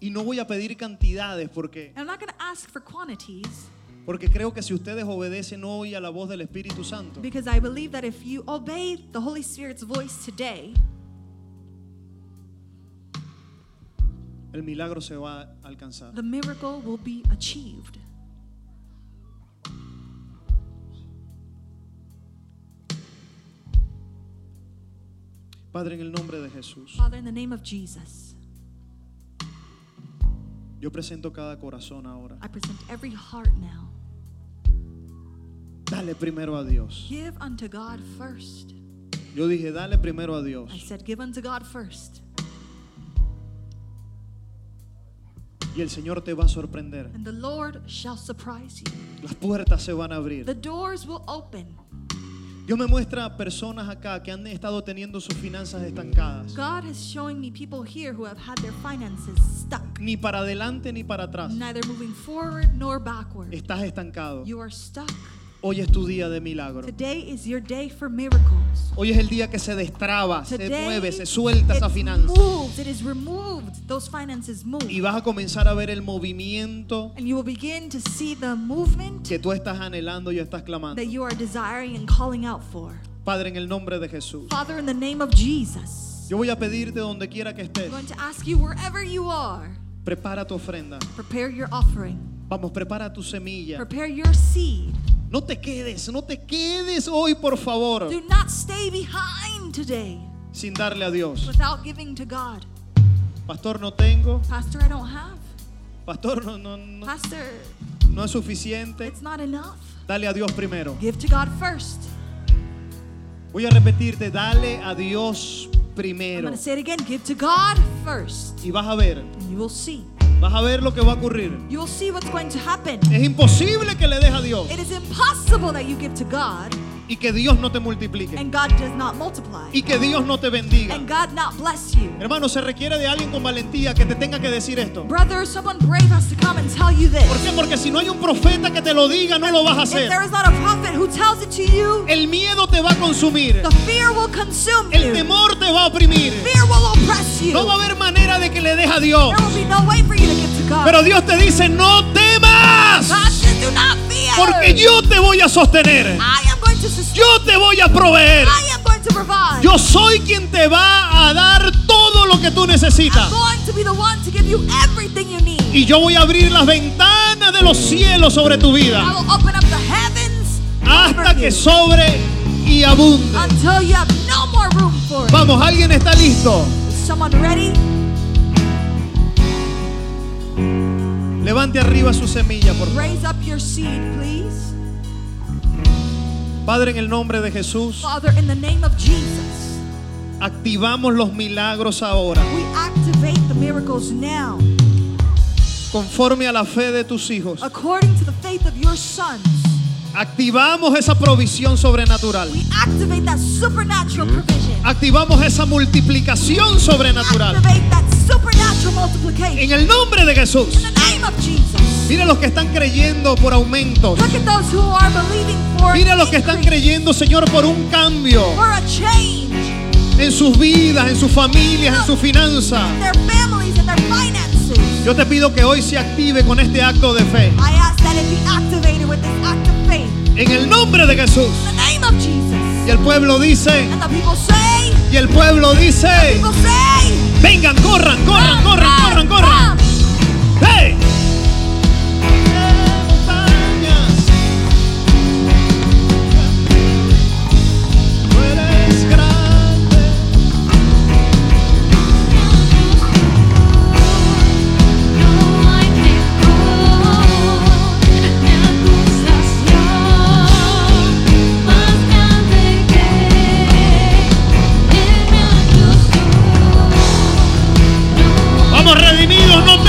Speaker 2: Y no voy a pedir cantidades porque,
Speaker 3: And I'm not going to ask for quantities
Speaker 2: porque creo que si ustedes obedecen hoy a la voz del Espíritu Santo,
Speaker 3: because I believe that if you obey the Holy Spirit's voice today,
Speaker 2: el milagro se va a alcanzar.
Speaker 3: the miracle will be achieved.
Speaker 2: Padre, en el nombre de Jesús,
Speaker 3: Father, in the name of Jesus,
Speaker 2: yo presento cada corazón ahora.
Speaker 3: I present every heart now.
Speaker 2: Dale primero a Dios.
Speaker 3: Give unto God first.
Speaker 2: Yo dije, dale primero a
Speaker 3: I
Speaker 2: Dios.
Speaker 3: said, give unto God first.
Speaker 2: Y el Señor te va a sorprender.
Speaker 3: And the Lord shall surprise you.
Speaker 2: Las puertas se van a
Speaker 3: The
Speaker 2: abrir.
Speaker 3: doors will open.
Speaker 2: Dios me muestra personas acá que han estado teniendo sus finanzas estancadas.
Speaker 3: God has showing me people here who have had their finances stuck,
Speaker 2: Ni para adelante ni para atrás.
Speaker 3: neither moving forward nor backward.
Speaker 2: Estás estancado.
Speaker 3: You are stuck.
Speaker 2: Hoy es tu día de milagro.
Speaker 3: Today is your day for miracles.
Speaker 2: Hoy es el día que se destraba, se
Speaker 3: Today,
Speaker 2: mueve, se suelta esa
Speaker 3: it's
Speaker 2: finanza.
Speaker 3: moved, it is removed. Those finances move.
Speaker 2: Y vas a comenzar a ver el movimiento
Speaker 3: And you will begin to see the movement
Speaker 2: que tú estás anhelando y estás clamando.
Speaker 3: that you are desiring and calling out for.
Speaker 2: Padre, en el nombre de Jesús.
Speaker 3: Father, in the name of Jesus,
Speaker 2: Yo voy a pedirte donde quiera que
Speaker 3: I'm
Speaker 2: estés,
Speaker 3: going to ask you wherever you are,
Speaker 2: prepara tu ofrenda.
Speaker 3: prepare your offering,
Speaker 2: Vamos, prepara tu semilla.
Speaker 3: prepare your seed.
Speaker 2: No te quedes, no te quedes hoy, por favor,
Speaker 3: Do not stay behind today
Speaker 2: sin darle a Dios.
Speaker 3: without giving to God.
Speaker 2: Pastor, no tengo.
Speaker 3: Pastor, I don't have.
Speaker 2: Pastor, no, no, no,
Speaker 3: Pastor,
Speaker 2: no es suficiente.
Speaker 3: it's not enough.
Speaker 2: Dale a Dios primero.
Speaker 3: Give to God first.
Speaker 2: Voy a repetirte, dale a Dios
Speaker 3: I'm
Speaker 2: primero.
Speaker 3: going to say it again. Give to God first.
Speaker 2: Y vas a ver,
Speaker 3: And you will see.
Speaker 2: vas a ver lo que va a ocurrir.
Speaker 3: You will see what's going to happen.
Speaker 2: Es imposible que le des a Dios
Speaker 3: It is impossible that you give to God
Speaker 2: y que Dios no te multiplique
Speaker 3: and God does not multiply
Speaker 2: y que Dios no te bendiga.
Speaker 3: and God not bless you.
Speaker 2: Hermano, se requiere de alguien con valentía que te tenga que decir esto.
Speaker 3: Brother, someone brave has to come and tell you
Speaker 2: ¿Por
Speaker 3: this.
Speaker 2: qué? Porque si no hay un profeta que te lo diga, no lo vas a
Speaker 3: If
Speaker 2: hacer.
Speaker 3: there is not a prophet who tells it to you,
Speaker 2: El miedo te va a consumir.
Speaker 3: the fear will consume
Speaker 2: El
Speaker 3: you.
Speaker 2: temor te va a oprimir.
Speaker 3: Fear will oppress you.
Speaker 2: No va a
Speaker 3: There
Speaker 2: haber manera de que le des a Dios.
Speaker 3: will be no way for you to give to God.
Speaker 2: Pero Dios te dice, no
Speaker 3: God
Speaker 2: temas.
Speaker 3: says, do not fear.
Speaker 2: Porque yo te voy a sostener.
Speaker 3: I am going to sustain.
Speaker 2: Yo te voy a proveer.
Speaker 3: I am going to provide.
Speaker 2: Yo soy quien te va a dar todo lo que tú necesitas.
Speaker 3: I'm going to be the one to give you everything you need.
Speaker 2: Y yo voy a abrir las ventanas de los cielos sobre tu
Speaker 3: I
Speaker 2: vida
Speaker 3: will open up the heavens
Speaker 2: hasta
Speaker 3: over
Speaker 2: que
Speaker 3: you
Speaker 2: sobre y abunde.
Speaker 3: until you have no more room for it.
Speaker 2: Vamos, ¿alguien está listo?
Speaker 3: Is someone ready?
Speaker 2: Levante arriba su semilla, por favor.
Speaker 3: Raise up your seed, please.
Speaker 2: Padre, en el nombre de Jesús,
Speaker 3: Father, in the name of Jesus,
Speaker 2: activamos los milagros ahora,
Speaker 3: we activate the miracles now
Speaker 2: conforme a la fe de tus hijos.
Speaker 3: according to the faith of your sons.
Speaker 2: Activamos esa provisión sobrenatural.
Speaker 3: We activate that supernatural
Speaker 2: Hmm?
Speaker 3: provision.
Speaker 2: Activamos esa multiplicación sobrenatural.
Speaker 3: Activate that supernatural multiplication.
Speaker 2: En el nombre de
Speaker 3: In
Speaker 2: Jesús.
Speaker 3: the name of Jesus.
Speaker 2: Mira los que están creyendo por aumentos.
Speaker 3: Look at those who are believing for an
Speaker 2: Mira los que están
Speaker 3: increase,
Speaker 2: creyendo, Señor, por un cambio
Speaker 3: for a change
Speaker 2: en sus vidas, en sus familias, en su finanza.
Speaker 3: in their families and their finances.
Speaker 2: Yo te pido que hoy se active con este acto de fe.
Speaker 3: I ask that it be activated with this act of faith.
Speaker 2: En el nombre de Jesús.
Speaker 3: In the name of Jesus.
Speaker 2: Y el pueblo dice,
Speaker 3: And the people say,
Speaker 2: y el pueblo dice,
Speaker 3: people say,
Speaker 2: vengan, corran, corran, corran, corran, corran.
Speaker 3: Come.
Speaker 2: ¡Hey! montañas! Tú eres grande. Vamos redimidos, no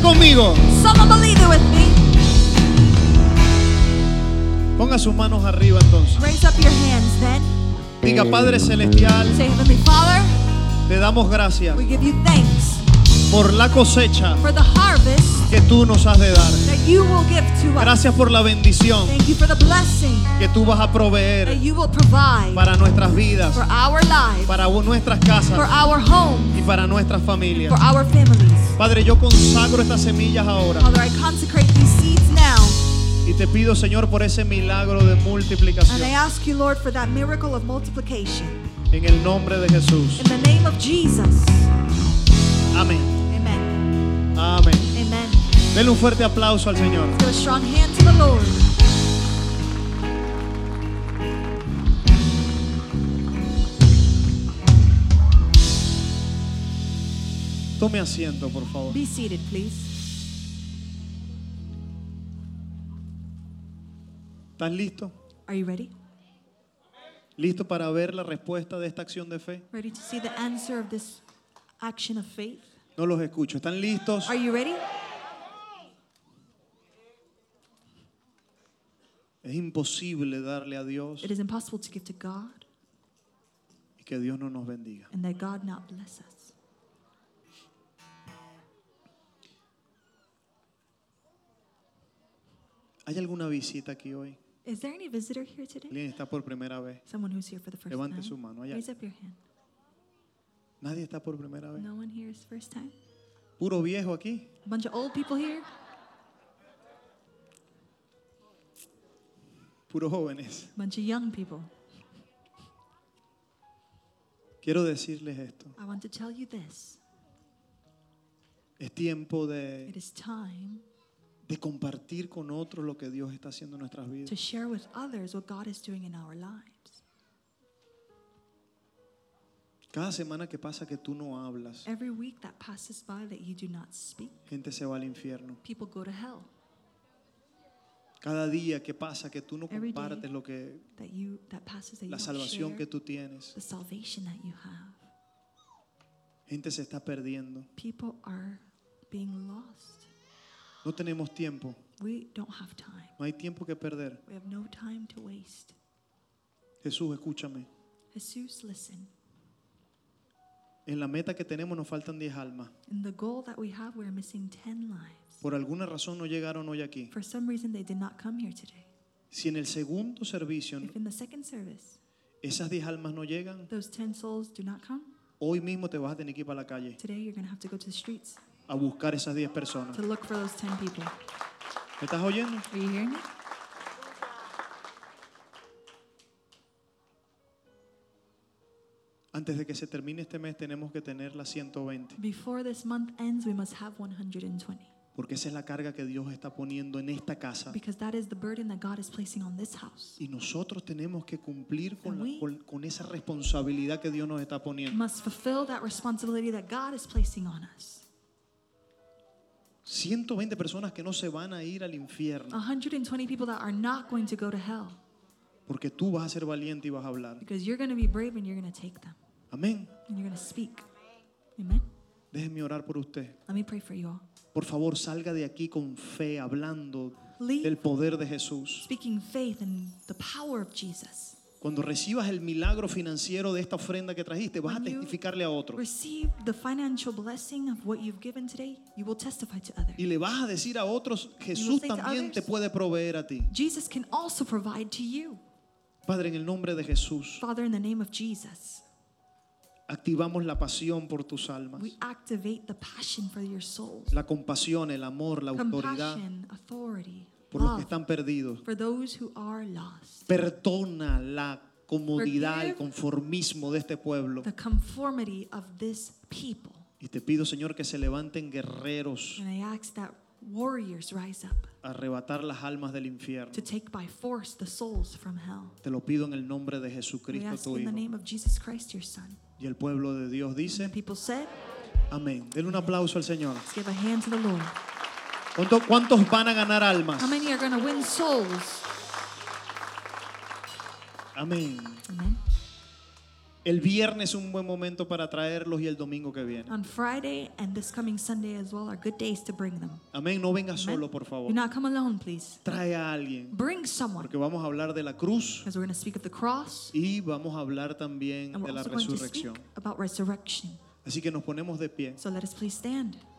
Speaker 2: conmigo.
Speaker 3: Someone believe it with me.
Speaker 2: Ponga sus manos arriba entonces.
Speaker 3: Raise up your hands then.
Speaker 2: Diga, Padre Celestial,
Speaker 3: Say, Heavenly Father,
Speaker 2: te damos gracias
Speaker 3: we give you thanks
Speaker 2: por la cosecha
Speaker 3: for the harvest
Speaker 2: que tú nos has de dar.
Speaker 3: that you will give to us.
Speaker 2: Gracias por la bendición
Speaker 3: Thank you for the blessing
Speaker 2: que tú vas a
Speaker 3: that
Speaker 2: proveer
Speaker 3: you will provide
Speaker 2: para nuestras vidas,
Speaker 3: for our lives,
Speaker 2: para nuestras
Speaker 3: for
Speaker 2: casas
Speaker 3: our home,
Speaker 2: y para nuestras
Speaker 3: for
Speaker 2: familias.
Speaker 3: our families.
Speaker 2: Padre, yo consagro estas semillas ahora
Speaker 3: Father, I consecrate these seeds now,
Speaker 2: y te pido, Señor, por ese milagro de
Speaker 3: and I
Speaker 2: multiplicación
Speaker 3: ask you, Lord, for that miracle of multiplication.
Speaker 2: en el nombre de Jesús.
Speaker 3: In the name of Jesus.
Speaker 2: Amén.
Speaker 3: Amen.
Speaker 2: Amén.
Speaker 3: Amen.
Speaker 2: Denle un fuerte aplauso al Señor.
Speaker 3: Give a strong hand to the Lord.
Speaker 2: Tome asiento, por favor.
Speaker 3: Be seated, please.
Speaker 2: ¿Estás listo?
Speaker 3: Are you ready?
Speaker 2: ¿Listo para ver la respuesta de esta acción de fe?
Speaker 3: Ready to see the answer of this action of faith?
Speaker 2: No los escucho. ¿Están listos?
Speaker 3: Are you ready?
Speaker 2: Es imposible darle a Dios
Speaker 3: It is impossible to give to God
Speaker 2: y que Dios no nos bendiga.
Speaker 3: and that God not bless us.
Speaker 2: ¿Hay alguna visita aquí hoy?
Speaker 3: Is there any visitor here today?
Speaker 2: ¿Alguien está por primera vez?
Speaker 3: Someone who's here for the first
Speaker 2: Levante
Speaker 3: time.
Speaker 2: su mano, allá.
Speaker 3: Raise up your hand.
Speaker 2: Nadie está por primera vez.
Speaker 3: No one here is first time.
Speaker 2: Puro viejo aquí.
Speaker 3: A bunch of old people here.
Speaker 2: Puro jóvenes.
Speaker 3: A bunch of young people.
Speaker 2: Quiero decirles esto.
Speaker 3: I want to tell you this.
Speaker 2: Es tiempo
Speaker 3: It
Speaker 2: de,
Speaker 3: is time
Speaker 2: de compartir con otros lo que Dios está haciendo en nuestras
Speaker 3: to
Speaker 2: vidas.
Speaker 3: share with others what God is doing in our lives.
Speaker 2: Cada semana que pasa que tú no hablas,
Speaker 3: Every week that passes by that you do not speak,
Speaker 2: gente se va al infierno.
Speaker 3: people go to hell.
Speaker 2: Cada día que pasa que tú no
Speaker 3: Every day.
Speaker 2: compartes lo que
Speaker 3: That you that passes that you
Speaker 2: la
Speaker 3: don't
Speaker 2: salvación
Speaker 3: share
Speaker 2: que tú tienes,
Speaker 3: the salvation that you have.
Speaker 2: gente se está perdiendo.
Speaker 3: People are being lost.
Speaker 2: No tenemos tiempo.
Speaker 3: We don't have time.
Speaker 2: No hay tiempo que perder.
Speaker 3: We have no time to waste.
Speaker 2: Jesús, escúchame.
Speaker 3: Jesus, listen.
Speaker 2: En la meta que tenemos nos faltan 10 almas.
Speaker 3: In the goal that we have, we're missing 10 lives.
Speaker 2: Por alguna razón no llegaron hoy aquí.
Speaker 3: For some reason, they did not come here today.
Speaker 2: Si en el segundo servicio
Speaker 3: If in the second service,
Speaker 2: esas 10 almas no llegan,
Speaker 3: those 10 souls do not come,
Speaker 2: hoy mismo te vas a tener que ir para la calle
Speaker 3: today you're going to have to go to the streets
Speaker 2: a buscar esas 10 personas.
Speaker 3: to look for those 10 people. Are
Speaker 2: ¿Me estás oyendo?
Speaker 3: you hearing me?
Speaker 2: Antes de que se termine este mes tenemos que tener las 120,
Speaker 3: Before this month ends, we must have 120
Speaker 2: porque esa es la carga que Dios está poniendo en esta casa.
Speaker 3: because that is the burden that God is placing on this house.
Speaker 2: Y nosotros tenemos que cumplir con, la- con- con esa responsabilidad que Dios nos está
Speaker 3: We
Speaker 2: poniendo.
Speaker 3: must fulfill that responsibility that God is placing on us.
Speaker 2: 120 personas que no se van a ir al infierno,
Speaker 3: 120 people that are not going to go to hell
Speaker 2: porque tú vas a ser valiente y vas a hablar.
Speaker 3: because you're going to be brave and you're going to take them
Speaker 2: Amén.
Speaker 3: and you're going to speak. Amen.
Speaker 2: Déjenme orar por usted.
Speaker 3: Let me pray for you all.
Speaker 2: Por favor, salga de aquí con fe, hablando
Speaker 3: Leave.
Speaker 2: del poder de Jesús.
Speaker 3: Speaking faith and the power of Jesus.
Speaker 2: Cuando recibas el milagro financiero de esta ofrenda que trajiste, vas a
Speaker 3: When you
Speaker 2: testificarle a otro.
Speaker 3: Receive the financial blessing of what you've given today. You will testify to
Speaker 2: Y
Speaker 3: others.
Speaker 2: le vas a decir a otros, Jesús
Speaker 3: say to
Speaker 2: también
Speaker 3: others?
Speaker 2: te puede proveer a ti.
Speaker 3: Jesus can also provide to you.
Speaker 2: Padre, en el nombre de Jesús,
Speaker 3: Father, in the name of Jesus.
Speaker 2: activamos la pasión por tus almas,
Speaker 3: We activate the passion for your souls.
Speaker 2: la compasión, el amor, la autoridad
Speaker 3: Compassion, authority,
Speaker 2: por los que
Speaker 3: love
Speaker 2: están perdidos.
Speaker 3: for those who are lost.
Speaker 2: Perdona la comodidad, el
Speaker 3: Forgive.
Speaker 2: conformismo de este pueblo.
Speaker 3: The conformity of this people.
Speaker 2: Y te pido, Señor, que se levanten guerreros
Speaker 3: And I ask that warriors rise up
Speaker 2: a arrebatar las almas del infierno.
Speaker 3: to take by force the souls from hell.
Speaker 2: Te lo pido en el nombre de
Speaker 3: We
Speaker 2: Jesucristo,
Speaker 3: ask
Speaker 2: tu
Speaker 3: in the
Speaker 2: Hijo.
Speaker 3: name of Jesus Christ, your Son.
Speaker 2: Y el pueblo de Dios dice,
Speaker 3: People said,
Speaker 2: amén. Denle un aplauso al Señor.
Speaker 3: let's give a hand to the Lord.
Speaker 2: ¿Cuánto- ¿Cuántos van a ganar almas?
Speaker 3: How many are going to win souls?
Speaker 2: Amén.
Speaker 3: Amen.
Speaker 2: El viernes es un buen momento para traerlos y el domingo que viene.
Speaker 3: On Friday and this coming Sunday as well are good days to bring them.
Speaker 2: Amén. No vengas
Speaker 3: Amen?
Speaker 2: solo, por favor.
Speaker 3: Do not come alone, please.
Speaker 2: Trae a alguien.
Speaker 3: Bring someone
Speaker 2: Porque vamos a hablar de la cruz
Speaker 3: because we're going to speak of the cross
Speaker 2: y vamos a hablar también
Speaker 3: and
Speaker 2: de
Speaker 3: we're
Speaker 2: la
Speaker 3: also going to speak
Speaker 2: resurrección.
Speaker 3: about resurrection.
Speaker 2: Así que nos ponemos de pie.
Speaker 3: So let us please stand.